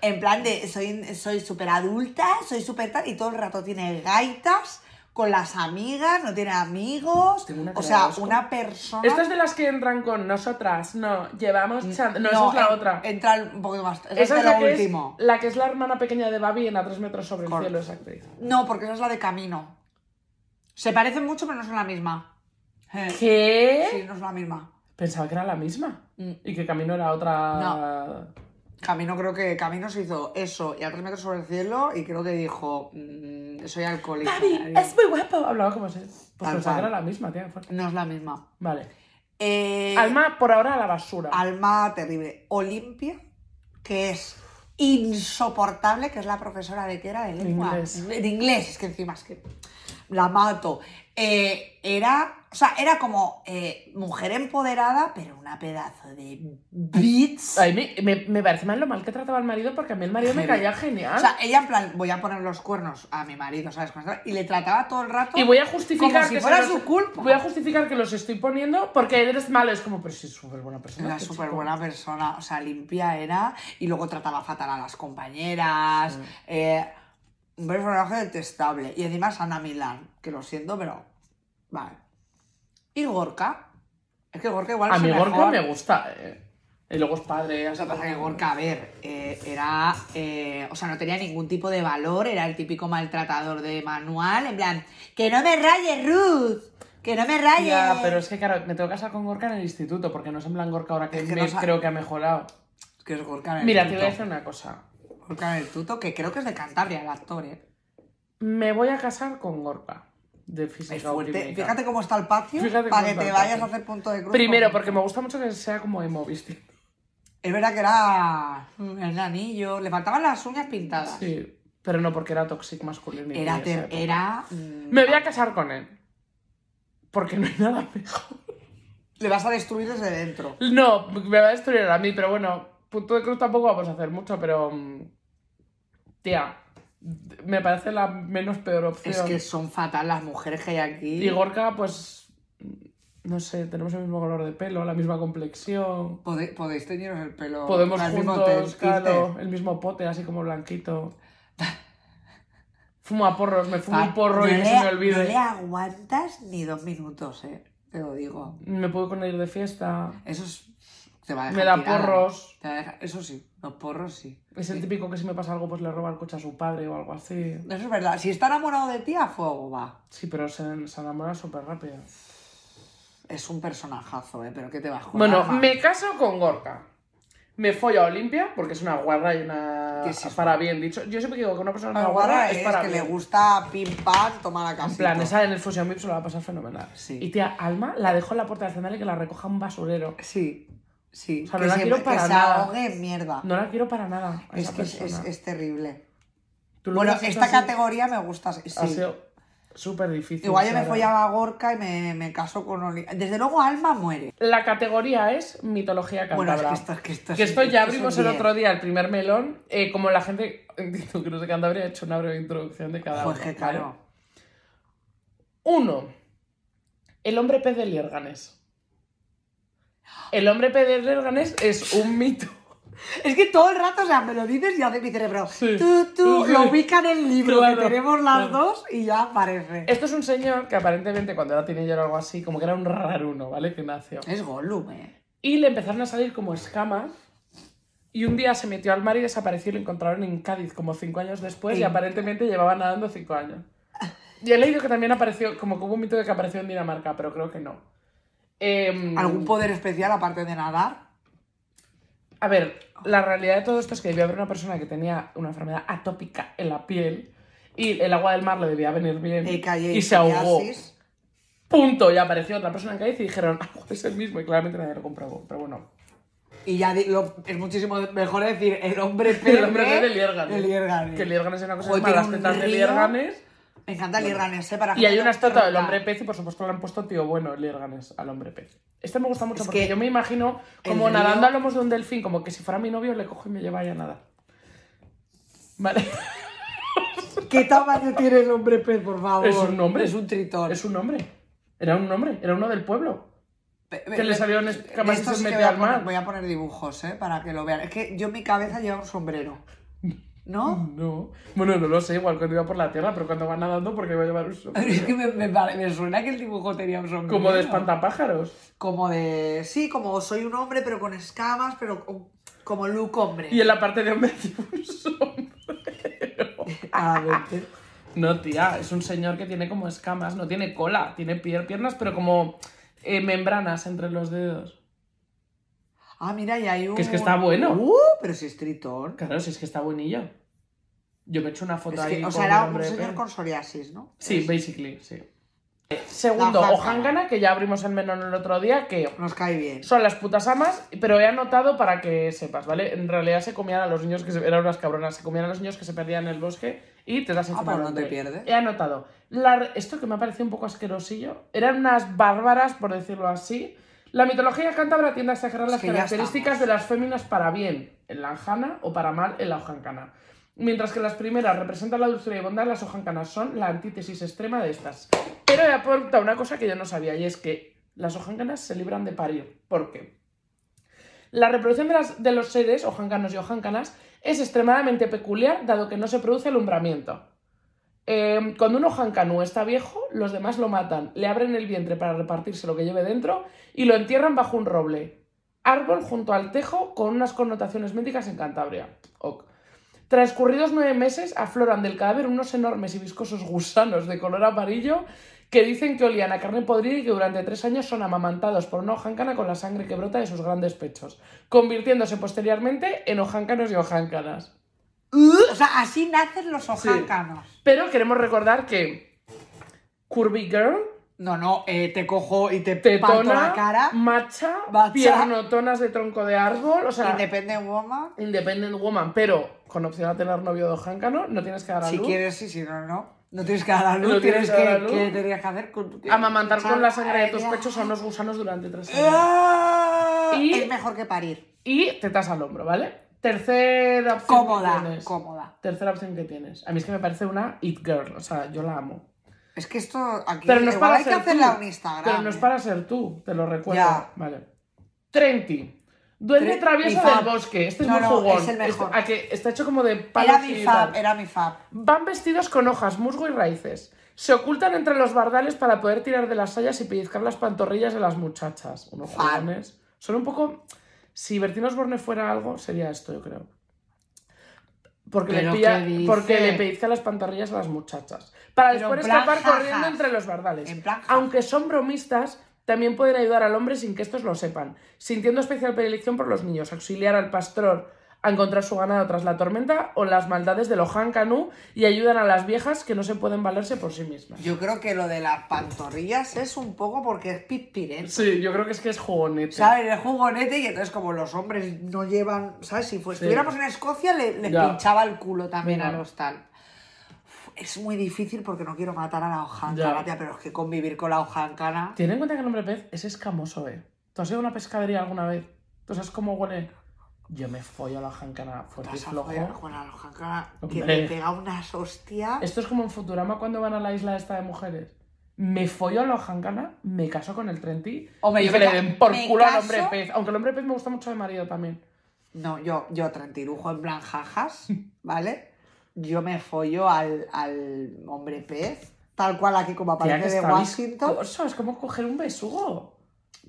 Speaker 2: En plan de, soy soy súper adulta, soy súper tal, y todo el rato tiene gaitas con las amigas, no tiene amigos.
Speaker 1: Tengo una
Speaker 2: O
Speaker 1: cara de
Speaker 2: sea,
Speaker 1: asco.
Speaker 2: una persona.
Speaker 1: Esta es de las que entran con nosotras, no, llevamos chan- No, esa es la
Speaker 2: en-
Speaker 1: otra.
Speaker 2: Entra un poquito más. Esa,
Speaker 1: Esa es
Speaker 2: es de
Speaker 1: la
Speaker 2: lo
Speaker 1: que, es,
Speaker 2: último.
Speaker 1: la que es la hermana pequeña de Babi en A 3 metros sobre el
Speaker 2: Correcto.
Speaker 1: cielo, esa actriz.
Speaker 2: No, porque esa es la de camino. Se parecen mucho, pero no son la misma. Eh,
Speaker 1: ¿Qué?
Speaker 2: Sí, no es la misma.
Speaker 1: Pensaba que era la misma.
Speaker 2: Mm.
Speaker 1: Y que Camino era otra...
Speaker 2: Camino creo que Camino se hizo eso y a tres metros sobre el cielo y creo que dijo mm, soy alcohólica.
Speaker 1: Babi, es muy guapo. Hablaba como si... Pues
Speaker 2: Tal
Speaker 1: pensaba que
Speaker 2: cual.
Speaker 1: era la misma, tía. qué fuerte.
Speaker 2: No es la misma.
Speaker 1: Vale.
Speaker 2: Eh,
Speaker 1: Alma, por ahora, a la basura.
Speaker 2: Alma terrible. Olimpia, que es insoportable que es la profesora de que era de lengua.
Speaker 1: inglés.
Speaker 2: De inglés, es que encima es que la mato. Eh, era, o sea, era como eh, mujer empoderada, pero una pedazo de bitch.
Speaker 1: A mí me, me parece mal lo mal que trataba al marido porque a mí el marido me caía genial.
Speaker 2: O sea, ella en plan, voy a poner los cuernos a mi marido, ¿sabes? Con esto, Y le trataba todo el rato.
Speaker 1: y voy a justificar
Speaker 2: como si
Speaker 1: que se
Speaker 2: fuera
Speaker 1: los-
Speaker 2: su culpa.
Speaker 1: Voy a justificar que los estoy poniendo porque eres malo. Es como, pero si es súper buena persona.
Speaker 2: Era
Speaker 1: este
Speaker 2: súper
Speaker 1: chico.
Speaker 2: buena persona, o sea, limpia era, y luego trataba fatal a las compañeras. eh, un personaje detestable. Y encima es Ana Milán, que lo siento, pero. Vale. Y Gorka. Es que Gorka igual
Speaker 1: A
Speaker 2: es el
Speaker 1: mi Gorka
Speaker 2: mejor.
Speaker 1: me gusta. eh. Y luego es padre.
Speaker 2: Lo que pasa es que Gorka, a ver, eh, era. eh, o sea, no tenía ningún tipo de valor, era el típico maltratador de manual, en plan, que no me rayes, Ruth, que no me rayes.
Speaker 1: Ya, pero es que claro, me tengo que casar con Gorka en el instituto porque no es en plan Gorka ahora que,
Speaker 2: Es que
Speaker 1: me-
Speaker 2: no sa-
Speaker 1: creo que ha mejorado.
Speaker 2: Que es Gorka en el
Speaker 1: Mira, te
Speaker 2: tuto.
Speaker 1: voy a decir una cosa.
Speaker 2: Gorka en el tuto, que creo que es de Cantabria el actor, ¿eh?
Speaker 1: Me voy a casar con Gorka de física
Speaker 2: Es
Speaker 1: o
Speaker 2: fuerte.
Speaker 1: química.
Speaker 2: Fíjate cómo está el patio
Speaker 1: Fíjate cómo
Speaker 2: para que
Speaker 1: está
Speaker 2: te
Speaker 1: el
Speaker 2: vayas
Speaker 1: patio.
Speaker 2: a hacer punto de cruz.
Speaker 1: Primero, porque me gusta mucho que sea como emo, ¿viste?
Speaker 2: Es verdad que era mm, el anillo, le faltaban las uñas pintadas.
Speaker 1: Sí, pero no porque era toxic masculino.
Speaker 2: Era, ter- era... mm,
Speaker 1: Me voy a casar con él. Porque no hay nada mejor.
Speaker 2: Le vas a destruir desde dentro.
Speaker 1: No, me va a destruir a mí, pero bueno, punto de cruz tampoco vamos a hacer mucho, pero. mm, Tía, me parece la menos peor opción.
Speaker 2: Es que son fatal las mujeres que hay aquí.
Speaker 1: Y Gorka, pues. No sé, tenemos el mismo color de pelo, la misma complexión.
Speaker 2: Pode- podéis teñiros el pelo.
Speaker 1: Podemos
Speaker 2: al mismo
Speaker 1: juntos,
Speaker 2: te-
Speaker 1: claro,
Speaker 2: irte.
Speaker 1: el mismo pote, así como blanquito. Fuma porros, me fumo
Speaker 2: Pa-
Speaker 1: un porro
Speaker 2: no
Speaker 1: y que
Speaker 2: le-
Speaker 1: se me
Speaker 2: No
Speaker 1: olvide.
Speaker 2: le aguantas ni dos minutos, eh. Te lo digo.
Speaker 1: Me puedo con ir de fiesta.
Speaker 2: Eso es. Te va a dejar
Speaker 1: Me da
Speaker 2: tirada.
Speaker 1: porros.
Speaker 2: Te va a dejar- Eso sí, los porros sí.
Speaker 1: Es el típico que si me pasa algo, pues le roba el coche a su padre o algo así.
Speaker 2: Eso es verdad. Si está enamorado de ti, a fuego va.
Speaker 1: Sí, pero se, se enamora súper rápido.
Speaker 2: Es un personajazo, ¿eh? Pero ¿qué te vas con
Speaker 1: Bueno,
Speaker 2: Alma?
Speaker 1: me caso con Gorka. Me follo a Olimpia, porque es una guarra y una...
Speaker 2: ¿Qué es eso?
Speaker 1: para bien dicho. Yo siempre digo que una persona es
Speaker 2: La
Speaker 1: una guarra es para
Speaker 2: que le
Speaker 1: bien.
Speaker 2: gusta pim pam, toma la
Speaker 1: En
Speaker 2: casita.
Speaker 1: plan, esa en el Fusion VIP se lo va a pasar fenomenal.
Speaker 2: Sí.
Speaker 1: Y tía, Alma la dejó en la puerta del escenario y que la recoja un basurero.
Speaker 2: Sí, sí.
Speaker 1: O sea, no
Speaker 2: que
Speaker 1: la
Speaker 2: se,
Speaker 1: quiero
Speaker 2: que
Speaker 1: para
Speaker 2: se
Speaker 1: nada.
Speaker 2: ahogue en mierda.
Speaker 1: No la quiero para nada. a
Speaker 2: es
Speaker 1: esa
Speaker 2: que es,
Speaker 1: persona.
Speaker 2: es- es terrible.
Speaker 1: Tú lo
Speaker 2: Bueno,
Speaker 1: hubieras hecho
Speaker 2: esta
Speaker 1: así,
Speaker 2: categoría me gusta. sí.
Speaker 1: Ha sido súper difícil.
Speaker 2: Igual yo me
Speaker 1: Sara.
Speaker 2: follaba a Gorka y me, me caso con Oli. Desde luego Alma muere.
Speaker 1: La categoría es mitología
Speaker 2: Bueno,
Speaker 1: cántabra.
Speaker 2: es que esto, es que esto es-
Speaker 1: Que esto ya
Speaker 2: es un
Speaker 1: abrimos el
Speaker 2: 10.
Speaker 1: otro día, el primer melón. eh, como la gente, entiendo que no sé Cantabria, ha hecho una breve introducción de cada
Speaker 2: Pues
Speaker 1: uno.
Speaker 2: que
Speaker 1: ¿vale?
Speaker 2: claro.
Speaker 1: Uno, el hombre pez de Liérganes. El hombre pez de Liérganes es un mito.
Speaker 2: Es que todo el rato, o sea, me lo dices y hace mi cerebro.
Speaker 1: Sí.
Speaker 2: Tú, tú,
Speaker 1: Sí.
Speaker 2: lo ubica en el libro
Speaker 1: Claro,
Speaker 2: que tenemos las
Speaker 1: claro.
Speaker 2: dos y ya aparece. Es,
Speaker 1: Esto es un señor que aparentemente cuando era teenager o algo así, como que era un raruno, ¿vale? Que nació.
Speaker 2: Gollum, eh.
Speaker 1: Y le empezaron a salir como escamas. Y un día se metió al mar y desapareció y lo encontraron en Cádiz como cinco años después y
Speaker 2: En-
Speaker 1: aparentemente llevaba nadando cinco años. Y he leído que también apareció, como que hubo un mito de que apareció en Dinamarca, pero creo que no. Em,
Speaker 2: Mm. ¿Algún poder especial aparte de nadar?
Speaker 1: A ver, la realidad de todo esto es que debía haber una persona que tenía una enfermedad atópica en la piel y el agua del mar le debía venir bien
Speaker 2: Eh, calle
Speaker 1: y se ahogó.
Speaker 2: psoriasis.
Speaker 1: Punto. Y apareció otra persona en Cádiz y dijeron, "Ah, es el mismo y claramente nadie lo comprobó. Pero bueno,
Speaker 2: Y ya di- lo- es muchísimo mejor decir el hombre E pez
Speaker 1: el hombre de Lierganes.
Speaker 2: de Lierganes.
Speaker 1: Que Lierganes es una cosa
Speaker 2: Joder,
Speaker 1: más las
Speaker 2: tiene un
Speaker 1: tetas de
Speaker 2: río.
Speaker 1: Lierganes.
Speaker 2: Me encanta Lierganes, eh, para
Speaker 1: Y hay
Speaker 2: gente
Speaker 1: una estatua del
Speaker 2: rota.
Speaker 1: hombre pez y por supuesto le han puesto tío bueno Lierganes al hombre pez. Este me gusta mucho
Speaker 2: Es
Speaker 1: porque
Speaker 2: que
Speaker 1: yo me imagino
Speaker 2: el
Speaker 1: como
Speaker 2: río-
Speaker 1: nadando a lomos de un delfín, como que si fuera mi novio le cojo y me lleva y a nadar. Vale.
Speaker 2: ¿Qué tamaño tiene el hombre pez, por favor?
Speaker 1: Es un hombre.
Speaker 2: Es un tritón.
Speaker 1: Es un hombre. Era un hombre, era uno del pueblo.
Speaker 2: Pe-
Speaker 1: que le salió un escamas
Speaker 2: de
Speaker 1: y
Speaker 2: esto
Speaker 1: se
Speaker 2: sí que
Speaker 1: metió
Speaker 2: voy a
Speaker 1: al mar.
Speaker 2: poner- Voy a poner dibujos, eh, para que lo vean. Es que yo en mi cabeza lleva un sombrero. ¿No?
Speaker 1: No. Bueno, no lo sé, igual cuando iba por la tierra, pero cuando va nadando, porque va a llevar un sombrero?
Speaker 2: Es que me, me pare- me suena que el dibujo tenía un sombrero.
Speaker 1: Como de espantapájaros.
Speaker 2: Como de. Sí, como soy un hombre, pero con escamas, pero con- como look hombre.
Speaker 1: Y en la parte de hombre tiene un sombrero.
Speaker 2: A ver,
Speaker 1: No, tía, es un señor que tiene como escamas, no tiene cola, tiene pier- piernas, pero como eh, membranas entre los dedos.
Speaker 2: Ah, mira, y hay un.
Speaker 1: Que es que está bueno.
Speaker 2: Uh, pero si es tritón.
Speaker 1: Claro, si es que está buenillo. Yo me echo una foto
Speaker 2: Es
Speaker 1: ahí.
Speaker 2: que, o
Speaker 1: con
Speaker 2: sea,
Speaker 1: el
Speaker 2: era un
Speaker 1: hombre de
Speaker 2: señor
Speaker 1: pez.
Speaker 2: con psoriasis, ¿no? Pues
Speaker 1: Sí, basically, sí. Segundo,
Speaker 2: La Ojángana.
Speaker 1: Ojángana, que ya abrimos el menú el otro día, que
Speaker 2: Nos cae bien.
Speaker 1: son las putas amas, pero he anotado para que sepas, ¿vale? En realidad se comían a los niños que se, eran unas cabronas, se comían a los niños que se perdían en el bosque y te das
Speaker 2: Ah,
Speaker 1: información
Speaker 2: pues no te
Speaker 1: de-
Speaker 2: pierdes.
Speaker 1: He anotado. La- esto que me ha parecido un poco asquerosillo, eran unas bárbaras, por decirlo así. La mitología cántabra tiende a exagerar
Speaker 2: Es
Speaker 1: las
Speaker 2: que ya
Speaker 1: características
Speaker 2: estamos.
Speaker 1: de las féminas para bien en la anjana o para mal en la ojancana. Mientras que las primeras representan la dulzura y bondad, las ojancanas son la antítesis extrema de estas. Pero he aporta una cosa que yo no sabía, y es que las ojancanas se libran de parir. ¿Por qué? La reproducción de, las- de los seres, ojancanos y ojancanas, es extremadamente peculiar, dado que no se produce alumbramiento. Eh, cuando un ojancanu está viejo, los demás lo matan, le abren el vientre para repartirse lo que lleve dentro y lo entierran bajo un roble. Árbol junto al tejo con unas connotaciones médicas en Cantabria. Ok. Transcurridos nueve meses, afloran del cadáver unos enormes y viscosos gusanos de color amarillo que dicen que olían a carne podrida y que durante tres años son amamantados por una ojancana con la sangre que brota de sus grandes pechos, convirtiéndose posteriormente en ojancanos y ojancanas. ¡Uh!
Speaker 2: O sea, así nacen los ojáncanos.
Speaker 1: Pero queremos recordar que Curvy Girl,
Speaker 2: No, no, eh, te cojo y te parto
Speaker 1: tetona,
Speaker 2: la cara.
Speaker 1: macha,
Speaker 2: Macha.
Speaker 1: piernotonas de tronco de árbol, o sea,
Speaker 2: Independent Woman.
Speaker 1: independent woman, pero con opción a tener novio dojáncano, no tienes que dar a
Speaker 2: Si
Speaker 1: luz.
Speaker 2: quieres, sí, si no, no. No tienes que dar a luz,
Speaker 1: No
Speaker 2: tienes,
Speaker 1: tienes que
Speaker 2: que,
Speaker 1: dar a luz.
Speaker 2: ¿qué tendrías que hacer? Con-
Speaker 1: Amamantar con la sangre de tus
Speaker 2: Ay,
Speaker 1: pechos a unos gusanos durante tres años.
Speaker 2: ¡Ah!
Speaker 1: Y-
Speaker 2: Es mejor que parir.
Speaker 1: Y tetas al hombro, ¿vale? Tercera opción que
Speaker 2: Cómoda,
Speaker 1: tienes.
Speaker 2: cómoda.
Speaker 1: Tercera opción que tienes. A mí es que me parece una it girl, o sea, yo la amo.
Speaker 2: Es que esto aquí
Speaker 1: Pero no es
Speaker 2: igual
Speaker 1: para
Speaker 2: hay que
Speaker 1: ser
Speaker 2: hacerla
Speaker 1: tú,
Speaker 2: un Instagram.
Speaker 1: Pero no es
Speaker 2: ¿eh?
Speaker 1: para ser tú, te lo recuerdo.
Speaker 2: Ya.
Speaker 1: Vale. Trenti. Duende
Speaker 2: Tre-
Speaker 1: travieso
Speaker 2: mi fab.
Speaker 1: del bosque. Este es
Speaker 2: No,
Speaker 1: muy
Speaker 2: no,
Speaker 1: jugón.
Speaker 2: es el mejor.
Speaker 1: Este- a que está hecho como de
Speaker 2: Era
Speaker 1: palos
Speaker 2: mi
Speaker 1: y
Speaker 2: fab,
Speaker 1: tal.
Speaker 2: era mi fab.
Speaker 1: Van vestidos con hojas, musgo y raíces. Se ocultan entre los bardales para poder tirar de las sayas y pellizcar las pantorrillas de las muchachas. Unos
Speaker 2: Fab.
Speaker 1: jugones. Son un poco... Si Bertín Osborne fuera algo, sería esto, yo creo. Porque le,
Speaker 2: ¿Pero
Speaker 1: pilla-
Speaker 2: qué dice?
Speaker 1: porque le pellizca las pantorrillas a las muchachas. Para
Speaker 2: Pero
Speaker 1: después
Speaker 2: en plan
Speaker 1: escapar
Speaker 2: jajas.
Speaker 1: corriendo entre los bardales.
Speaker 2: En plan, ja-
Speaker 1: Aunque son bromistas, también pueden ayudar al hombre sin que estos lo sepan, sintiendo especial predilección por los niños, auxiliar al pastor a encontrar su ganado tras la tormenta o las maldades del Ojan Canú y ayudan a las viejas que no se pueden valerse por sí mismas.
Speaker 2: yo creo que lo de las pantorrillas es un poco porque es pispirente.
Speaker 1: Sí, yo creo que es que es jugonete.
Speaker 2: ¿Sabes? El jugonete y entonces como los hombres no llevan, ¿sabes? Si fue-
Speaker 1: Sí.
Speaker 2: estuviéramos en Escocia le, les
Speaker 1: Ya.
Speaker 2: pinchaba el culo también
Speaker 1: Ya.
Speaker 2: a los tal. Uf, Es muy difícil porque no quiero matar a la
Speaker 1: Ya.
Speaker 2: ojancana, tía, pero es que convivir con la ojancana...
Speaker 1: Ten en cuenta que el nombre pez es escamoso, ¿eh? ¿Tú has ido a una pescadería alguna vez? ¿Tú sabes cómo huele? Yo me follo a la ojancana fuerte y
Speaker 2: Vas a
Speaker 1: flojo.
Speaker 2: joder con la ojancana que
Speaker 1: Hombre.
Speaker 2: le pega unas hostias...
Speaker 1: Esto es como en Futurama cuando van a la isla esta de mujeres. Me follo a la ojancana, me caso con el Trenti
Speaker 2: Hombre,
Speaker 1: y
Speaker 2: yo
Speaker 1: que
Speaker 2: me
Speaker 1: le
Speaker 2: ca-
Speaker 1: den por
Speaker 2: me
Speaker 1: culo al
Speaker 2: caso-
Speaker 1: hombre pez. Aunque el hombre pez me gusta mucho de marido también.
Speaker 2: No, yo, yo trentirujo en plan jajas, ¿vale? Yo me follo al, al hombre pez, tal cual aquí como
Speaker 1: Tía, que
Speaker 2: aparece de
Speaker 1: está
Speaker 2: Washington.
Speaker 1: viscoso, es como coger un besugo.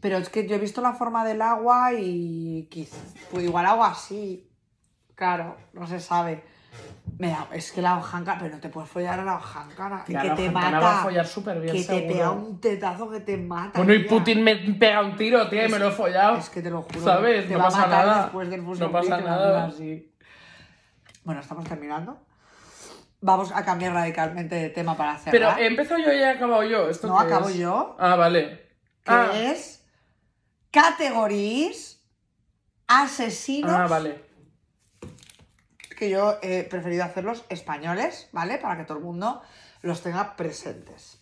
Speaker 2: Pero es que yo he visto la forma del agua y quiz- pues igual agua así. Claro, no se sabe. Me da- es que la hojancana, pero no te puedes follar a la hojancana.
Speaker 1: Tía,
Speaker 2: que
Speaker 1: la
Speaker 2: te
Speaker 1: ojancana
Speaker 2: mata.
Speaker 1: va a follar súper bien,
Speaker 2: que te
Speaker 1: seguro.
Speaker 2: pega un tetazo que te mata.
Speaker 1: Bueno, y
Speaker 2: tía.
Speaker 1: Putin me pega un tiro, tío, y me lo he follado.
Speaker 2: Es que te lo juro.
Speaker 1: Ah, ¿Sabes?
Speaker 2: Te
Speaker 1: No
Speaker 2: va a
Speaker 1: pasa
Speaker 2: matar
Speaker 1: nada.
Speaker 2: Después del fusil
Speaker 1: No pasa
Speaker 2: y te va a
Speaker 1: nada.
Speaker 2: matar así. Bueno, estamos terminando. Vamos a cambiar radicalmente de tema para hacer.
Speaker 1: Pero em, he empezado yo y he acabado yo. ¿Esto
Speaker 2: no
Speaker 1: qué
Speaker 2: acabo
Speaker 1: es?
Speaker 2: yo.
Speaker 1: Ah, vale.
Speaker 2: Que
Speaker 1: ah,
Speaker 2: es categorías asesinos.
Speaker 1: ah, vale.
Speaker 2: que yo he preferido hacerlos españoles, ¿vale? Para que todo el mundo los tenga presentes.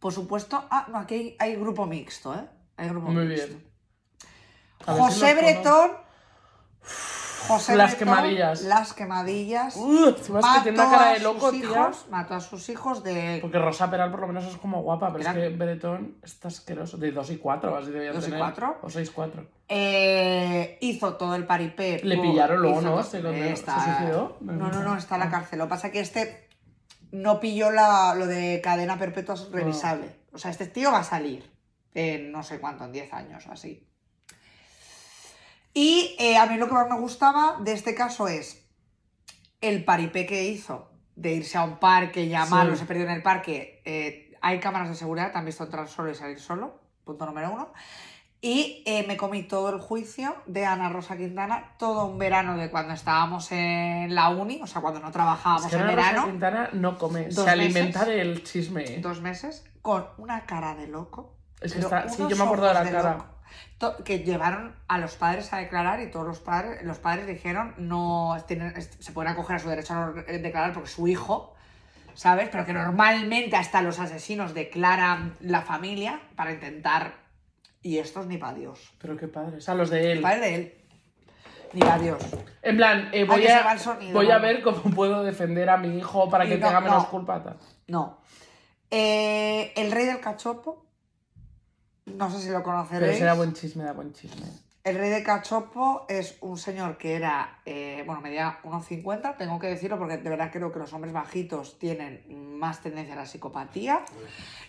Speaker 2: Por supuesto, ah, no, aquí hay, hay grupo mixto, ¿eh? Hay grupo
Speaker 1: Muy
Speaker 2: mixto.
Speaker 1: bien. A ver si
Speaker 2: José
Speaker 1: los
Speaker 2: Bretón. José
Speaker 1: Las
Speaker 2: Bretón,
Speaker 1: quemadillas.
Speaker 2: Las quemadillas.
Speaker 1: Uh, encima es que tiene una
Speaker 2: Mató
Speaker 1: cara
Speaker 2: a
Speaker 1: de loco,
Speaker 2: sus
Speaker 1: tía.
Speaker 2: hijos, Mató a sus hijos de
Speaker 1: Porque Rosa Peral por lo menos es como guapa, pero
Speaker 2: Era-
Speaker 1: es que Beretón está asqueroso. De 2 y 4, así debían
Speaker 2: ¿Dos y
Speaker 1: tener.
Speaker 2: cuatro?
Speaker 1: O 6 4.
Speaker 2: Eh, hizo todo el paripé.
Speaker 1: Le
Speaker 2: por-
Speaker 1: pillaron luego,
Speaker 2: hizo
Speaker 1: ¿no?
Speaker 2: todo-
Speaker 1: Se condenó-
Speaker 2: Eh, está-
Speaker 1: se suicidó.
Speaker 2: No, no, no, está
Speaker 1: Ah.
Speaker 2: en la cárcel. Lo que pasa es que este no pilló la, lo de cadena perpetua
Speaker 1: Ah.
Speaker 2: revisable. O sea, este tío va a salir en no sé cuánto, en 10 años o así. Y eh, a mí lo que más me gustaba de este caso es el paripé que hizo de irse a un parque, llamarlo,
Speaker 1: Sí.
Speaker 2: se perdió en el parque. Eh, hay cámaras de seguridad, te han visto entrar solo y salir solo, punto número uno. Y eh, me comí todo el juicio de Ana Rosa Quintana, todo un verano de cuando estábamos en la uni, o sea, cuando no trabajábamos
Speaker 1: Es que
Speaker 2: en
Speaker 1: Ana Rosa
Speaker 2: verano,
Speaker 1: Quintana no come,
Speaker 2: Dos
Speaker 1: se
Speaker 2: meses.
Speaker 1: alimenta del chisme. ¿eh?
Speaker 2: dos meses, con una cara de loco.
Speaker 1: Es que
Speaker 2: pero
Speaker 1: está- sí,
Speaker 2: unos
Speaker 1: yo me acuerdo de la
Speaker 2: ojos
Speaker 1: cara.
Speaker 2: loco. To- que llevaron a los padres a declarar y todos los padres, los padres dijeron no tienen- es- se pueden acoger a su derecho a no eh, declarar porque es su hijo, ¿sabes? Pero que normalmente hasta los asesinos declaran la familia para intentar y estos ni para Dios.
Speaker 1: Pero qué padre. O sea, los de él.
Speaker 2: Padre de él. Ni para Dios.
Speaker 1: En plan, eh, voy,
Speaker 2: Ah, que se va
Speaker 1: a,
Speaker 2: el sonido,
Speaker 1: voy a
Speaker 2: vamos.
Speaker 1: ver cómo puedo defender a mi hijo para
Speaker 2: Y
Speaker 1: que
Speaker 2: no,
Speaker 1: tenga menos
Speaker 2: no.
Speaker 1: culpa. tal.
Speaker 2: No. Eh, el rey del cachopo. No sé si lo
Speaker 1: Pero
Speaker 2: conoceréis.
Speaker 1: ese da buen chisme, da buen chisme.
Speaker 2: El rey de cachopo es un señor que era, eh, bueno, medía 1,50, tengo que decirlo porque de verdad creo que los hombres bajitos tienen más tendencia a la psicopatía.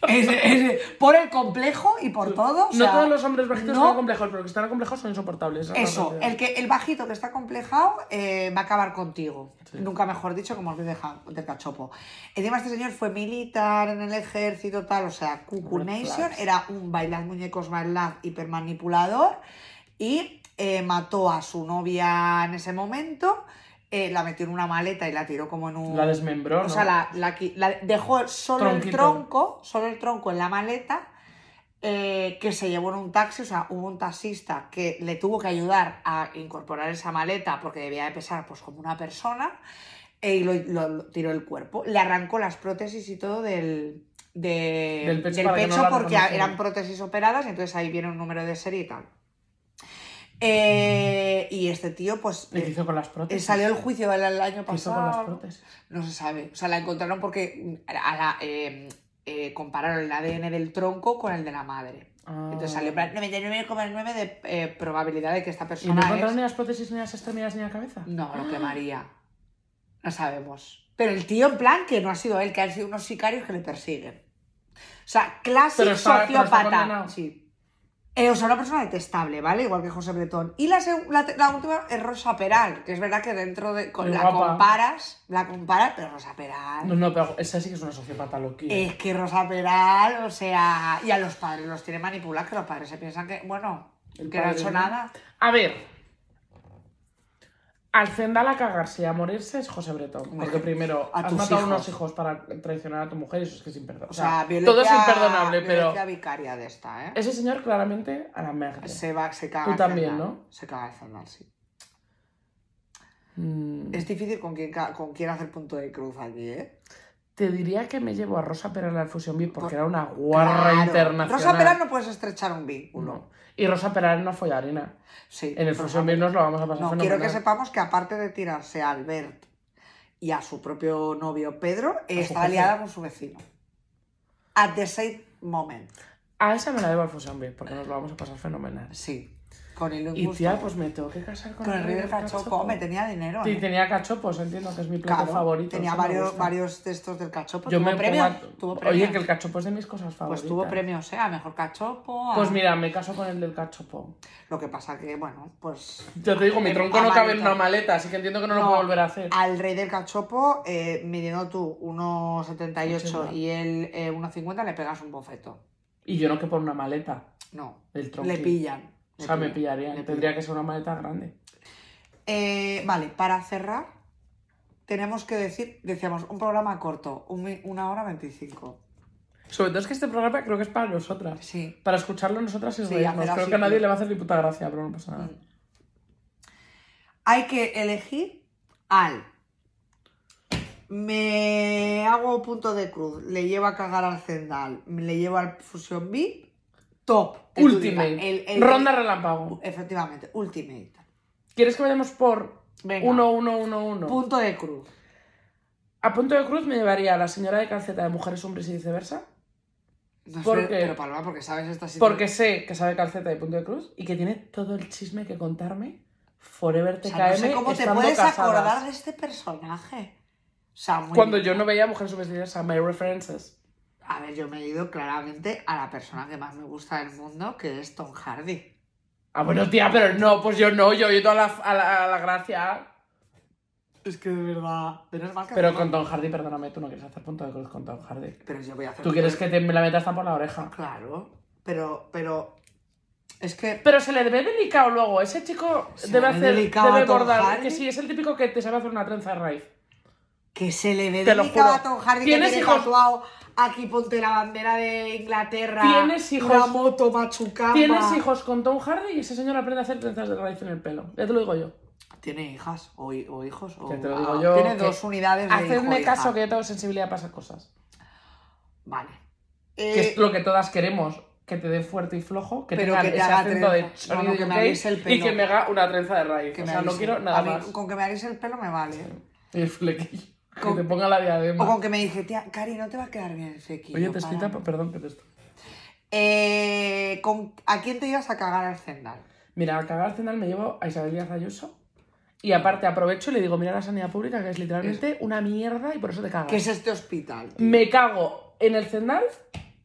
Speaker 2: Es- es- por el complejo y por todo. o sea,
Speaker 1: no todos los hombres bajitos
Speaker 2: no.
Speaker 1: son complejos, pero los que están complejos son insoportables. esa es la
Speaker 2: Eso,
Speaker 1: realidad.
Speaker 2: el, que, el bajito que está complejado eh, va a acabar contigo.
Speaker 1: Sí.
Speaker 2: Nunca mejor dicho, como os deja del cachopo. Encima, este señor fue militar en el ejército, tal, o sea, Cucu
Speaker 1: Red
Speaker 2: Nation.
Speaker 1: flags.
Speaker 2: Era un bailar muñecos, bailar hipermanipulador. Y eh, mató a su novia en ese momento. eh, la metió en una maleta y la tiró como en un.
Speaker 1: La desmembró,
Speaker 2: O
Speaker 1: ¿no?
Speaker 2: sea, la, la qui- la dejó solo el
Speaker 1: Tronquito.
Speaker 2: tronco, solo el tronco en la maleta, eh, que se llevó en un taxi. O sea, hubo un taxista que le tuvo que ayudar a incorporar esa maleta porque debía de pesar pues como una persona eh, y lo, lo- lo tiró el cuerpo. Le arrancó las prótesis y todo del, de-
Speaker 1: Del pecho para que no la
Speaker 2: porque
Speaker 1: reconociera.
Speaker 2: eran prótesis operadas, entonces ahí viene un número de serie y tal. Eh, y este tío, pues,
Speaker 1: ¿Y qué hizo con las
Speaker 2: eh,
Speaker 1: prótesis?
Speaker 2: salió el juicio del el año
Speaker 1: ¿Qué hizo con las
Speaker 2: pasado.
Speaker 1: prótesis?
Speaker 2: No se sabe. O sea, la encontraron porque mm, a la, eh, eh, compararon el ADN del tronco con el de la madre.
Speaker 1: Ah.
Speaker 2: Entonces salió en plan 99,9 de eh, probabilidad de que esta
Speaker 1: ¿Y no
Speaker 2: persona
Speaker 1: encontraron ni ¡Ah!
Speaker 2: es...
Speaker 1: las prótesis, ni las extremidades, ni la cabeza?
Speaker 2: No, lo quemaría. No sabemos. Pero el tío en plan que no ha sido él, que han sido unos sicarios que le persiguen. O sea, clásico
Speaker 1: Pero está- pero está
Speaker 2: sociópata.
Speaker 1: condenado.
Speaker 2: Sí. Eh, o sea, una persona detestable, ¿vale? Igual que José Bretón. Y la, seg- la, te- la última es Rosa Peral, que es verdad que dentro de... Con
Speaker 1: Muy
Speaker 2: la
Speaker 1: guapa.
Speaker 2: comparas, la comparas, pero Rosa Peral...
Speaker 1: No, no, pero esa sí que es una sociópata loquilla.
Speaker 2: Es que Rosa Peral, o sea, y a los padres los tiene manipulados, que los padres se piensan que, bueno,
Speaker 1: El
Speaker 2: que no ha
Speaker 1: padre,
Speaker 2: hecho
Speaker 1: ¿no?
Speaker 2: nada.
Speaker 1: A ver. Al Zendal a cagarse y a morirse es José Bretón.
Speaker 2: Hombre,
Speaker 1: Porque primero,
Speaker 2: a
Speaker 1: has
Speaker 2: tus
Speaker 1: matado a
Speaker 2: hijos.
Speaker 1: unos hijos para traicionar a tu mujer y eso es que es imperdonable.
Speaker 2: O sea, violencia,
Speaker 1: todo es imperdonable, pero
Speaker 2: violencia vicaria de esta, ¿eh?
Speaker 1: ese señor claramente a la merda.
Speaker 2: Se va, se caga.
Speaker 1: Tú
Speaker 2: el
Speaker 1: también,
Speaker 2: Zendal.
Speaker 1: ¿no?
Speaker 2: Se caga el Zendal, sí.
Speaker 1: Mm,
Speaker 2: Es difícil con quién, ca- con quién hacer punto de cruz aquí, ¿eh?
Speaker 1: Te diría que me llevo a Rosa Peral al Fusion Beat porque era una guarra
Speaker 2: Claro.
Speaker 1: internacional.
Speaker 2: Rosa Peral no puedes estrechar un vínculo.
Speaker 1: No. Y Rosa Peral no fue harina.
Speaker 2: Sí.
Speaker 1: En el
Speaker 2: Rosa
Speaker 1: Fusion Beat nos lo vamos a pasar
Speaker 2: No,
Speaker 1: fenomenal.
Speaker 2: quiero que sepamos que aparte de tirarse a Albert y a su propio novio Pedro,
Speaker 1: su
Speaker 2: está
Speaker 1: jefe.
Speaker 2: aliada con su vecino. At the same moment.
Speaker 1: A esa me la debo al Fusion Beat porque nos lo vamos a pasar fenomenal.
Speaker 2: Sí. Con el
Speaker 1: Y tía, pues me tengo que casar con,
Speaker 2: con el rey del
Speaker 1: del
Speaker 2: cachopo.
Speaker 1: cachopo.
Speaker 2: Me tenía dinero.
Speaker 1: Sí,
Speaker 2: ¿eh?
Speaker 1: tenía cachopos, entiendo que es mi plato
Speaker 2: Claro,
Speaker 1: favorito.
Speaker 2: Tenía
Speaker 1: eso me
Speaker 2: varios,
Speaker 1: gusta.
Speaker 2: varios textos del cachopo.
Speaker 1: Yo
Speaker 2: tuvo
Speaker 1: me
Speaker 2: premio.
Speaker 1: pongo a-
Speaker 2: Tuvo premio.
Speaker 1: Oye, que el cachopo es de mis cosas favoritas.
Speaker 2: Pues tuvo premios, ¿eh? A mejor cachopo. a-
Speaker 1: Pues mira, me caso con el del cachopo.
Speaker 2: Lo que pasa que, bueno, pues.
Speaker 1: Yo te digo, mi
Speaker 2: A-
Speaker 1: tronco
Speaker 2: a
Speaker 1: no cabe en
Speaker 2: maleta.
Speaker 1: una maleta, así que entiendo que no, lo
Speaker 2: No.
Speaker 1: puedo volver a hacer.
Speaker 2: Al rey del cachopo, eh, midiendo tú 1,78
Speaker 1: Ochenta.
Speaker 2: y él eh, 1,50, le pegas un bofeto.
Speaker 1: Y yo no que por una maleta,
Speaker 2: No.
Speaker 1: el tronco.
Speaker 2: Le pillan.
Speaker 1: O sea, me
Speaker 2: Le pillan,
Speaker 1: pillaría.
Speaker 2: le
Speaker 1: Tendría
Speaker 2: pillan.
Speaker 1: que ser una maleta grande.
Speaker 2: Eh, vale, para cerrar, tenemos que decir, decíamos, un programa corto, un mi- una hora 25.
Speaker 1: Sobre todo es que este programa creo que es para nosotras.
Speaker 2: Sí.
Speaker 1: Para escucharlo nosotras y
Speaker 2: Sí,
Speaker 1: reírnos.
Speaker 2: hacer
Speaker 1: Creo
Speaker 2: así,
Speaker 1: que a nadie
Speaker 2: sí.
Speaker 1: le va a hacer ni puta gracia, pero no pasa nada.
Speaker 2: Mm. Hay que elegir al. Me hago punto de cruz, le llevo a cagar al Zendal, le llevo al Fusion B, top. que tú
Speaker 1: Ultimate.
Speaker 2: digas, el- el-
Speaker 1: Ronda relámpago.
Speaker 2: Efectivamente, Ultimate.
Speaker 1: ¿Quieres que vayamos por
Speaker 2: Venga,
Speaker 1: 1, 1, 1, 1?
Speaker 2: punto de cruz.
Speaker 1: A punto de cruz me llevaría a la señora de calceta de mujeres, hombres y viceversa.
Speaker 2: No
Speaker 1: ¿Por
Speaker 2: sé,
Speaker 1: qué?
Speaker 2: Pero Paloma, porque sabes esta situación.
Speaker 1: Porque sé que sabe calceta de punto de cruz y que tiene todo el chisme que contarme. Forever TKM.
Speaker 2: O sea, no sé cómo te
Speaker 1: estando
Speaker 2: puedes
Speaker 1: casadas.
Speaker 2: acordar de este personaje. O sea, muy
Speaker 1: Cuando yo no veía mujeres subvestidas a My References.
Speaker 2: A ver, yo me he ido claramente a la persona que más me gusta del mundo, que es Tom Hardy.
Speaker 1: Ah, bueno, tía, pero no, pues yo no, yo he ido a la, a la- a la gracia.
Speaker 2: Es que de verdad. Menos mal que
Speaker 1: Pero
Speaker 2: no-
Speaker 1: con Tom Hardy, perdóname, tú no quieres hacer punto de cruz con Tom Hardy.
Speaker 2: Pero yo voy a hacer.
Speaker 1: Tú quieres que te me la metas tan por la oreja.
Speaker 2: Claro. Pero, pero. Es que.
Speaker 1: Pero se le ve delicado luego. Ese chico
Speaker 2: Se
Speaker 1: debe
Speaker 2: le ve
Speaker 1: hacer.
Speaker 2: delicado a
Speaker 1: Debe
Speaker 2: Tom
Speaker 1: bordar.
Speaker 2: Hardy.
Speaker 1: Que sí, es el típico que te sabe hacer una trenza de raíz.
Speaker 2: Que se le ve
Speaker 1: Te lo
Speaker 2: delicado
Speaker 1: juro.
Speaker 2: a Tom Hardy que
Speaker 1: ¿Tienes
Speaker 2: tiene
Speaker 1: hijos?
Speaker 2: tatuado aquí ponte la bandera de Inglaterra,
Speaker 1: Tienes
Speaker 2: una
Speaker 1: hijos-
Speaker 2: moto machucada.
Speaker 1: Tienes hijos con Tom Hardy y ese señor aprende a hacer trenzas de raíz en el pelo. Ya te lo digo yo.
Speaker 2: ¿Tiene hijas o, hi- o hijos? O...
Speaker 1: Ya te lo digo yo,
Speaker 2: Tiene
Speaker 1: que-
Speaker 2: dos unidades de hijo e
Speaker 1: Hacedme
Speaker 2: hija.
Speaker 1: caso que yo tengo sensibilidad para esas cosas.
Speaker 2: Vale.
Speaker 1: que
Speaker 2: Eh,
Speaker 1: es lo que todas queremos, que te dé fuerte y flojo, que
Speaker 2: pero
Speaker 1: tenga
Speaker 2: que te
Speaker 1: ese
Speaker 2: haga
Speaker 1: acento de
Speaker 2: trenza.
Speaker 1: chorizo
Speaker 2: No, no, que me hagáis el
Speaker 1: y
Speaker 2: pelo.
Speaker 1: que me haga una trenza de raíz.
Speaker 2: que
Speaker 1: o
Speaker 2: me
Speaker 1: sea, no
Speaker 2: hagáis-
Speaker 1: quiero nada
Speaker 2: a mí,
Speaker 1: más.
Speaker 2: Con que me hagáis el pelo me vale.
Speaker 1: El flequillo.
Speaker 2: Con-
Speaker 1: Que te ponga la diadema.
Speaker 2: O con que me dije, tía, Cari, no te va a quedar bien el flequillo.
Speaker 1: Oye, te
Speaker 2: para
Speaker 1: excita,
Speaker 2: nada".
Speaker 1: perdón que te estoy.
Speaker 2: Eh, ¿con... ¿A quién te ibas a cagar al cenar?
Speaker 1: Mira, al cagar al cenar me llevo a Isabel Díaz Ayuso. Y aparte aprovecho y le digo, mira la sanidad pública, que es literalmente una mierda y por eso te cagas.
Speaker 2: ¿Qué es este hospital?
Speaker 1: Me cago en el cenar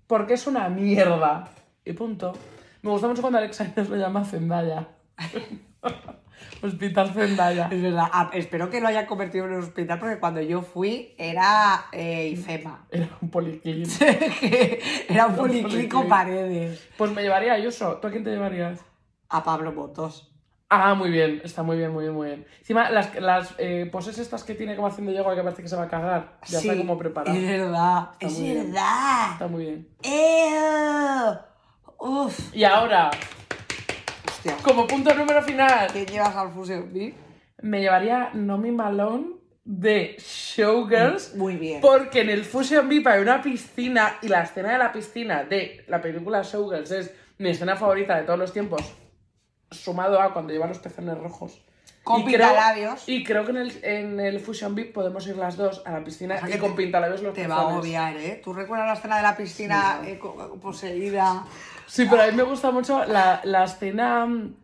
Speaker 1: porque es una mierda. Y punto. Me gusta mucho cuando Alexa nos lo llama Zendaya. Hospital Zendaya.
Speaker 2: Es verdad, Ah, espero que lo hayan convertido en un hospital porque cuando yo fui era eh, IFEMA.
Speaker 1: Era un policlínico.
Speaker 2: era un policlínico
Speaker 1: policlínico.
Speaker 2: paredes.
Speaker 1: Pues me llevaría a Ayuso. ¿Tú a quién te llevarías?
Speaker 2: A Pablo Motos.
Speaker 1: Ah, muy bien. Está muy bien, muy bien, muy bien. Encima, las, las eh, poses estas que tiene como haciendo yoga que parece que se va a cagar. Ya está como preparado.
Speaker 2: Es verdad,
Speaker 1: Está
Speaker 2: es
Speaker 1: muy bien.
Speaker 2: verdad.
Speaker 1: Está muy bien.
Speaker 2: ¡Eo! Uf,
Speaker 1: Y ahora,
Speaker 2: hostia.
Speaker 1: como punto número final,
Speaker 2: ¿Quién llevas al Fusion B?
Speaker 1: me llevaría Nomi Malone de Showgirls.
Speaker 2: Muy bien.
Speaker 1: Porque en el Fusion VIP hay una piscina y la escena de la piscina de la película Showgirls es mi escena favorita de todos los tiempos, sumado a cuando lleva los pezones rojos.
Speaker 2: Con
Speaker 1: Y creo-
Speaker 2: pintalabios.
Speaker 1: Y creo que en el, en el Fusion VIP podemos ir las dos a la piscina
Speaker 2: O sea
Speaker 1: y
Speaker 2: que
Speaker 1: con
Speaker 2: te-
Speaker 1: pintalabios los
Speaker 2: Te va a
Speaker 1: pezones.
Speaker 2: agobiar, ¿eh? ¿Tú recuerdas la escena de la piscina eh, co- poseída?
Speaker 1: Sí, pero a mí me gusta mucho la, la escena... mm,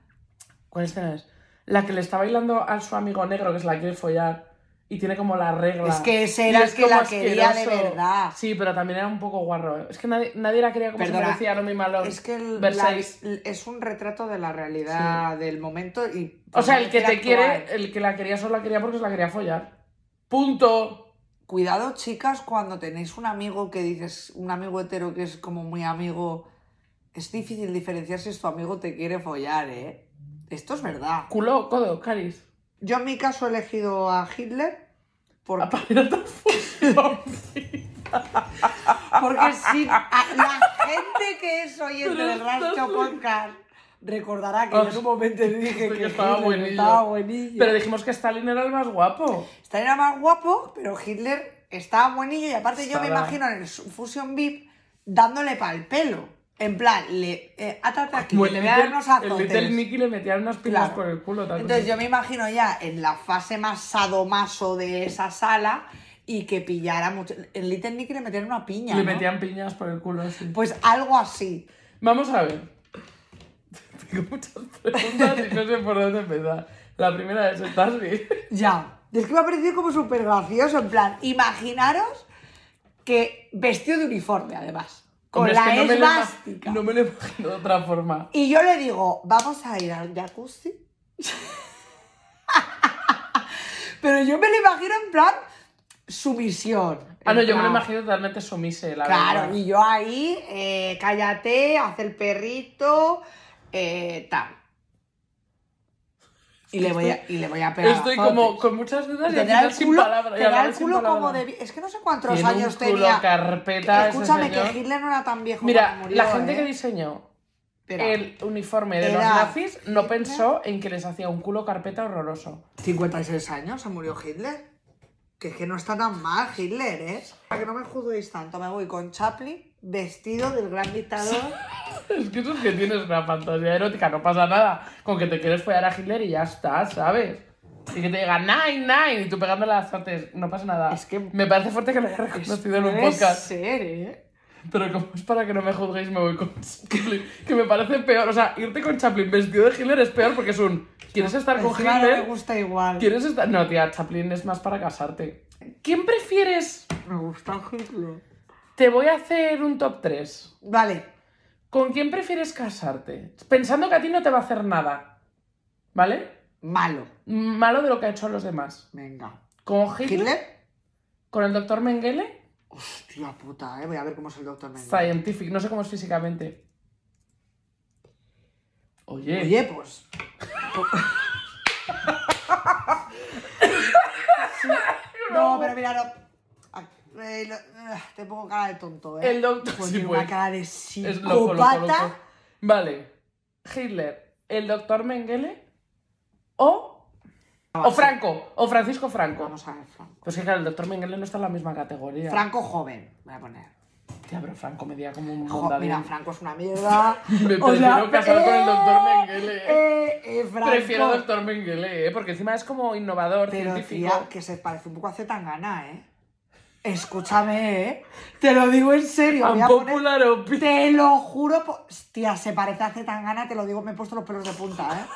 Speaker 1: ¿Cuál escena es? La que le está bailando a su amigo negro, que es la que quiere follar. Y tiene como la regla.
Speaker 2: Es que ese
Speaker 1: Y
Speaker 2: era el que
Speaker 1: como
Speaker 2: la quería de verdad.
Speaker 1: Sí, pero también era un poco guarro. ¿eh? Es que nadie, nadie la quería como
Speaker 2: Perdona,
Speaker 1: se merecía, no mi malo.
Speaker 2: Es que el-
Speaker 1: Versailles.
Speaker 2: la- l- es un retrato de la realidad del momento y...
Speaker 1: O sea, el que te
Speaker 2: actual.
Speaker 1: quiere, eh. el que la quería solo la quería porque se la quería follar. ¡Punto!
Speaker 2: Cuidado, chicas, cuando tenéis un amigo que dices, un amigo hetero que es como muy amigo, es difícil diferenciar si es tu amigo te quiere follar, ¿eh? Esto es verdad.
Speaker 1: Culo, codo, caris.
Speaker 2: Yo en mi caso he elegido a Hitler por-
Speaker 1: Para ir a otra fusión.
Speaker 2: porque sí, a- la gente que es oyente
Speaker 1: Pero
Speaker 2: del
Speaker 1: estás
Speaker 2: Rancho
Speaker 1: loca.
Speaker 2: Podcast recordará que
Speaker 1: Ah,
Speaker 2: yo en un momento dije que,
Speaker 1: que estaba
Speaker 2: Hitler
Speaker 1: buenillo.
Speaker 2: estaba buenillo.
Speaker 1: Pero dijimos que Stalin era el más guapo.
Speaker 2: Stalin era más guapo, pero Hitler estaba buenillo y aparte yo me
Speaker 1: Estaba.
Speaker 2: imagino en el Fusion VIP dándole pal pelo. En plan, le, eh, átate
Speaker 1: Ah,
Speaker 2: aquí,
Speaker 1: Como
Speaker 2: que
Speaker 1: el
Speaker 2: te voy a dar
Speaker 1: Little-
Speaker 2: unos
Speaker 1: el
Speaker 2: azotes.
Speaker 1: Little Nicky le metían unas pilas
Speaker 2: Claro.
Speaker 1: por el culo. tal pues
Speaker 2: Entonces
Speaker 1: cosa.
Speaker 2: yo me imagino ya en la fase más sadomaso de esa sala y que pillara mucho. El Little Nicky le metían una piña.
Speaker 1: le
Speaker 2: ¿no?
Speaker 1: metían piñas por el culo así.
Speaker 2: Pues algo así.
Speaker 1: Vamos a ver. Tengo muchas preguntas y no sé por dónde empezar. La primera es, ¿estás bien?
Speaker 2: Ya. Es que me ha parecido como súper gracioso. En plan, imaginaros que vestido de uniforme, además. Con
Speaker 1: Hombre, es
Speaker 2: la
Speaker 1: que me lo ima-
Speaker 2: esvástica.
Speaker 1: no me lo imagino de otra forma.
Speaker 2: Y yo le digo, vamos a ir al jacuzzi. Pero yo me lo imagino en plan sumisión.
Speaker 1: Ah, no,
Speaker 2: En
Speaker 1: yo me lo
Speaker 2: plan,
Speaker 1: imagino totalmente sumise, la
Speaker 2: Claro,
Speaker 1: verdad.
Speaker 2: y yo ahí, eh, cállate, haz el perrito, eh, tal. Y le, voy a, y le voy a pegar.
Speaker 1: Estoy
Speaker 2: azotes.
Speaker 1: como con muchas dudas y al
Speaker 2: Tendrá
Speaker 1: final
Speaker 2: el
Speaker 1: sin
Speaker 2: culo,
Speaker 1: palabra- y al
Speaker 2: tendrá
Speaker 1: final
Speaker 2: el
Speaker 1: sin
Speaker 2: culo como
Speaker 1: palabra.
Speaker 2: de. Es que no sé cuántos
Speaker 1: Tiene
Speaker 2: años
Speaker 1: un culo
Speaker 2: tenía.
Speaker 1: carpeta ese
Speaker 2: Escúchame, que
Speaker 1: señor.
Speaker 2: Hitler no era tan viejo.
Speaker 1: Mira,
Speaker 2: cuando murió,
Speaker 1: la gente
Speaker 2: ¿eh?
Speaker 1: que diseñó
Speaker 2: Espera.
Speaker 1: el uniforme de los
Speaker 2: Era- ¿Eh?
Speaker 1: nazis no pensó en que les hacía un culo carpeta horroroso.
Speaker 2: 56 años se murió Hitler. Que es que no está tan mal Hitler, ¿eh? Para que no me juzguéis tanto, me voy con Chaplin vestido del gran dictador.
Speaker 1: Es que eso es que tienes una fantasía erótica, no pasa nada. Con que te quieres follar a Hitler y ya está, ¿sabes? Y que te diga nine, nine, y tú pegándole las artes, no pasa nada.
Speaker 2: Es que-
Speaker 1: Me parece fuerte que lo haya reconocido en un
Speaker 2: Puede
Speaker 1: podcast.
Speaker 2: ser, ¿eh?
Speaker 1: Pero como es para que no me juzguéis, me voy con Chaplin. Que me parece peor. O sea, irte con Chaplin vestido de Hitler es peor porque es un. ¿Quieres estar con
Speaker 2: Encima no me
Speaker 1: Hitler?
Speaker 2: gusta igual.
Speaker 1: ¿Quieres estar.? No, tía, Chaplin es más para casarte. ¿Quién prefieres?
Speaker 2: Me gusta Hitler.
Speaker 1: Te voy a hacer un top 3.
Speaker 2: Vale,
Speaker 1: ¿Con quién prefieres casarte? Pensando que a ti no te va a hacer nada. ¿Vale?
Speaker 2: malo.
Speaker 1: Malo de lo que ha hecho a los demás.
Speaker 2: Venga.
Speaker 1: Con Hitler,
Speaker 2: ¿Hitler?
Speaker 1: con el doctor Mengele,
Speaker 2: Hostia puta, ¿eh? Voy a ver cómo es el doctor Mengele.
Speaker 1: scientific, no sé cómo es físicamente. Oye,
Speaker 2: Oye, pues. No, pero mira, no. Eh, lo- ah, te pongo cara de tonto, ¿eh?
Speaker 1: El doctor-
Speaker 2: Pues
Speaker 1: sí,
Speaker 2: tiene
Speaker 1: pues.
Speaker 2: una cara de
Speaker 1: Es loco, loco, loco.
Speaker 2: psicópata.
Speaker 1: Vale. Hitler, el doctor Mengele o.
Speaker 2: Ah,
Speaker 1: O Franco, o Francisco Franco.
Speaker 2: Vamos a ver, Franco.
Speaker 1: Pues que claro, el doctor Mengele no está en la misma categoría.
Speaker 2: Franco joven, voy a poner.
Speaker 1: Tía, pero Franco medía como un
Speaker 2: Jo-
Speaker 1: bondadín.
Speaker 2: mira, Franco es una mierda.
Speaker 1: Me
Speaker 2: O
Speaker 1: prefiero
Speaker 2: sea,
Speaker 1: casar con el doctor Mengele.
Speaker 2: Eh, eh, Franco.
Speaker 1: Prefiero doctor Mengele, ¿eh? porque encima es como innovador,
Speaker 2: Pero
Speaker 1: científico.
Speaker 2: tía, que se parece un poco a Zetangana, ¿eh? Escúchame, ¿eh? Te lo digo en serio.
Speaker 1: Un
Speaker 2: Voy a poner...
Speaker 1: popular opinion.
Speaker 2: Te lo juro. po- Tía, se parece a Zetangana, te lo digo, me he puesto los pelos de punta, ¿eh?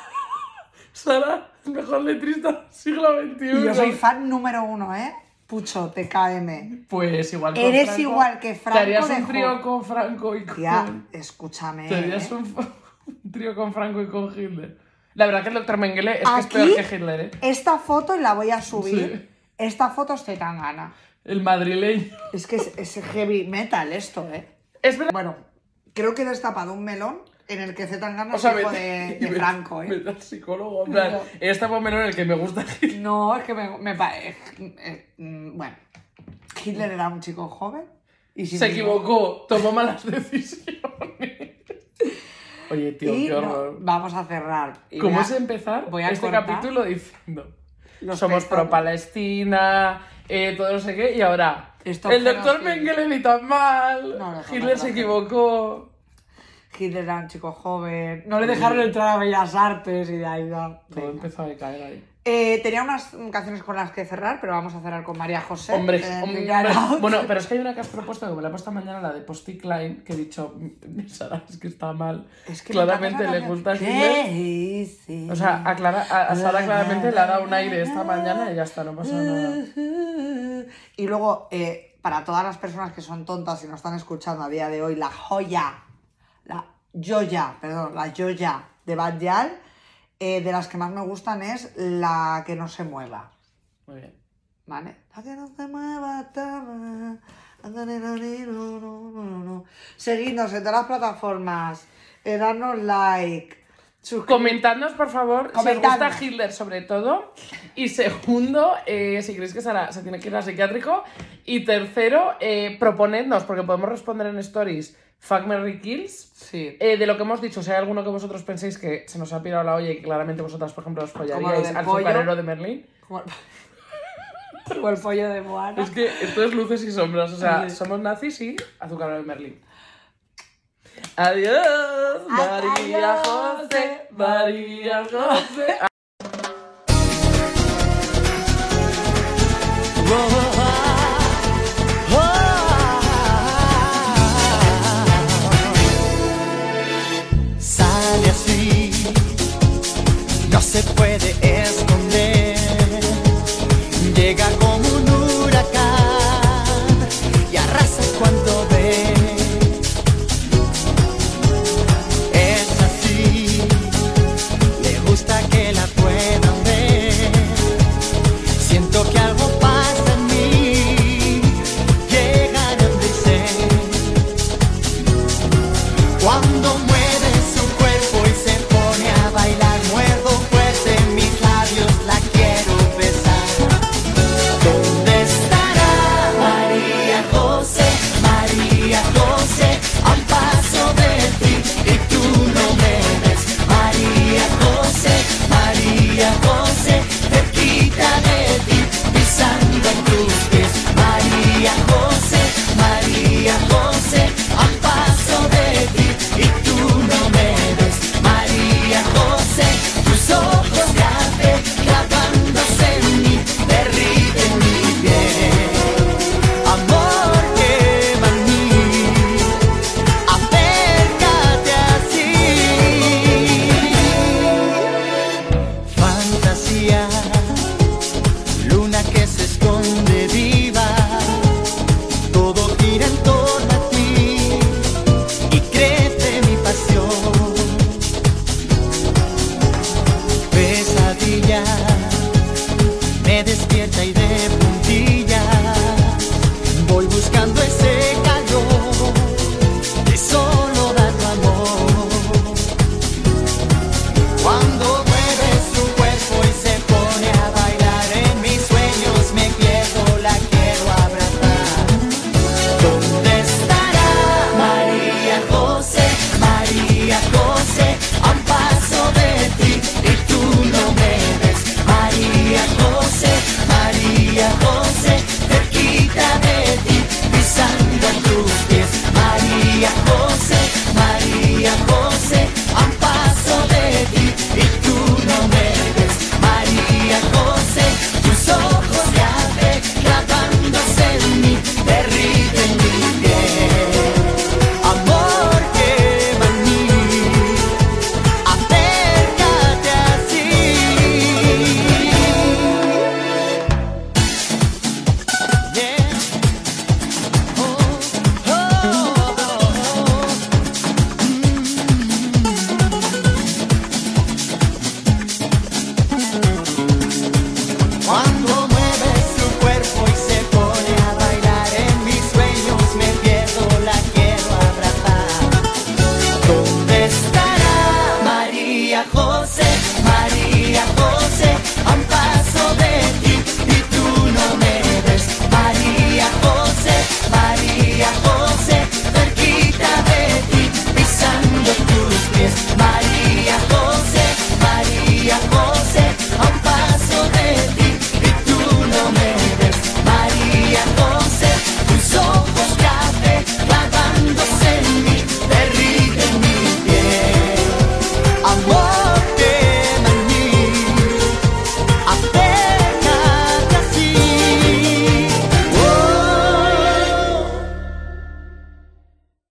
Speaker 1: Sara, mejor letrista del siglo XXI.
Speaker 2: Y yo soy fan número uno, ¿eh? Pucho, TKM.
Speaker 1: Pues igual que
Speaker 2: Eres igual que Franco
Speaker 1: Te harías
Speaker 2: de
Speaker 1: un trío
Speaker 2: joven.
Speaker 1: con Franco y con...
Speaker 2: Tía, escúchame.
Speaker 1: Te harías
Speaker 2: ¿eh?
Speaker 1: un, un trío con Franco y con Hitler. La verdad que el doctor Mengele es que es
Speaker 2: Aquí-
Speaker 1: peor que Hitler, ¿eh?
Speaker 2: Esta foto la voy a subir.
Speaker 1: Sí.
Speaker 2: Esta foto es Zetangana.
Speaker 1: El madrileño.
Speaker 2: Es que es, es heavy metal esto, ¿eh?
Speaker 1: Es verdad.
Speaker 2: Bueno, creo que he destapado un melón en el que Zetangana
Speaker 1: O sea,
Speaker 2: es hijo
Speaker 1: vete-
Speaker 2: de, de
Speaker 1: vete-
Speaker 2: Franco, ¿eh?
Speaker 1: vete al psicólogo. En plan,
Speaker 2: No.
Speaker 1: esta por menos en el que me gusta Hitler.
Speaker 2: No, es que me, me pa- eh, eh, mm, bueno, Hitler era un chico joven y sin
Speaker 1: Se
Speaker 2: dinero.
Speaker 1: equivocó, tomó malas decisiones. Oye, tío,
Speaker 2: Y
Speaker 1: qué
Speaker 2: no,
Speaker 1: horror.
Speaker 2: vamos a cerrar. Y
Speaker 1: ¿Cómo
Speaker 2: voy a-
Speaker 1: es empezar
Speaker 2: voy a
Speaker 1: este
Speaker 2: cortar
Speaker 1: capítulo diciendo
Speaker 2: los
Speaker 1: somos
Speaker 2: pezones.
Speaker 1: pro Palestina, eh, todo no sé qué, y ahora
Speaker 2: Esto
Speaker 1: el
Speaker 2: fue
Speaker 1: doctor
Speaker 2: así.
Speaker 1: Mengele ni tan mal,
Speaker 2: No, no, no,
Speaker 1: Hitler
Speaker 2: no,
Speaker 1: se
Speaker 2: no.
Speaker 1: equivocó.
Speaker 2: Hitler era un chico joven. No le dejaron entrar a Bellas Artes y de ahí va.
Speaker 1: Todo
Speaker 2: Venga.
Speaker 1: empezó a caer ahí.
Speaker 2: Eh, tenía unas mm, canciones con las que cerrar, pero vamos a cerrar con María José.
Speaker 1: Hombre,
Speaker 2: eh,
Speaker 1: hombre.
Speaker 2: Bring It Out.
Speaker 1: Bueno, pero es que hay una que has propuesto, que me la he puesto mañana, la de Posty Klein, que he dicho, "Mm, Sara, es que está mal.
Speaker 2: Es que me
Speaker 1: claramente
Speaker 2: encanta
Speaker 1: le
Speaker 2: esa
Speaker 1: gusta
Speaker 2: canción.
Speaker 1: Hitler.
Speaker 2: Crazy.
Speaker 1: O sea, a, Clara- a- a Sara claramente le ha dado un aire esta mañana y ya está, no pasa nada.
Speaker 2: Y luego, eh, para todas las personas que son tontas y nos están escuchando a día de hoy, la joya, la joya, perdón, la joya de Badial, de las que más me gustan es la que no se mueva.
Speaker 1: Muy bien.
Speaker 2: ¿Vale? La que no se mueva, tama, ándale, no, ni, no, no, no, no. Seguidnos en todas las plataformas, eh, darnos like, suscribirnos.
Speaker 1: Comentadnos, por favor, si os
Speaker 2: Comentadnos.
Speaker 1: gusta Hitler, sobre todo. Y segundo, eh, si creéis que Sara se tiene que ir al psiquiátrico. Y tercero, eh, proponednos, porque podemos responder en stories Fuck Mary Kills.
Speaker 2: Sí.
Speaker 1: Eh, de lo que hemos dicho, si hay alguno que vosotros penséis que se nos ha pirado la olla y que claramente vosotras, por ejemplo, os follaríais
Speaker 2: del
Speaker 1: al
Speaker 2: pollo.
Speaker 1: azucarero de Merlín.
Speaker 2: Como el, como el pollo de Moana.
Speaker 1: Es que esto es luces y sombras, o sea,
Speaker 2: Sí.
Speaker 1: somos nazis y azucarero de Merlín. Adiós, María
Speaker 2: Adiós,
Speaker 1: José, María José.
Speaker 3: Sale así, no se puede esconder.